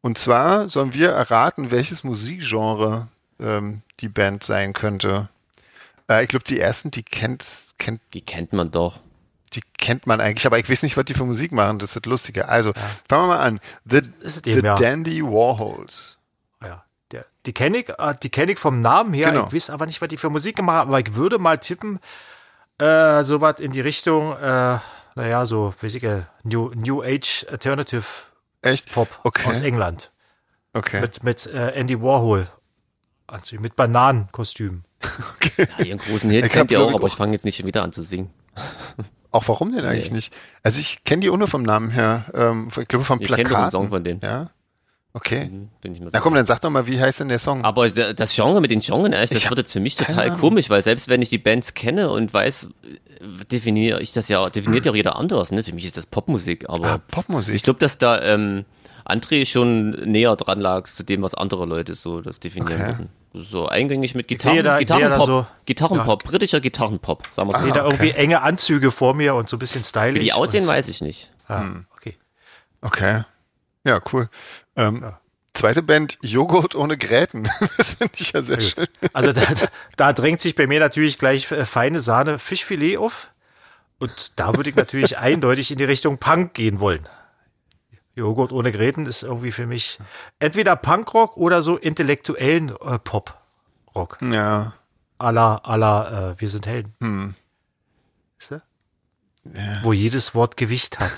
[SPEAKER 2] und zwar sollen wir erraten, welches Musikgenre ähm, die Band sein könnte. Äh, ich glaube, die ersten, die kennt, kennt
[SPEAKER 3] die kennt man doch.
[SPEAKER 2] die kennt man eigentlich, aber ich weiß nicht, was die für Musik machen. Das ist das Lustige. Also, fangen wir mal an. The,
[SPEAKER 1] ist es
[SPEAKER 2] the
[SPEAKER 1] eben, ja.
[SPEAKER 2] Dandy Warhols.
[SPEAKER 1] Ja. Der, die kenne ich, äh, die kenne ich vom Namen her.
[SPEAKER 2] Genau.
[SPEAKER 1] Ich weiß aber nicht, was die für Musik gemacht haben, aber ich würde mal tippen, äh, sowas in die Richtung, äh, naja, so, weiß ich, äh, New, New Age Alternative
[SPEAKER 2] Echt?
[SPEAKER 1] Pop
[SPEAKER 2] Okay.
[SPEAKER 1] aus England.
[SPEAKER 2] Okay.
[SPEAKER 1] Mit, mit äh, Andy Warhol. Also mit Bananenkostüm.
[SPEAKER 3] Ja, ihren großen Hit
[SPEAKER 2] Ich hab,
[SPEAKER 3] kennt ihr
[SPEAKER 2] glaub
[SPEAKER 3] auch,
[SPEAKER 2] ich,
[SPEAKER 3] aber
[SPEAKER 2] auch-
[SPEAKER 3] ich fange jetzt nicht schon wieder an zu singen.
[SPEAKER 2] Auch warum denn eigentlich nicht? Also, ich kenne die auch nur vom Namen her. Ähm, ich glaube, vom
[SPEAKER 3] Ihr kennt doch einen
[SPEAKER 2] Plakat.
[SPEAKER 3] Song von denen. Mhm.
[SPEAKER 2] Ja. Okay.
[SPEAKER 3] Bin ich mir
[SPEAKER 2] Na
[SPEAKER 3] sicher.
[SPEAKER 2] komm, dann sag doch mal, wie heißt denn der Song?
[SPEAKER 3] Aber d- das Genre mit den Genren, ehrlich, das
[SPEAKER 2] Ich hab
[SPEAKER 3] wird jetzt für mich
[SPEAKER 2] keine
[SPEAKER 3] total
[SPEAKER 2] Ahnung.
[SPEAKER 3] komisch, weil selbst wenn ich die Bands kenne und weiß, äh, definiere ich das ja, definiert ja jeder anders. Ne? Für mich ist das Popmusik,
[SPEAKER 2] Hm.
[SPEAKER 3] aber
[SPEAKER 2] Ah, Popmusik.
[SPEAKER 3] ich glaube, dass da ähm, André schon näher dran lag zu dem, was andere Leute so das definieren
[SPEAKER 2] Okay.
[SPEAKER 3] würden. So eingängig mit
[SPEAKER 1] sehe
[SPEAKER 3] Gitarren,
[SPEAKER 1] da- ich sehe da
[SPEAKER 3] Gitarrenpop,
[SPEAKER 1] so-
[SPEAKER 3] Gitarrenpop, britischer Gitarrenpop, sagen
[SPEAKER 2] Ah.
[SPEAKER 3] wir
[SPEAKER 1] Ich sehe
[SPEAKER 3] so.
[SPEAKER 1] da irgendwie enge Anzüge vor mir und so ein bisschen stylisch.
[SPEAKER 3] Wie die aussehen,
[SPEAKER 1] und,
[SPEAKER 3] weiß ich nicht.
[SPEAKER 1] ah, okay.
[SPEAKER 2] Okay. Ja, cool. Ähm, Zweite Band, Joghurt ohne Gräten. Das finde ich ja sehr schön.
[SPEAKER 1] Also da, da drängt sich bei mir natürlich gleich äh, feine Sahne Fischfilet auf. Und da würde ich natürlich eindeutig in die Richtung Punk gehen wollen. Joghurt ohne Gräten ist irgendwie für mich entweder Punkrock oder so intellektuellen äh, Pop-Rock.
[SPEAKER 2] Ja. hm.
[SPEAKER 1] A la, à la äh, Wir sind Helden. Weißt du? Wo jedes Wort Gewicht hat.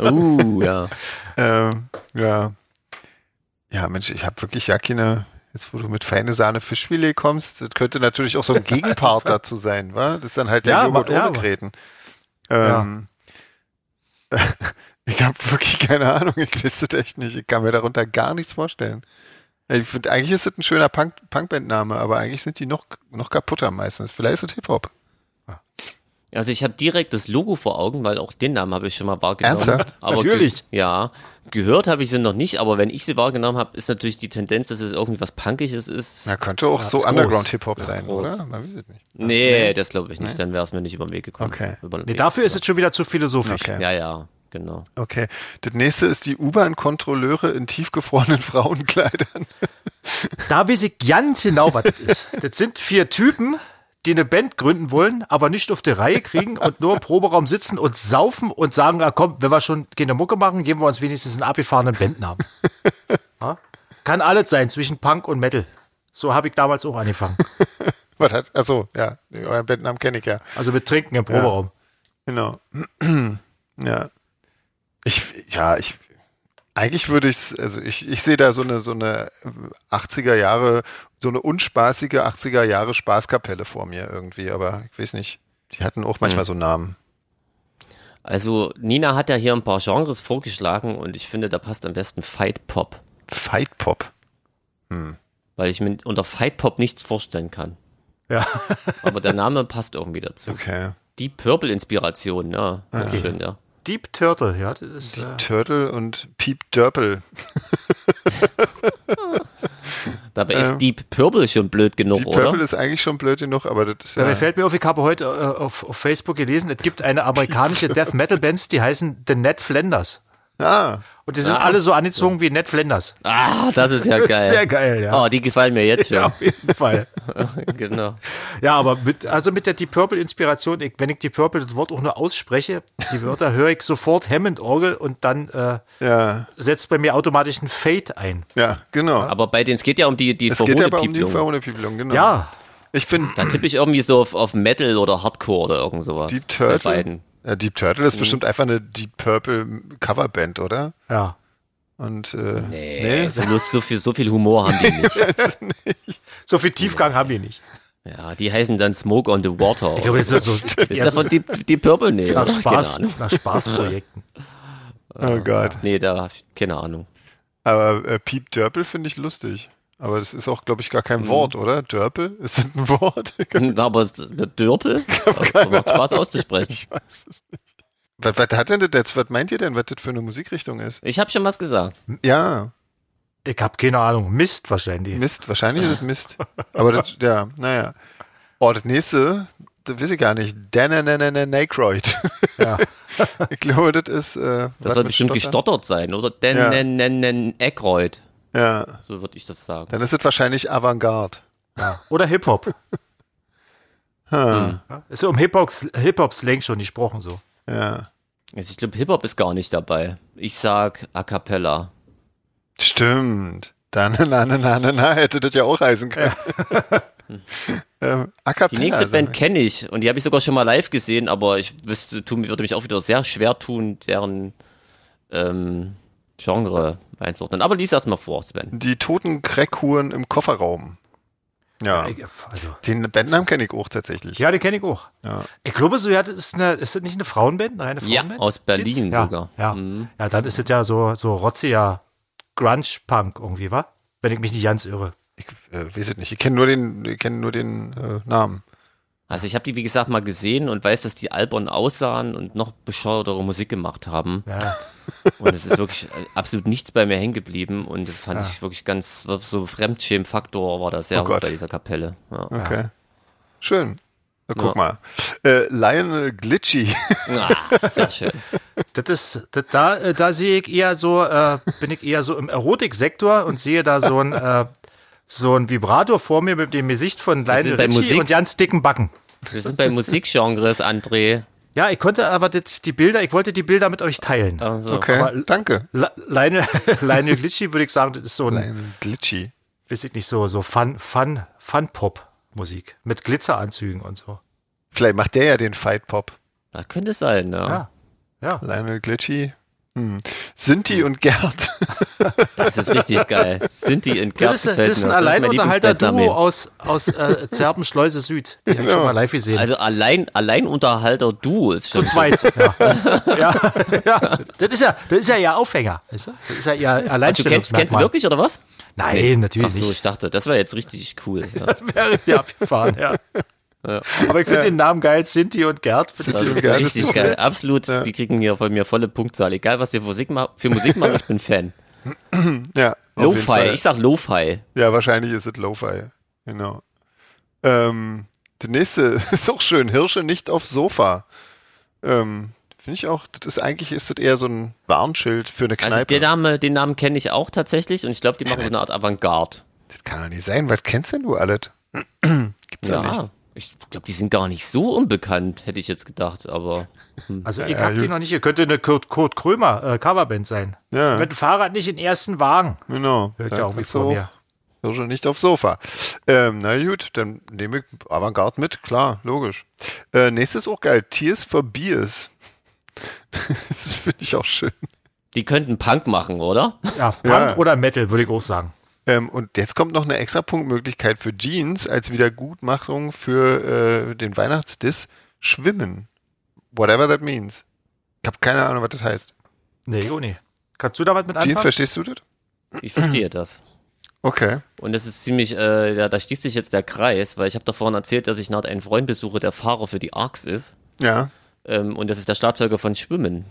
[SPEAKER 3] Uh, ja.
[SPEAKER 2] Ähm, ja. Ja, Mensch, ich habe wirklich ja keine. Jetzt, wo du mit feine Sahne Fischfilet kommst, das könnte natürlich auch so ein Gegenpart dazu sein, wa? Das ist dann halt der
[SPEAKER 1] Ja,
[SPEAKER 2] Joghurt
[SPEAKER 1] ma- ja,
[SPEAKER 2] ohne
[SPEAKER 1] ma-
[SPEAKER 2] Gräten. Ähm, ich habe wirklich keine Ahnung, ich wüsste das echt nicht. Ich kann mir darunter gar nichts vorstellen. Ich find, eigentlich ist das ein schöner Punk Punkbandname, aber eigentlich sind die noch, noch kaputter meistens. Vielleicht ist es Hip-Hop.
[SPEAKER 3] Also ich habe direkt das Logo vor Augen, weil auch den Namen habe ich schon mal wahrgenommen.
[SPEAKER 2] Ernsthaft?
[SPEAKER 3] Aber
[SPEAKER 1] Natürlich.
[SPEAKER 3] Ge ja, gehört habe ich sie noch nicht, aber wenn ich sie wahrgenommen habe, ist natürlich die Tendenz, dass es irgendwie was Punkiges ist.
[SPEAKER 2] Na, könnte auch so
[SPEAKER 1] ist groß.
[SPEAKER 2] Underground-Hip-Hop sein,
[SPEAKER 3] groß.
[SPEAKER 2] oder? Man weiß es nicht.
[SPEAKER 3] nee, das glaube ich nicht, dann wäre es mir nicht über den Weg gekommen.
[SPEAKER 2] Okay.
[SPEAKER 3] Über den
[SPEAKER 1] Nee,
[SPEAKER 3] Weg.
[SPEAKER 1] dafür ist es schon wieder zu philosophisch.
[SPEAKER 2] Okay.
[SPEAKER 3] ja, ja, genau.
[SPEAKER 2] Okay. Das nächste ist die U-Bahn-Kontrolleure in tiefgefrorenen Frauenkleidern.
[SPEAKER 1] Da weiß ich ganz genau, was das ist. Das sind vier Typen, die eine Band gründen wollen, aber nicht auf die Reihe kriegen und nur im Proberaum sitzen und saufen und sagen, ah, komm, wenn wir schon keine Mucke machen, geben wir uns wenigstens einen abgefahrenen Bandnamen. Ja? Kann alles sein, zwischen Punk und Metal. So habe ich damals auch angefangen.
[SPEAKER 2] Was hat, achso, ja, euren Bandnamen kenne ich ja.
[SPEAKER 1] Also mit Trinken im Proberaum.
[SPEAKER 2] Genau. ja. Ich, ja, ich, eigentlich würde ich es, also ich, ich sehe da so eine, so eine 80er Jahre, so eine unspaßige 80er Jahre Spaßkapelle vor mir irgendwie, aber ich weiß nicht. Die hatten auch manchmal so Namen.
[SPEAKER 3] Also Nina hat ja hier ein paar Genres vorgeschlagen und ich finde, da passt am besten Fight Pop,
[SPEAKER 2] Fight Pop.
[SPEAKER 3] weil ich mir unter Fight Pop nichts vorstellen kann.
[SPEAKER 1] Ja.
[SPEAKER 3] Aber der Name passt irgendwie dazu.
[SPEAKER 2] Okay.
[SPEAKER 3] Die Purple Inspiration, ja, okay. schön, ja.
[SPEAKER 1] Deep Turtle, ja, das ist. Äh,
[SPEAKER 2] Turtle und Piep Dörpel.
[SPEAKER 3] Dabei ist Deep Purple schon blöd genug,
[SPEAKER 2] Die
[SPEAKER 3] Oh, oder?
[SPEAKER 2] Purple ist eigentlich schon blöd genug, aber das ist
[SPEAKER 1] Dabei
[SPEAKER 2] ja.
[SPEAKER 1] fällt mir auf, ich habe heute äh, auf, auf Facebook gelesen, es gibt eine amerikanische Death Metal Band, die heißen The Ned Flanders.
[SPEAKER 2] Ah,
[SPEAKER 1] Und die sind alle so angezogen wie Ned Flanders.
[SPEAKER 3] Ah, das ist ja geil.
[SPEAKER 1] Sehr geil, ja.
[SPEAKER 3] Oh, die gefallen mir jetzt schon.
[SPEAKER 1] Ja, auf jeden Fall.
[SPEAKER 3] genau.
[SPEAKER 1] Ja, aber mit, also mit der Deep Purple-Inspiration, ich, wenn ich Deep Purple das Wort auch nur ausspreche, die Wörter höre ich sofort Hammond-Orgel und dann äh,
[SPEAKER 2] ja.
[SPEAKER 1] setzt bei mir automatisch ein Fade ein.
[SPEAKER 2] Ja, genau.
[SPEAKER 3] Aber bei denen, es geht ja um die, die
[SPEAKER 2] es geht ja aber um die
[SPEAKER 3] Verhohlepiepelung.
[SPEAKER 2] Verhohlepiepelung, genau.
[SPEAKER 1] Ja,
[SPEAKER 2] Ich finde,
[SPEAKER 3] Da tippe ich irgendwie so auf, auf Metal oder Hardcore oder irgend sowas.
[SPEAKER 2] Deep
[SPEAKER 3] Bei
[SPEAKER 2] Turtle.
[SPEAKER 3] beiden. Mhm.
[SPEAKER 2] Ja, Deep Turtle ist bestimmt einfach eine Deep Purple Coverband, oder?
[SPEAKER 1] ja.
[SPEAKER 2] Und äh,
[SPEAKER 3] Nee, So, Lust, so, viel, so viel Humor haben die nicht.
[SPEAKER 1] So viel Tiefgang haben die nicht.
[SPEAKER 3] Ja, die heißen dann Smoke on the Water.
[SPEAKER 1] Ich glaube, jetzt ist Oh, so
[SPEAKER 3] ist davon die, die Purple? Nee,
[SPEAKER 1] nach,
[SPEAKER 3] oder?
[SPEAKER 1] Spaß,
[SPEAKER 3] keine Ahnung.
[SPEAKER 1] nach Spaßprojekten.
[SPEAKER 2] oh Gott.
[SPEAKER 3] Nee, da hab ich keine Ahnung.
[SPEAKER 2] Aber äh, Piep Dörpel finde ich lustig. Aber das ist auch, glaube ich, gar
[SPEAKER 3] Mhm.
[SPEAKER 2] kein Wort, oder? Dörpel? Ist das ein Wort?
[SPEAKER 3] Aber es- der Dörpel? Aber Macht Spaß auszusprechen.
[SPEAKER 2] ich weiß es nicht. Was, was hat denn das jetzt? Was meint ihr denn, was das für eine Musikrichtung ist?
[SPEAKER 3] Ich habe schon was gesagt.
[SPEAKER 2] Ja,
[SPEAKER 1] Ich habe keine Ahnung. Mist wahrscheinlich.
[SPEAKER 2] Mist. Wahrscheinlich ist es Mist. Aber das, ja, naja. Oh, das nächste, das weiß ich gar nicht. Danananananacroyd.
[SPEAKER 1] Ja.
[SPEAKER 2] ich glaube, das ist. Äh,
[SPEAKER 3] Das
[SPEAKER 2] was
[SPEAKER 3] soll
[SPEAKER 2] mit
[SPEAKER 3] bestimmt
[SPEAKER 2] Stotter?
[SPEAKER 3] gestottert sein, oder? Den,
[SPEAKER 2] Ja.
[SPEAKER 3] nen, nen, nen, Eckroyd.
[SPEAKER 2] Ja.
[SPEAKER 3] So würde ich das sagen.
[SPEAKER 2] Dann ist es wahrscheinlich Avantgarde.
[SPEAKER 1] Oder Hip-Hop.
[SPEAKER 2] Hm.
[SPEAKER 1] Ist ja um Hip-Hop-Slang schon gesprochen so.
[SPEAKER 2] Ja.
[SPEAKER 3] Also ich glaube, Hip-Hop ist gar nicht dabei. Ich sag A Cappella.
[SPEAKER 2] Stimmt. Dann, na, na, na, na, na, hätte das ja auch heißen können. ähm, A
[SPEAKER 3] Die
[SPEAKER 2] cappella,
[SPEAKER 3] nächste
[SPEAKER 2] also.
[SPEAKER 3] Band kenne ich und die habe ich sogar schon mal live gesehen, aber ich wüsste, tu, würde mich auch wieder sehr schwer tun, deren ähm, Genre einzuordnen. Aber lies erst mal vor, Sven.
[SPEAKER 2] Die toten Crackhuren im Kofferraum. Ja.
[SPEAKER 1] Ich- Also,
[SPEAKER 2] Den Bandnamen kenne ich auch tatsächlich.
[SPEAKER 1] ja, den kenne ich auch.
[SPEAKER 2] Ja.
[SPEAKER 1] Ich glaube, so, ja, das ist, eine, ist das nicht eine Frauenband, eine reine
[SPEAKER 3] Ja,
[SPEAKER 1] Frauenband?
[SPEAKER 3] aus Berlin
[SPEAKER 1] ja,
[SPEAKER 3] sogar. Mhm.
[SPEAKER 1] Ja. ja, dann ist das ja so, so rotziger Grunge-Punk irgendwie, wa? Wenn ich mich nicht ganz irre.
[SPEAKER 2] Ich äh, weiß es nicht. Ich kenne nur den, ich kenne nur den äh, Namen.
[SPEAKER 3] Also ich habe die, wie gesagt, mal gesehen und weiß, dass die albern aussahen und noch bescheuertere Musik gemacht haben.
[SPEAKER 1] Ja.
[SPEAKER 3] Und es ist wirklich äh, absolut nichts bei mir hängen geblieben. Und das
[SPEAKER 1] Ah.
[SPEAKER 3] fand ich wirklich ganz, so Fremdschämen-Faktor war da sehr
[SPEAKER 2] Oh
[SPEAKER 3] hoch
[SPEAKER 2] Gott.
[SPEAKER 3] bei dieser Kapelle. Ja.
[SPEAKER 2] Okay. Schön. Na, guck
[SPEAKER 3] Ja.
[SPEAKER 2] mal. Äh, Lionel Glitchy.
[SPEAKER 3] Ah, sehr schön.
[SPEAKER 1] Das ist, das, da, äh, da sehe ich eher so, äh, bin ich eher so im Erotiksektor und sehe da so ein, äh, so ein Vibrator vor mir mit dem Gesicht von
[SPEAKER 3] sind
[SPEAKER 1] Lionel
[SPEAKER 3] bei
[SPEAKER 1] Richie
[SPEAKER 3] Musik.
[SPEAKER 1] und ganz dicken Backen.
[SPEAKER 3] Wir sind bei Musikgenres, André.
[SPEAKER 1] Ja, ich konnte aber jetzt die Bilder, ich wollte die Bilder mit euch teilen.
[SPEAKER 3] Also,
[SPEAKER 2] Okay.
[SPEAKER 1] aber-
[SPEAKER 2] Danke.
[SPEAKER 1] La- Lionel, Lionel Glitchy würde ich sagen, das ist so ein,
[SPEAKER 2] Lionel Glitchy.
[SPEAKER 1] weiß ich nicht, so, so Fun, Fun, Fun-Pop-Musik mit Glitzeranzügen und so.
[SPEAKER 2] Vielleicht macht der ja den Fight Pop.
[SPEAKER 3] Da könnte es sein, ne? ja.
[SPEAKER 1] Ja. Ja.
[SPEAKER 2] Lionel Glitchy. Hm. Sinti und Gerd.
[SPEAKER 3] Das ist richtig geil. Sinti in
[SPEAKER 1] Das ist, das ist ein
[SPEAKER 3] Gerstenfeldner. mein
[SPEAKER 1] Alleinunterhalter-Duo
[SPEAKER 3] Lieblingsband
[SPEAKER 1] aus, aus äh, Zerpenschleuse Süd. Die habe ich schon mal live gesehen.
[SPEAKER 3] damit. Also allein, Alleinunterhalter Duo ist
[SPEAKER 1] Zu
[SPEAKER 3] schon.
[SPEAKER 1] zweit. Ja. ja, ja. Das, ist ja, das ist ja ihr Aufhänger. Weißt du? Das ist ja ihr
[SPEAKER 3] Also, du kennst, kennst du
[SPEAKER 1] Alleinstellungsmerkmal.
[SPEAKER 3] wirklich, oder was?
[SPEAKER 1] Nein,
[SPEAKER 3] Ach
[SPEAKER 1] natürlich
[SPEAKER 3] so, ich
[SPEAKER 1] nicht.
[SPEAKER 3] dachte, das war jetzt richtig cool. Ja.
[SPEAKER 1] Das wäre richtig abgefahren, ja. Aber ich finde den Namen geil, Sinti und Gerd. Find
[SPEAKER 3] Das
[SPEAKER 1] ich-
[SPEAKER 3] ist
[SPEAKER 2] Ja, das
[SPEAKER 3] richtig
[SPEAKER 2] ist
[SPEAKER 3] geil. Absolut. Die kriegen hier von mir volle Punktzahl. Egal, was ihr für Musik macht, für Musik macht ich bin Fan.
[SPEAKER 2] Ja. auf jeden
[SPEAKER 3] Lo-Fi.
[SPEAKER 2] Fall.
[SPEAKER 3] Ich sag Lo-Fi.
[SPEAKER 2] Ja, wahrscheinlich ist es Lo-Fi. Genau. Ähm, der nächste ist auch schön. Hirsche nicht auf Sofa. Ähm, Finde ich auch, das ist eigentlich ist das eher so ein Warnschild für eine
[SPEAKER 3] Also
[SPEAKER 2] Kneipe.
[SPEAKER 3] der Name, den Namen kenne ich auch tatsächlich und ich glaube, die machen so eine Art Avantgarde.
[SPEAKER 2] das kann doch nicht sein. Was kennst denn du alles? Gibt's ja,
[SPEAKER 3] Ja.
[SPEAKER 2] nicht.
[SPEAKER 3] Ich glaube, die sind gar nicht so unbekannt, hätte ich jetzt gedacht, aber
[SPEAKER 1] Also ich
[SPEAKER 2] Ja,
[SPEAKER 1] hab
[SPEAKER 2] gut.
[SPEAKER 1] die noch nicht. Könnte eine Kurt, Kurt Krömer äh, Coverband sein.
[SPEAKER 2] Ja.
[SPEAKER 1] Mit dem Fahrrad nicht in den ersten Wagen.
[SPEAKER 2] Genau.
[SPEAKER 1] Hört
[SPEAKER 2] Da
[SPEAKER 1] ja auch wie
[SPEAKER 2] kannst
[SPEAKER 1] vor
[SPEAKER 2] du
[SPEAKER 1] mir.
[SPEAKER 2] Hirsche nicht auf Sofa. Ähm, na gut, dann nehme ich Avantgarde mit. Klar, logisch. Äh, nächstes auch geil. Tears for Beers. das finde ich auch schön.
[SPEAKER 3] die könnten Punk machen, oder?
[SPEAKER 1] Ja, Punk
[SPEAKER 2] Ja.
[SPEAKER 1] oder Metal, würde ich auch sagen.
[SPEAKER 2] Ähm, und jetzt kommt noch eine extra Punktmöglichkeit für Jeans als Wiedergutmachung für äh, den Weihnachtsdiss. Schwimmen. Whatever that means. Ich habe keine Ahnung, was das heißt.
[SPEAKER 1] Nee, Joni. Kannst du da was mit
[SPEAKER 2] Jeans,
[SPEAKER 1] anfangen?
[SPEAKER 2] verstehst du das?
[SPEAKER 3] Ich verstehe das.
[SPEAKER 2] Okay.
[SPEAKER 3] Und das ist ziemlich, äh, ja, da schließt sich jetzt der Kreis, weil ich habe davon erzählt, dass ich nach einen Freund besuche, der Fahrer für die ARCs ist.
[SPEAKER 2] Ja.
[SPEAKER 3] Ähm, und das ist der Schlagzeuger von Schwimmen.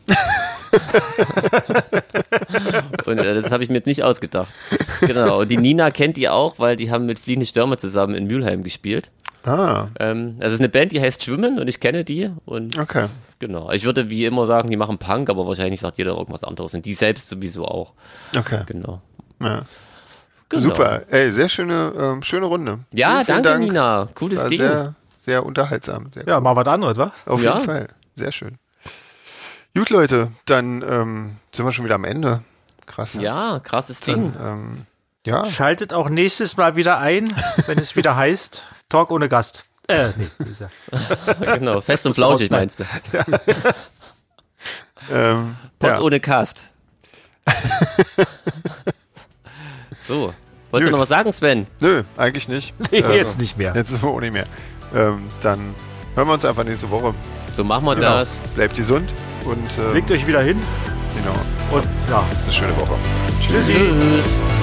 [SPEAKER 3] und äh, das habe ich mir jetzt nicht ausgedacht. Genau. Und die Nina kennt die auch, weil die haben mit Fliehende Stürme zusammen in Mülheim gespielt.
[SPEAKER 2] Ah,
[SPEAKER 3] Ähm, also es ist eine Band, die heißt Schwimmen und ich kenne die. Und
[SPEAKER 2] okay.
[SPEAKER 3] genau. Ich würde wie immer sagen, die machen Punk, aber wahrscheinlich sagt jeder irgendwas anderes. Und die selbst sowieso auch.
[SPEAKER 2] Okay.
[SPEAKER 3] Genau.
[SPEAKER 2] Ja.
[SPEAKER 3] genau.
[SPEAKER 2] Super. Ey, sehr schöne, ähm, schöne Runde.
[SPEAKER 3] Ja,
[SPEAKER 2] Vielen, vielen
[SPEAKER 3] danke,
[SPEAKER 2] Dank.
[SPEAKER 3] Nina. Cooles
[SPEAKER 2] War
[SPEAKER 3] Ding.
[SPEAKER 2] sehr, sehr unterhaltsam. Sehr
[SPEAKER 1] Ja, mal was anderes, wa?
[SPEAKER 2] Auf
[SPEAKER 3] Ja.
[SPEAKER 2] jeden Fall. Sehr schön. Gut, Leute, dann ähm, sind wir schon wieder am Ende. Krass. ne?
[SPEAKER 3] Ja, krasses Ding.
[SPEAKER 2] Ähm, ja.
[SPEAKER 1] Schaltet auch nächstes Mal wieder ein, wenn es wieder heißt Talk ohne Gast. Äh, nee, wie gesagt.
[SPEAKER 3] Genau, fest und flauschig
[SPEAKER 1] rausschneiden.
[SPEAKER 3] meinst du.
[SPEAKER 2] Ähm,
[SPEAKER 3] Pod
[SPEAKER 2] ja.
[SPEAKER 3] ohne Cast. so. Wolltest du
[SPEAKER 2] Gut.
[SPEAKER 3] noch was sagen, Sven?
[SPEAKER 2] Nö, eigentlich nicht.
[SPEAKER 1] Nee,
[SPEAKER 2] Also,
[SPEAKER 1] jetzt nicht mehr.
[SPEAKER 2] Jetzt auch nicht mehr. Ähm, dann hören wir uns einfach nächste Woche.
[SPEAKER 3] So machen wir
[SPEAKER 2] Genau.
[SPEAKER 3] das.
[SPEAKER 2] Bleibt gesund und ähm,
[SPEAKER 1] Legt euch wieder hin
[SPEAKER 2] genau,
[SPEAKER 1] und ja,
[SPEAKER 2] eine schöne Woche.
[SPEAKER 1] tschüssi.
[SPEAKER 3] Tschüss.